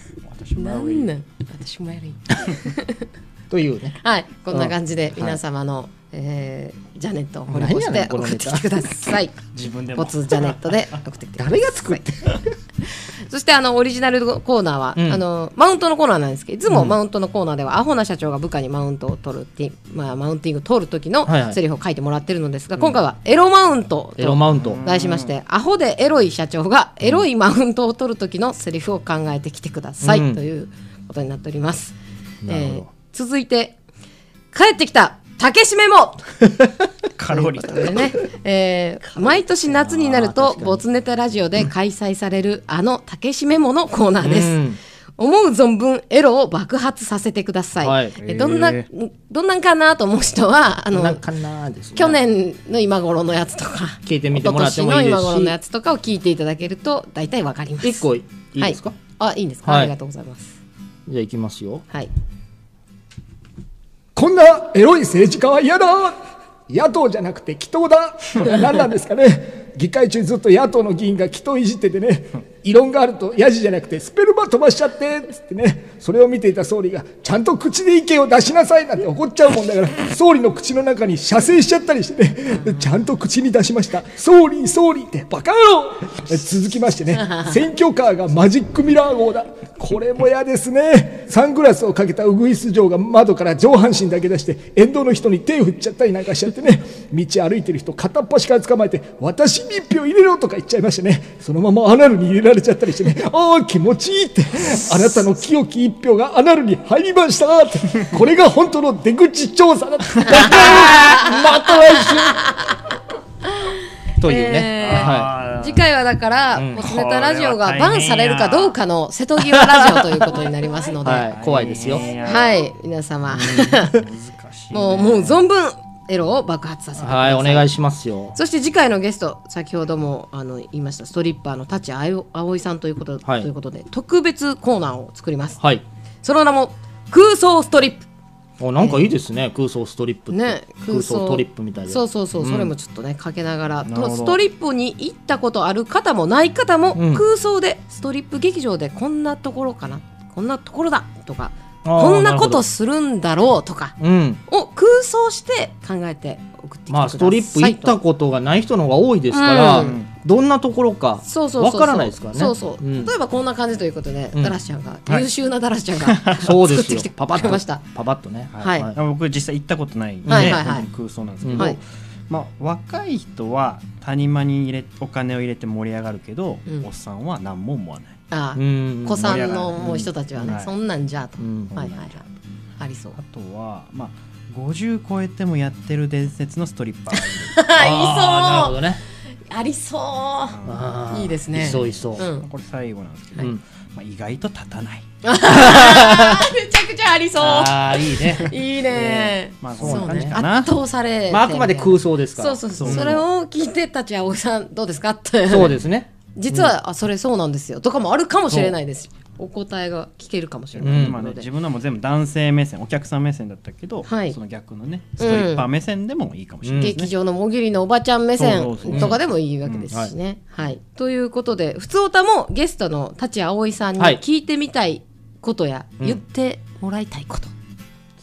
なんなん私もやる
というね。
はいこんな感じで皆様の、えージャネットを掘り起こし
何やねん
て
この
送
ネ
って
タ
きてくださ い
自分でも
ボツジャネットで送ってきてください。
誰が作って
そしてあのオリジナルコーナーは、
ん
あのマウントのコーナーなんですけどいつもマウントのコーナーでは、アホな社長が部下にマウントを取るっていう、まあ、マウンティングを取る時の
はいはい
セリフを書いてもらってるのですが、今回はエロマウント
エロ
と
マウント。
題しましてアホでエロい社長がエロいマウントを取る時のセリフを考えてきてください、
うん
ということになっております、え
なるほど
ー続いて帰ってきた竹締めも
カロリ
と
ー
い うことでね、えー毎年夏になる
あー
と
確かに
ボツネタラジオで開催されるあの竹締めものコーナーです、
うん
思う存分エロを爆発させてください、
はい
えどんなどんなんかなと思う人はあ
なん
の
かなーですね
去。年の今頃のやつとか
聞いてみてもらってもいい
一
で
昨年の今頃のや
すし。
つとかを聞いていただけると大体わかります
一個いいですか、
はい、あいいんですか、
はい
ありがとうございます
じゃあいきますよ。
はい
こんなエロい政治家は嫌だ野党じゃなくて祈祷だこれは何なんですかね議会中ずっと野党の議員が祈祷いじっててね異論があるとヤジじゃなくてスペルマ飛ばしちゃってっつってねそれを見ていた総理がちゃんと口で意見を出しなさいなんて怒っちゃうもんだから総理の口の中に射精しちゃったりしてねでちゃんと口に出しました総理総理ってバカ野郎え続きまし てね選挙カーがマジックミラー号だこれも嫌ですねサングラスをかけたウグイス嬢が窓から上半身だけ出して沿道の人に手を振っちゃったりなんかしちゃってね道歩いてる人片っ端から捕まえて私に一票入れろとか言っちゃいましてねそのままアナルに入れられちゃったりしてねああ気持ちいいってあなたの清き一票がアナルに入りましたってこれが本当の出口調査だってまた来週
というね。は
あ
次回はだから、ボツネタラジオがバンされるかどうかの瀬戸際ラジオということになりますの
い。
で、
はい。怖いですよ。
はい、皆様。もう、もう存分、エロを爆発させてくだ
は
さ
い、
い。
お願いしますよ。
そして次回のゲスト、先ほどもあの言いました、ストリッパーの舘あお葵さんということ,、
はい
ということで、特別コーナーを作ります。
はい。
その名も、空想ストリップ。
おなんかいいですね、空想ストリップって、
ね、
空想トリップみたいで
そうそうそう、
ん
それもちょっとねかけながら
なるほ
と
ど
ストリップに行ったことある方もない方も、
うん
空想でストリップ劇場でこんなところかなこんなところだとか
あー
こんな
る
こ
ほど
とするんだろうとか
うん
を空想して考えて送ってきてくださいと、
まあストリップ行ったことがない人の方が多いですから、
うん
どんなところか
そうそうそう
わ
そう
からないですからね
そうそう、
ん
例えばこんな感じということで、
うん
ダラシちゃんが、
はい
優秀なダラシちゃん が
そうです
作っ
よ
てきて
パパッ
くれまし
と
た
パパッとね
はい
はい
僕実際行ったことないんで、
はいはいはい
本当に空想なんですけ
うん
ど、
はい
まあ、若い人は谷間に入れお金を入れて盛り上がるけど、
うん
おっさんは何も思わない
あ
う
ー
ん
子さんのもう人たちはね、
はい
そんなんじゃと、
うん
はいはいはいありそう
あとは、まあ、50超えてもやってる伝説のストリッパー
あーなるほ
ありそ
ど
う
ね
ありそう
あー
いいですね
いそういそう、
うん
これ最後なんですけど、
はい
まあ、意外と立た ない、
めちゃくちゃありそう
ああいいね
いいね
まあ、こ
うん
な
そう
感じ
ね
かな
圧倒されて
まああくまで空想ですから
そうそうそう
うん
それを聞いてたちはおじさんどうですかって
そうですね
実はあそれそうなんですよとかもあるかもしれないですしお答えが聞けるかもしれない
うん
まあね、
ので
自分のも全部男性目線お客さん目線だったけど、
はい
その逆のねストリッパー目線でもいいかもしれないです
劇
ね、
場のもぎりのおばちゃん目線
そうそうそう
とかでもいいわけですしね。はい。ということで、普通歌もゲストの立葵さんに
はい
聞いてみたいことや、
うん
言ってもらいたいこと、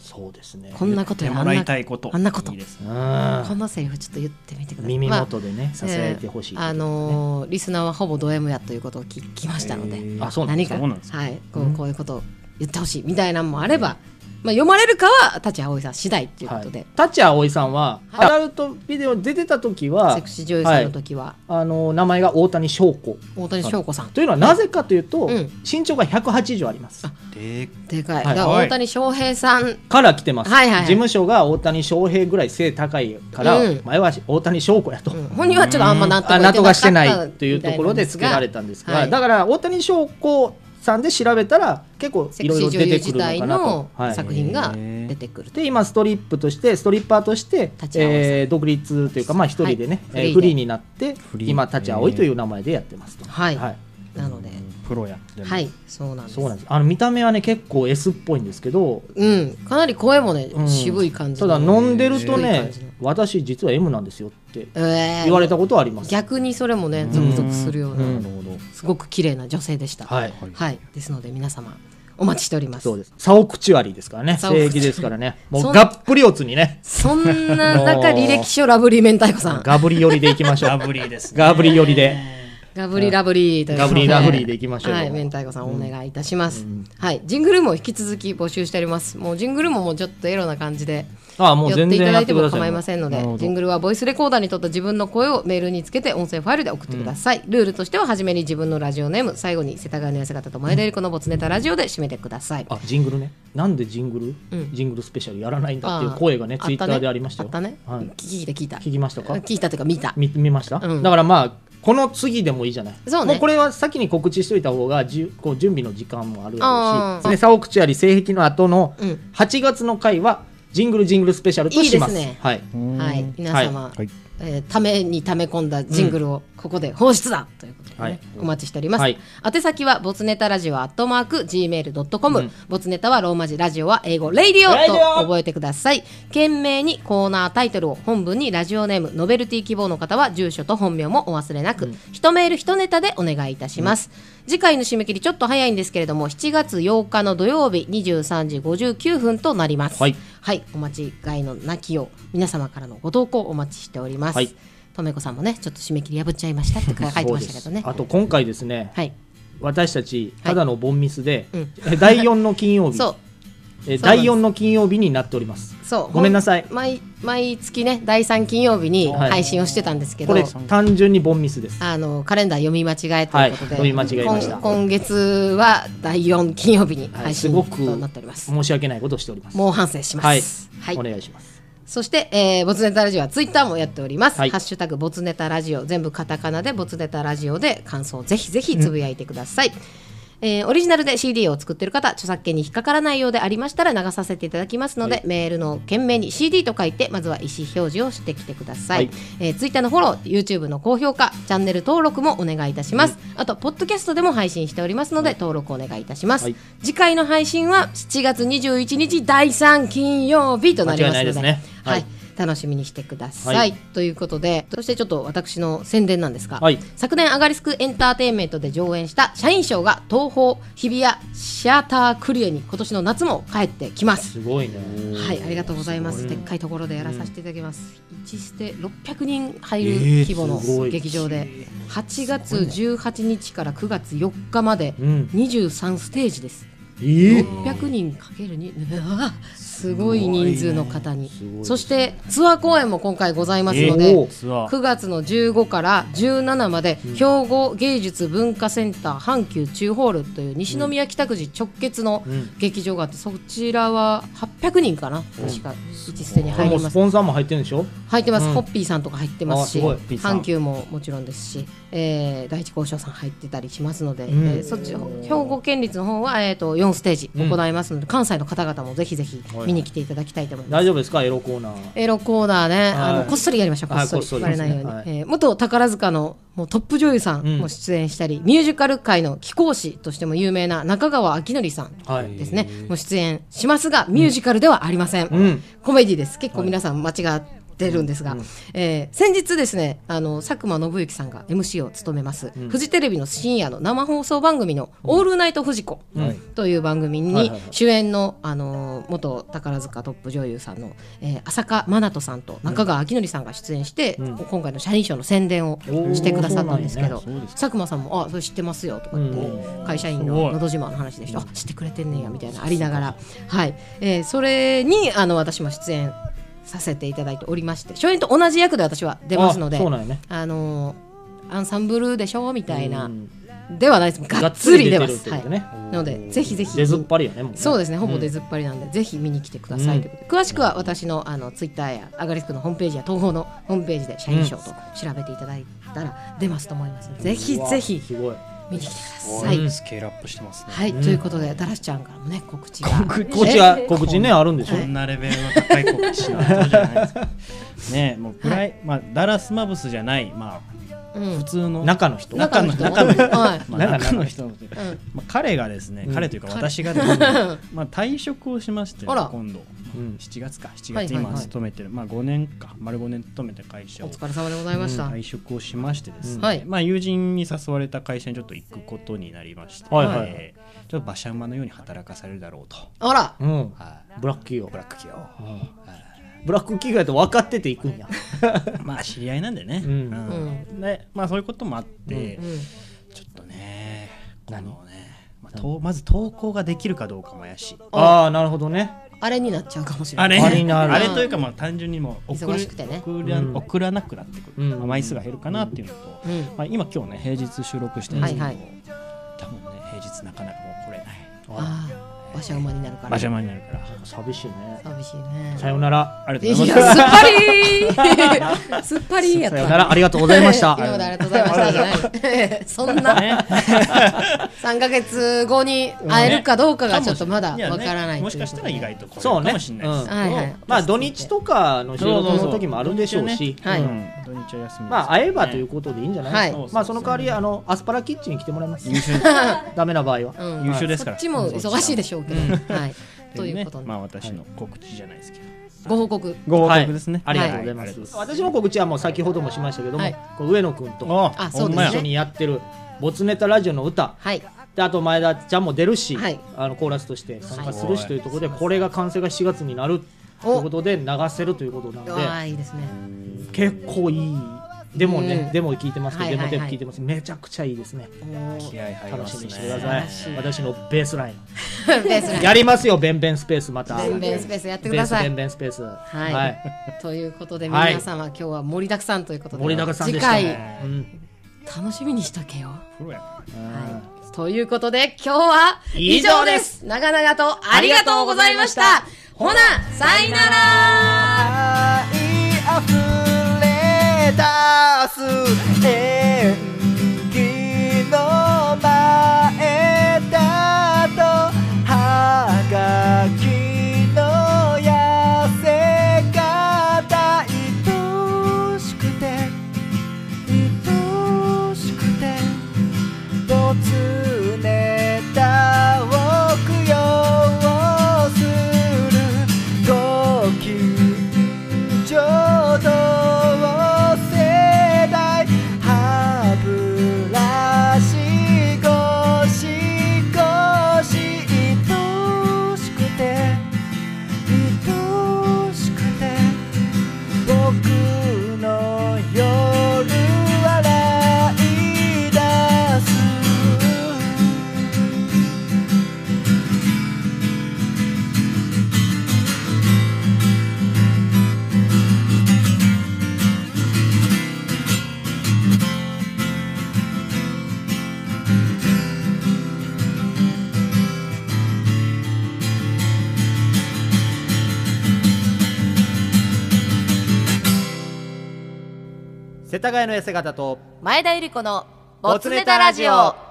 そうですね
こんなこと
や
や
って
あ
も
ん
ら
ない
たいこと
あんなこと
いいですね
うん
こんなセリフちょっと言ってみてください。
耳
まあ
元でね支えてほしい、
えーあのーリスナーはほぼド M やということを聞きましたので、
あそうなんで
何
す
か
か
そうなんです
はいこうこういうことを言ってほしいみたいなのもあれば、まあ、読まれるかは立葵さん次第ということで、
はい、タチアオイさんは、
はい
アダルトビデオに出てた時は
セクシー女優さんの時は
あの名前が大谷翔子
大谷翔子さん、
というのはなぜかというと、
うん
身長が180あります
で
でかい、
はい
だから大谷翔平さん
から来てます、
はいはいはい
事務所が大谷翔平ぐらい背高いから、
うん
前は大谷翔子やと、
うん本人はちょっとあんま納得
あ納得がしてな
かった
いというところで付けられたんですが、
はい
だから大谷翔子さんで調べたら結構
セ
い
ク
ろい
シー
ろ
女
出
優
てく
時
るの
代
かなと
の、
はい
作品が出てくると、
で今ストリップとしてストリッパーとして
立葵さん
えー独立というかまあ一人でね、
はい
えー
フ
フ
リーで
リーになって
リー
今立ち葵という名前でやってますと
はい
はい、
なので、
プロやっても
はいそうなんです
そうなんですあの見た目はね結構 S っぽいんですけど、
うんかなり声もね、
うん
渋い感じ
た
の
だ飲んでると
渋い
ね
感じの
私実は M なんですよって
えー
言われたことはあります、
逆にそれもねゾクゾクするような、
うん
なるほど
すごく綺麗な女性でした
はい
はい、ですので皆様お待ちしております
そうです竿口割りですからね
竿口
正義ですからねも
そん
うがっぷりおつにね
そんな中履歴書ラブリー明太子さん
ガブリ寄りでいきましょう
ラブリーですね
ガブリ寄りで
ガブリラブリーということ
ガブリラブリーでいきましょうよ
はい、明太子さんお願いいたします、はいジングルも引き続き募集しておりますもうジングルももうちょっとエロな感じで
ああもう
寄っ
全
てい
然や
ただ
っ
いて
てく
も
ださい
構いませんの
な
で
るほど
ジングルはボイスレコーダーにとった自分の声をメールにつけて音声ファイルで送ってください、ルールとしては初めに自分のラジオネーム最後に世田谷の痩せ方と前田由里子のボツネタラジオで締めてください
あジングルねなんでジングル、
うん
ジングルスペシャルやらないんだっていう
あー
声がね
あった
ツイッターでありましたよ
あったね、
はい
聞いた聞いた
聞きましたか
聞いたというか見た
見見ました、
うん
だからまあこの次でもいいじゃない
そうね
もうこれは先に告知しといた方がじゅこう準備の時間もあるだ
あ
ろう
ー
しね竿口あり性癖の後の
うん
8月の回はジングルジングルスペシャルとします
いいですね
はい、
はい皆様、
はい
えーためにため込んだジングルをここで放出だ、ということで、ね
はい
お待ちしております、
はい
宛先はボツネタラジオアットマーク Gmail.com、
うん
ボツネタはローマ字ラジオは英語レイディオ
レイディ
と
オ
覚えてください懸命にコーナータイトルを本文にラジオネームノベルティ希望の方は住所と本名もお忘れなく、一メール一ネタでお願いいたします、次回の締め切りちょっと早いんですけれども7月8日の土曜日23時59分となります
はい
はい、お間違いのなきよう皆様からのご投稿お待ちしております。
はい
とめこさんもね、ちょっと締め切り破っちゃいましたって書いてましたけどね。
あと今回ですね、
はい、
私たちただのボンミスで、
うん
え 第4の金曜日
そ
え
す
第4の金曜日になっております
う、そう、
ごめんなさい
ほ毎毎月ね、第三金曜日に
はい
配信をしてたんですけど、
これ単純にボンミスです
あのカレンダー読み間違えということで、
はい読み間違えました
今今月は第四金曜日に
はい
配
す
信
ごく
となっております。
申し訳ないことをしております
もう反省します。
はい、お願いします
そして、えーボツネタラジオはツイッターもやっております。
はい
ハッシュタグボツネタラジオ、全部カタカナでボツネタラジオで感想をぜひぜひつぶやいてください。えーオリジナルで CD を作ってる方著作権に引っかからないようでありましたら流させていただきますので、メールの件名に CD と書いてまずは意思表示をしてきてください、
はい
えー、Twitter のフォロー YouTube の高評価チャンネル登録もお願いいたします、あとポッドキャストでも配信しておりますので、登録お願いいたします、
はい
次回の配信は7月21日第3金曜日となりますので
間違いないですね
は
はい
い楽しみにしてください、
はい
ということでそしてちょっと私の宣伝なんですが、
はい
昨年アガリスクエンターテインメントで上演した社員賞が東宝日比谷シアタークリエに今年の夏も帰ってきます
すごいね
はいありがとうございますでっかいところでやらさせていただきます、一ステ600人入る規模の
すごい
劇場で、8月18日から9月4日まで
うん
23ステージです
ええ
600人かけるにうわすごい人数の方に、そしてツアー公演も今回ございますので、
えお
ツアー
9月の15から17まで、兵庫芸術文化センター阪急中ホールという西宮北区寺直結の劇場があって、そちらは800人かな確か一ステに入
も
り
う
ま
ス
す
ポンサーも入ってるんでしょ
入ってます、ホッピーさんとか入ってますし
あすごい
ーさん
阪急ももちろんですし、えー第一交渉さん入ってたりしますので、えーそっち兵庫県立の方は、えー、と4ステージ行いますので、関西の方々もぜひぜひ見に来ていただきたいと思います。
大丈夫ですかエロコーナー
エロコーナーね、あの
はい
こっそりやりましょう、こっそり
はいこっそり
言われないように、
ですね
えー元宝塚のもうトップ女優さんも出演したり、ミュージカル界の貴公子としても有名な中川明則さん
はい
ですね、もう出演しますが、ミュージカルではありません。
ん
コメディです。結構皆さん間違ってるんですが、えー先日ですね、あの佐久間信之さんが MC を務めます、フジテレビの深夜の生放送番組の「オールナイトフジコ」という番組
はい
に
はいはい
主演の、あのー元宝塚トップ女優さんの、えー浅香真奈人さんと中川明則さんが出演して、今回の社員賞の宣伝をしてくださったんですけど、
おーそうなんやねそうですか
佐久間さんも「あそれ知ってますよ」とか言って、会社員の「のど自慢」の話でした「あ知ってくれてんねんや」みたいなありながら、はいえーそれにあの私も出演させていただいておりまして初演と同じ役で私は出ますので
あそうなんやね
あのーアンサンブルでしょみたいな。ではないですがっつり出ます。
がっつり出てるってことね
はい、なのでぜひぜひ
出ずっぱりやねもうね
そうですね、ほぼ出ずっぱりなんで、ぜひ見に来てくださいということで、詳しくは私のあのツイッターやアガリスクのホームページや東宝のホームページで社員証と調べていただいたら出ますと思いますので、ぜひぜひ
すごい
見に来てください。
スケールアップしてますね
はい、ということで、ダラシちゃんからもね、告知が。
こっちは 告知ねあるんでしょ
こんなレベルの高い告知なこ とじゃないですかねえもうプライ、まあダラスマブスじゃないまあ
うん
普通の
中の人
中の人
中の人
はい
まあ、
中の人
中の人のことで
ん
まあ、彼がですね、
うん
彼というか私 がですね、まあ、退職をしまして、
あら
今度、
うん
7月か7
はい
月
はいはい
今勤めてる、まあ、5年か丸5年勤めた会社
お
を
疲れ様でございました。
退職をしましてですね、
はい
まあ、友人に誘われた会社にちょっと行くことになりまして、
はいはい
えーちょっと馬車馬のように働かされるだろうと、
あら、
うん
はい
ブラック企業
ブラック企業
ブラック企業やと分かってて行くんや
まあ知り合いなんでね、
うん
うんでまあそういうこともあって、
うん、
ちょっとねこのね、まあ、とまず投稿ができるかどうかも怪しい
ああなるほどね
あれになっちゃうかもしれ
あ
ない。
れ
あれになる
あれというかまあ単純にもう送
忙
る
しくてね
送ら
うん
送らなくなってくる、
うん
枚数が減るかなっていうのと、
うん
まあ、今今日ね平日収録してるんですけど、
はいは
多分ね平日なかなかもう来れない
ああ、馬車馬になるから。
馬車馬になるから
寂しいね
寂しいね。
さよなら
あり
いや、
がとうご
すっ
ざいます
ぱ りーすっぱりーやっ
さよ
た
な。らありがとうございまし た
今までありがとうございましたじゃない。そんな3ヶ月後に会えるかどうかがちょっとまだわ
いやね
からない
もしかしたら 意外と来れる
そう
か
ね
もしれないです、
うん
はいはい
まあ土日とかの仕事の時もあるでしょうし
はい
うん
土日は休み
まあ会えばということでいいんじゃないです
は
か
い
まあその代わりあのアスパラキッチンに来てもらいます ダメな場合は
うん
優秀です
こ
から
っちも忙しいでしょうけど、はい、
と
と
い
いうう
ね
ことで、
まあ私の告知じゃないですけど、
ご報告
ご
は
報
い
告ですね、
ありがとうございます
はい
私の告知はもう先ほどもしましたけども
はい
こう上野くんと
あ
あそ
ほ
うんです
ま
ね
や
一緒にやってるボツネタラジオの歌
はい
であと前田ちゃんも出るし、
はい
あのコーラスとして参加す
は
る
い
しというところでこれが完成が4月になるということで流せるということな
うわ
の
あいいですね
で結構いいでもね、
うん
でも聞いてますけど、
はいはいはい
デモテープ聞いてますめちゃくちゃいいですね
おー
気合入りま
楽し
す
み
ね
にしてください
素晴ら
私のベースライン
ベースライン
やりますよベンベンスペースまた
ベンベンスペースやってくださ
ベン
い
スベンベンスペース
はい、ということで
はい
皆様、今日は盛りだくさんということで
盛りだくさんでした
次
ね、うん
回楽しみにしとけよ
プロやから
はい、ということで今日は以上です長々とありがとうございましたほなさいなら
愛あふれ出す演技の前で
世田谷の痩せ方と
前田ゆり子の
ボ
ボ
ツ
ツ
ネ
ネ
タ
タ
ラ
ラ
ジ
ジ
オ
オ